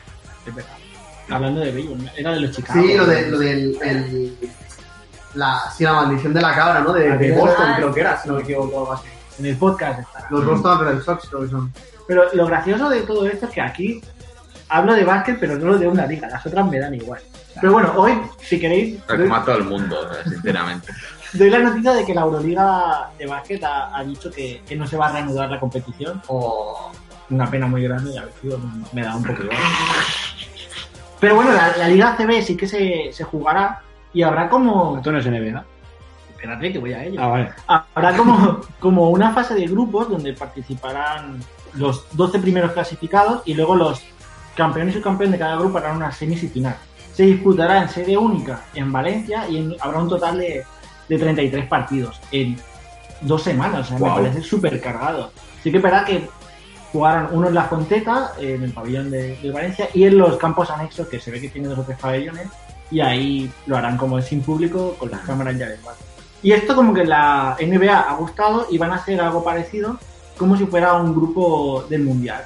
Speaker 6: Hablando de béisbol, era de los Chicago.
Speaker 12: Sí, lo, de, lo del. el- la, sí, la maldición de la cabra, ¿no?
Speaker 6: Ah,
Speaker 12: De, de Boston, creo que era, si no me equivoco, algo así.
Speaker 6: En el podcast estará.
Speaker 12: Los Boston Red Sox, creo que son.
Speaker 6: Pero lo gracioso de todo esto es que aquí hablo de básquet, pero no lo de una liga. Las otras me dan igual. Pero bueno, hoy, si queréis,
Speaker 4: Pero
Speaker 6: doy,
Speaker 4: Como a todo el mundo, o sea, sinceramente.
Speaker 6: doy la noticia de que la Euroliga de básquet ha, ha dicho que, que no se va a reanudar la competición. O una pena muy grande, ya ves, tío, me da un poco igual. Pero bueno, la, la Liga CB sí que se, se jugará y habrá como...
Speaker 3: Tú no es NBA.
Speaker 6: Espérate que voy a ello.
Speaker 3: Ah, vale.
Speaker 6: Habrá como, como una fase de grupos donde participarán los 12 primeros clasificados y luego los campeones y campeón de cada grupo harán una semis y final. Se disputará en sede única en Valencia y en- habrá un total de, de 33 partidos en dos semanas. O sea, me
Speaker 4: Guau.
Speaker 6: parece súper cargado. Sí que es verdad que Jugaron uno en la Fonteta, en el pabellón de, de Valencia, y en los campos anexos, que se ve que tiene dos o tres pabellones, y ahí lo harán como sin público, con las cámaras ya del Y esto como que la NBA ha gustado y van a hacer algo parecido, como si fuera un grupo del Mundial.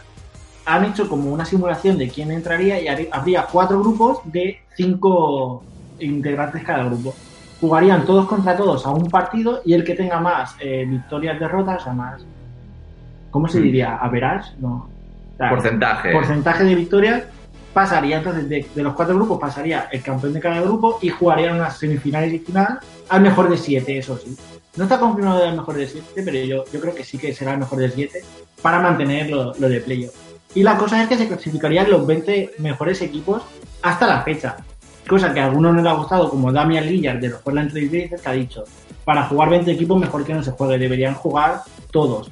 Speaker 6: Han hecho como una simulación de quién entraría y hari- habría cuatro grupos de cinco integrantes cada grupo. Jugarían todos contra todos a un partido y el que tenga más eh, victorias, derrotas, a más... ¿Cómo se
Speaker 4: Mm.
Speaker 6: diría? ¿Average? No. O sea,
Speaker 4: Porcentaje.
Speaker 6: Porcentaje de victorias pasaría entonces de, de los cuatro grupos pasaría el campeón de cada grupo y jugarían unas semifinales y final al mejor de siete, eso sí. No está confirmado del mejor de siete, pero yo, yo creo que sí que será el mejor de siete para mantener lo, lo de playoff. Y la cosa es que se clasificarían los 20 mejores equipos hasta la fecha. Cosa que a algunos no les ha gustado, como Damian Lillard de los Portland Trail Blazers, que ha dicho, para jugar 20 equipos mejor que no se juegue, deberían jugar todos.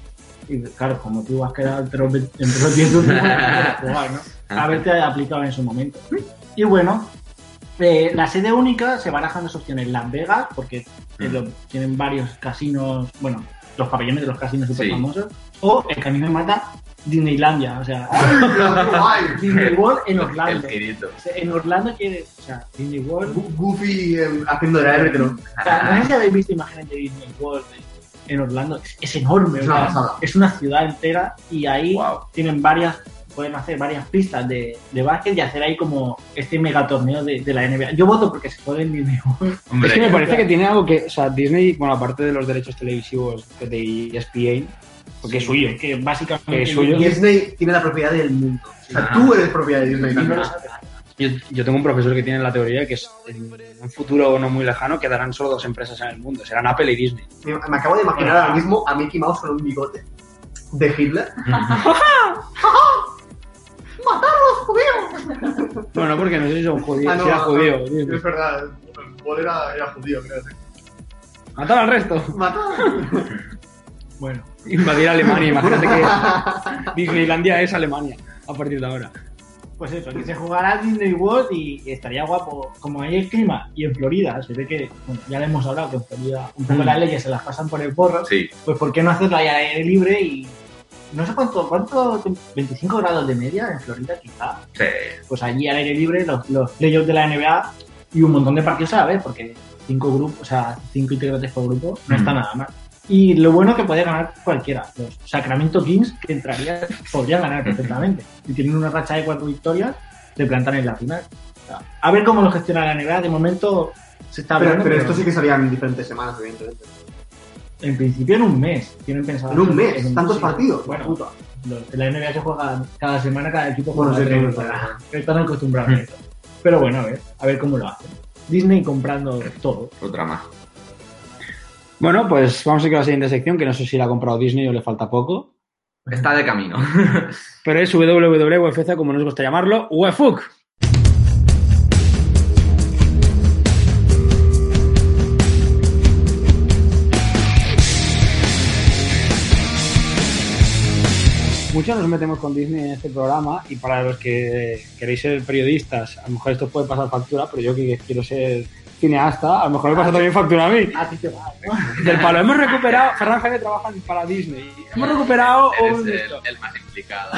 Speaker 6: Y claro, como tú has quedado entre los 20 entre los 10 últimos, no quieres jugar, ¿no? haberte aplicado en su momento. Y bueno, eh, la sede única se barajan dos opciones. Las Vegas, porque eh, lo- tienen varios casinos, bueno, los pabellones de los casinos super famosos. O el camino me mata, Disneylandia. O sea, Disney World en Orlando. En Orlando quiere, o sea, Disney World.
Speaker 12: Goofy eh, haciendo de árbitro.
Speaker 6: O sea, no sé si habéis visto imágenes de Disney World de- en Orlando. Es, es enorme,
Speaker 12: Es
Speaker 6: o sea,
Speaker 12: una pasada.
Speaker 6: es una ciudad entera y ahí tienen varias, pueden hacer varias pistas de, de básquet y hacer ahí como este mega torneo de, de la NBA. Yo voto porque se juegue en Disney World.
Speaker 3: es que me parece que tiene algo que, o sea, Disney, bueno, aparte de los derechos televisivos de E ESPN, porque es suyo.
Speaker 6: Que básicamente
Speaker 3: Que es suyo.
Speaker 12: Disney tiene la propiedad del mundo. O sea,
Speaker 3: Ajá.
Speaker 12: tú eres propiedad de Disney.
Speaker 3: Ajá.
Speaker 12: tú no lo sabes.
Speaker 3: Yo, yo tengo un profesor que tiene la teoría que es en un futuro no muy lejano quedarán solo dos empresas en el mundo, serán Apple y Disney.
Speaker 12: Me, me acabo de imaginar ahora mismo a Mickey Mouse con un bigote de Hitler.
Speaker 16: ¡Matar a los judíos!
Speaker 3: No, no, porque no sé si son judíos,
Speaker 12: Ah, no,
Speaker 3: si era
Speaker 12: no,
Speaker 3: judío.
Speaker 12: no,
Speaker 3: Disney.
Speaker 12: Es verdad, el Bol era, era judío, creo.
Speaker 3: Matar al resto.
Speaker 12: Matar.
Speaker 6: Bueno.
Speaker 3: Invadir Alemania, imagínate que Disneylandia es Alemania a partir de ahora.
Speaker 6: Pues eso, que se jugará al Disney World y estaría guapo. Como hay el clima y en Florida, se ve que, bueno, ya le hemos hablado que en Florida un poco
Speaker 3: Mm.
Speaker 6: las leyes se las pasan por el porro.
Speaker 17: Sí.
Speaker 6: Pues ¿por qué no hacerlo ahí al aire libre y no sé cuánto, cuánto, 25 grados de media en Florida quizá?
Speaker 17: Sí.
Speaker 6: pues allí al aire libre los, los playoffs de la NBA y un montón de partidos a la vez, porque cinco grupos, o sea, cinco integrantes por grupo no está
Speaker 3: Mm.
Speaker 6: nada mal. Y lo bueno es que puede ganar cualquiera. Los Sacramento Kings que entraría podrían ganar perfectamente. Si tienen una racha de cuatro victorias, se plantan en la final. O sea, a ver cómo lo gestiona la NBA. De momento se está
Speaker 12: Pero,
Speaker 6: hablando,
Speaker 12: pero esto sí que salía en diferentes semanas, evidentemente.
Speaker 6: En principio en un mes. Tienen pensado.
Speaker 12: En un mes,
Speaker 6: en
Speaker 12: tantos
Speaker 6: sí.
Speaker 12: partidos.
Speaker 6: Bueno, los- la NBA se juega cada semana, cada equipo
Speaker 12: Bueno,
Speaker 6: juega.
Speaker 12: sí,
Speaker 6: tres
Speaker 12: sí,
Speaker 6: veces.
Speaker 12: Ah, sí,
Speaker 6: Están acostumbrados a eso. Pero bueno, a ver, a ver cómo lo hacen. Disney comprando todo.
Speaker 17: Otra más.
Speaker 3: Bueno, pues vamos a ir con la siguiente sección, que no sé si la ha comprado Disney o le falta poco.
Speaker 17: Está de camino.
Speaker 3: Pero es E, WWF, como nos gusta llamarlo, UEFUC. Muchos nos metemos con Disney en este programa y para los que queréis ser periodistas, a lo mejor esto os puede pasar factura, pero yo que quiero ser cineasta, a lo mejor me pasa también factura a mí.
Speaker 6: A ti te va, ¿no?
Speaker 3: Del palo, hemos recuperado, Ferran Jaime trabaja para Disney, hemos recuperado
Speaker 17: Eres
Speaker 3: un...
Speaker 17: el, el más implicado.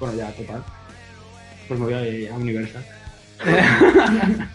Speaker 3: Bueno, ya, total. Pues me voy a ir a Universal.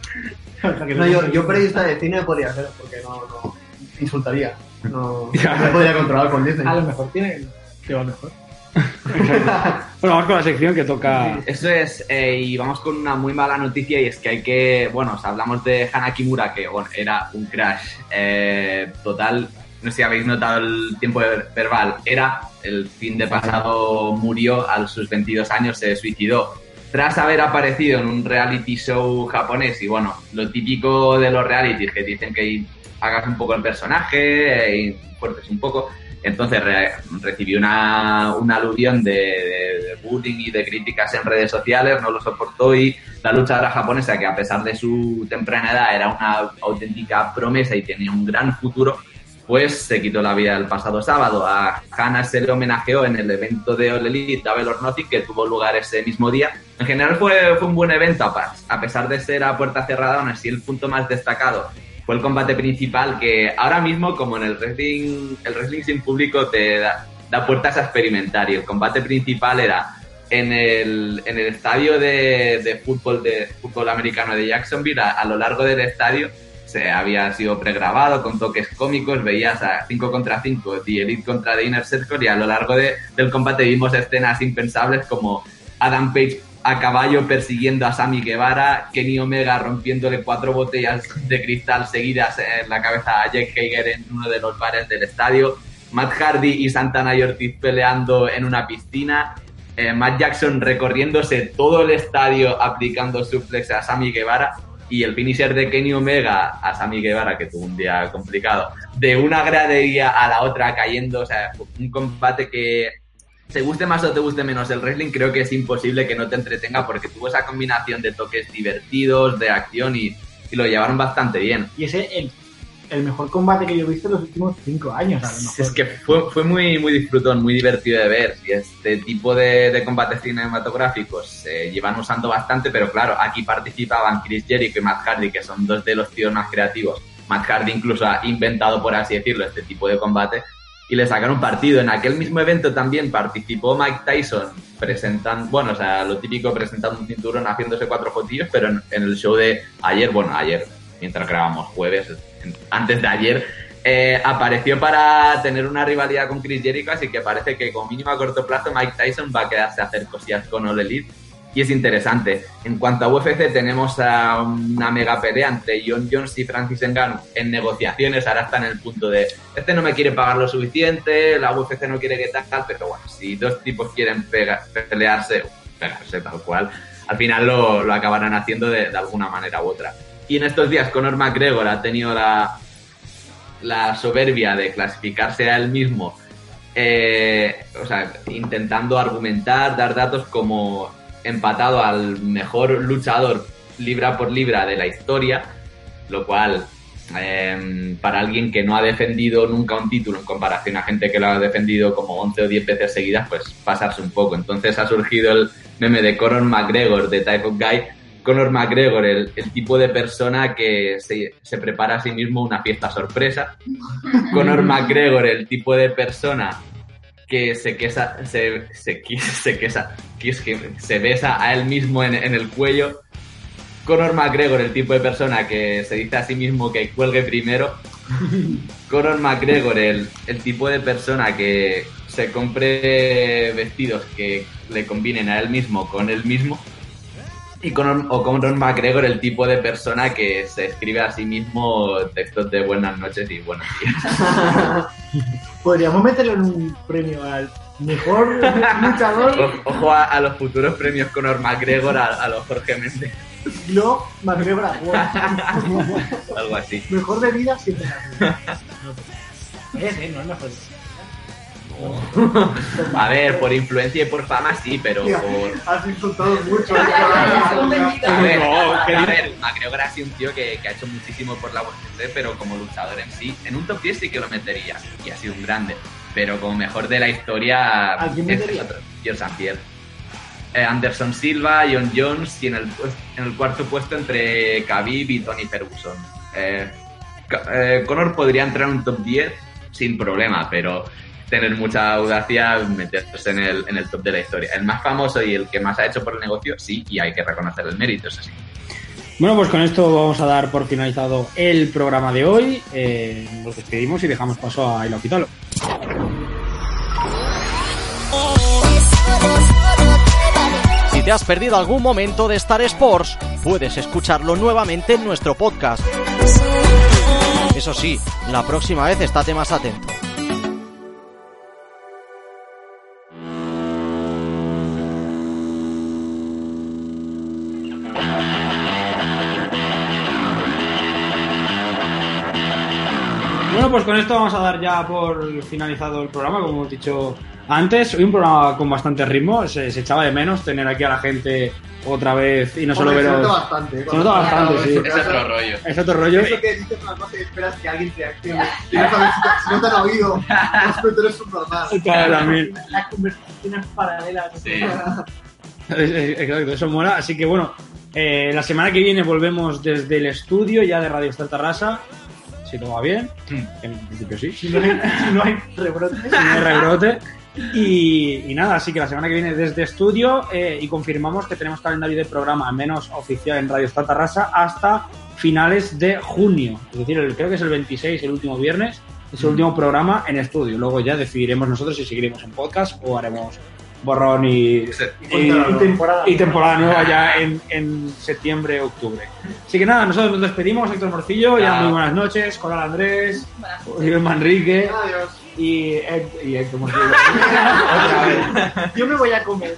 Speaker 12: No, yo, yo periodista de cine podría ser, porque no, no insultaría. No, no me podría controlar con Disney.
Speaker 6: A lo mejor tiene. Te va mejor.
Speaker 3: Bueno, vamos con la sección que toca.
Speaker 4: Eso es, eh, y vamos con una muy mala noticia y es que hay que, bueno, o sea, hablamos de Hana Kimura, que bueno, era un crash eh, total, no sé si habéis notado el tiempo de- verbal, era el fin de pasado, murió a sus 22 años, se suicidó tras haber aparecido en un reality show japonés y bueno, lo típico de los realities que dicen que hagas un poco el personaje eh, y fuertes un poco. Entonces re- recibí una, una aluvión de, de- de bullying y de críticas en redes sociales, no lo soportó y la luchadora japonesa, que a pesar de su temprana edad era una auténtica promesa y tenía un gran futuro, pues se quitó la vida el pasado sábado. A Hannah se le homenajeó en el evento de All Elite Double or Nothing que tuvo lugar ese mismo día. En general fue, fue un buen evento, a pa- a pesar de ser a puerta cerrada, aún así el punto más destacado fue el combate principal que ahora mismo, como en el wrestling, el wrestling sin público te da- da puertas a experimentar. Y el combate principal era en el, en el estadio de, de fútbol de fútbol americano de Jacksonville, a, a lo largo del estadio se había sido pregrabado con toques cómicos, veías a 5 contra 5, The Elite contra The Inner Circle y a lo largo de, del combate vimos escenas impensables como Adam Page a caballo persiguiendo a Sammy Guevara, Kenny Omega rompiéndole cuatro botellas de cristal seguidas en la cabeza a Jack Hager en uno de los bares del estadio, Matt Hardy y Santana y Ortiz peleando en una piscina, eh, Matt Jackson recorriéndose todo el estadio aplicando suplex a Sammy Guevara y el finisher de Kenny Omega a Sammy Guevara, que tuvo un día complicado, de una gradería a la otra cayendo, o sea, un combate que te guste más o te guste menos el wrestling, creo que es imposible que no te entretenga porque tuvo esa combinación de toques divertidos, de acción y, y lo llevaron bastante bien.
Speaker 6: Y ese es el, el mejor combate que yo he visto en los últimos cinco años, a lo mejor.
Speaker 4: Es que fue, fue muy, muy disfrutón, muy divertido de ver. Y este tipo de, de combates cinematográficos se llevan usando bastante, pero claro, aquí participaban Chris Jericho y Matt Hardy, que son dos de los tíos más creativos. Matt Hardy incluso ha inventado, por así decirlo, este tipo de combate y le sacaron partido. En aquel mismo evento también participó Mike Tyson presentando, bueno, o sea, lo típico presentando un cinturón, haciéndose cuatro fotillos, pero en, en el show de ayer, bueno, ayer, mientras grabamos jueves, en- antes de ayer, eh, apareció para tener una rivalidad con Chris Jericho, así que parece que con mínimo a corto plazo Mike Tyson va a quedarse a hacer cosillas con All Elite. Y es interesante. En cuanto a UFC, tenemos a una mega pelea entre John Jones y Francis Ngannou en negociaciones. Ahora está en el punto de, este no me quiere pagar lo suficiente, la UFC no quiere que tal, tal, pero bueno, si dos tipos quieren pega- pelearse, pegarse tal cual, al final lo, lo acabarán haciendo de, de alguna manera u otra. Y en estos días Conor McGregor ha tenido la, la soberbia de clasificarse a él mismo, eh, o sea, intentando argumentar, dar datos como empatado al mejor luchador libra por libra de la historia, lo cual eh, para alguien que no ha defendido nunca un título en comparación a gente que lo ha defendido como 11 o 10 veces seguidas, pues pasarse un poco. Entonces ha surgido el meme de Conor McGregor, de Type of Guy. Conor McGregor, el, el tipo de persona que se, se prepara a sí mismo una fiesta sorpresa. Conor McGregor, el tipo de persona que se quesa, se, se, qui- se quesa, que es que se besa a él mismo en, en el cuello. Conor McGregor, el tipo de persona que se dice a sí mismo que cuelgue primero. Conor McGregor, el, el tipo de persona que se compre vestidos que le combinen a él mismo con él mismo. Y Conor, o Conor McGregor, el tipo de persona que se escribe a sí mismo textos de buenas noches y buenos días.
Speaker 6: Podríamos meterlo en un premio al mejor luchador
Speaker 4: O- ojo a, a los futuros premios Conor McGregor, a, a los Jorge Méndez,
Speaker 6: Glob McGregor Award.
Speaker 4: algo así.
Speaker 6: Mejor bebida siempre la primera. No sé. Es, eh, no es mejor.
Speaker 4: A ver, por influencia y por fama sí, pero
Speaker 12: Tía,
Speaker 4: por...
Speaker 12: Has insultado mucho.
Speaker 5: Ya, ya, ya, ya,
Speaker 4: A ver,
Speaker 12: qué
Speaker 4: a ver, McGregor ha sido un tío que, que ha hecho muchísimo por la UFC, pero como luchador en sí, en un top 10 sí que lo metería, y ha sido un grande, pero como mejor de la historia...
Speaker 6: ¿A quién
Speaker 4: es
Speaker 6: metería?
Speaker 4: otro, George St. Pierre. Eh, Anderson Silva, John Jones, y en el, pues- en el cuarto puesto entre Khabib y Tony Ferguson. Eh, Ca- eh, Conor podría entrar en un top 10 sin problema, pero tener mucha audacia, meterse en el, en el top de la historia. El más famoso y el que más ha hecho por el negocio, sí, y hay que reconocer el mérito, eso sí.
Speaker 3: Bueno, pues con esto vamos a dar por finalizado el programa de hoy. Eh, nos despedimos y dejamos paso a El Hospital.
Speaker 2: Si te has perdido algún momento de Star Sports, puedes escucharlo nuevamente en nuestro podcast. Eso sí, la próxima vez estate más atento.
Speaker 3: Bueno, pues con esto vamos a dar ya por finalizado el programa, como hemos dicho antes. Hoy un programa con bastante ritmo. Se, se echaba de menos tener aquí a la gente otra vez y no solo
Speaker 12: Hombre, se
Speaker 3: veros.
Speaker 12: nota bastante.
Speaker 3: Se nota bastante, sí.
Speaker 12: Es otro rollo.
Speaker 3: Es otro rollo.
Speaker 12: Eso que dices una cosa y esperas que alguien te accione. Y no sabes si, te- si no te han oído. Pero tú eres un normal.
Speaker 3: Claro, también.
Speaker 6: Las conversaciones paralelas.
Speaker 3: Es- es- Exacto, eso mola. Así que bueno, eh, la semana que viene volvemos desde el estudio ya de Radio Star Tarrasa. Si todo va bien. En principio sí.
Speaker 6: Si no hay, si no hay rebrotes.
Speaker 3: no hay rebrote. Y, y nada, así que la semana que viene desde estudio eh, y confirmamos que tenemos calendario de programa, al menos oficial en Radio Estatal Rasa, hasta finales de junio. Es decir, el- creo que es el 26, el último viernes, es el último programa en estudio. Luego ya decidiremos nosotros si seguiremos en podcast o haremos borrón y, y-
Speaker 6: Y temporada.
Speaker 3: y temporada nueva ya en, en septiembre, octubre. Así que nada, nosotros nos despedimos, Héctor Morcillo, ya
Speaker 4: Ah.
Speaker 3: muy buenas noches, Coral Andrés, Oriol Manrique y, Héct- y Héctor Morcillo.
Speaker 6: Yo me voy a comer.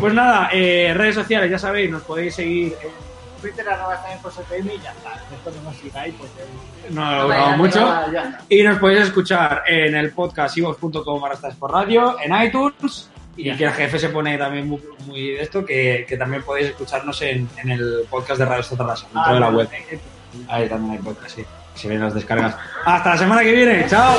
Speaker 3: Pues nada, eh, redes sociales, ya sabéis, nos podéis seguir. en-
Speaker 6: Twitter arroba está en José PM y ya está. Esto que no sigáis, pues. eh,
Speaker 3: No lo
Speaker 6: vaya,
Speaker 3: hablamos mucho.
Speaker 6: nada, ya está.
Speaker 3: Y nos podéis escuchar en el podcast iVoox.com barra Estás por radio, en iTunes. Y que el jefe se pone también muy, muy de esto, que, que también podéis escucharnos en, en el podcast de Radio Estatarrasa, dentro
Speaker 4: Ah,
Speaker 3: de la
Speaker 4: vale.
Speaker 3: web. Ahí también hay podcast, sí. Se ven las descargas. Hasta la semana que viene, chao.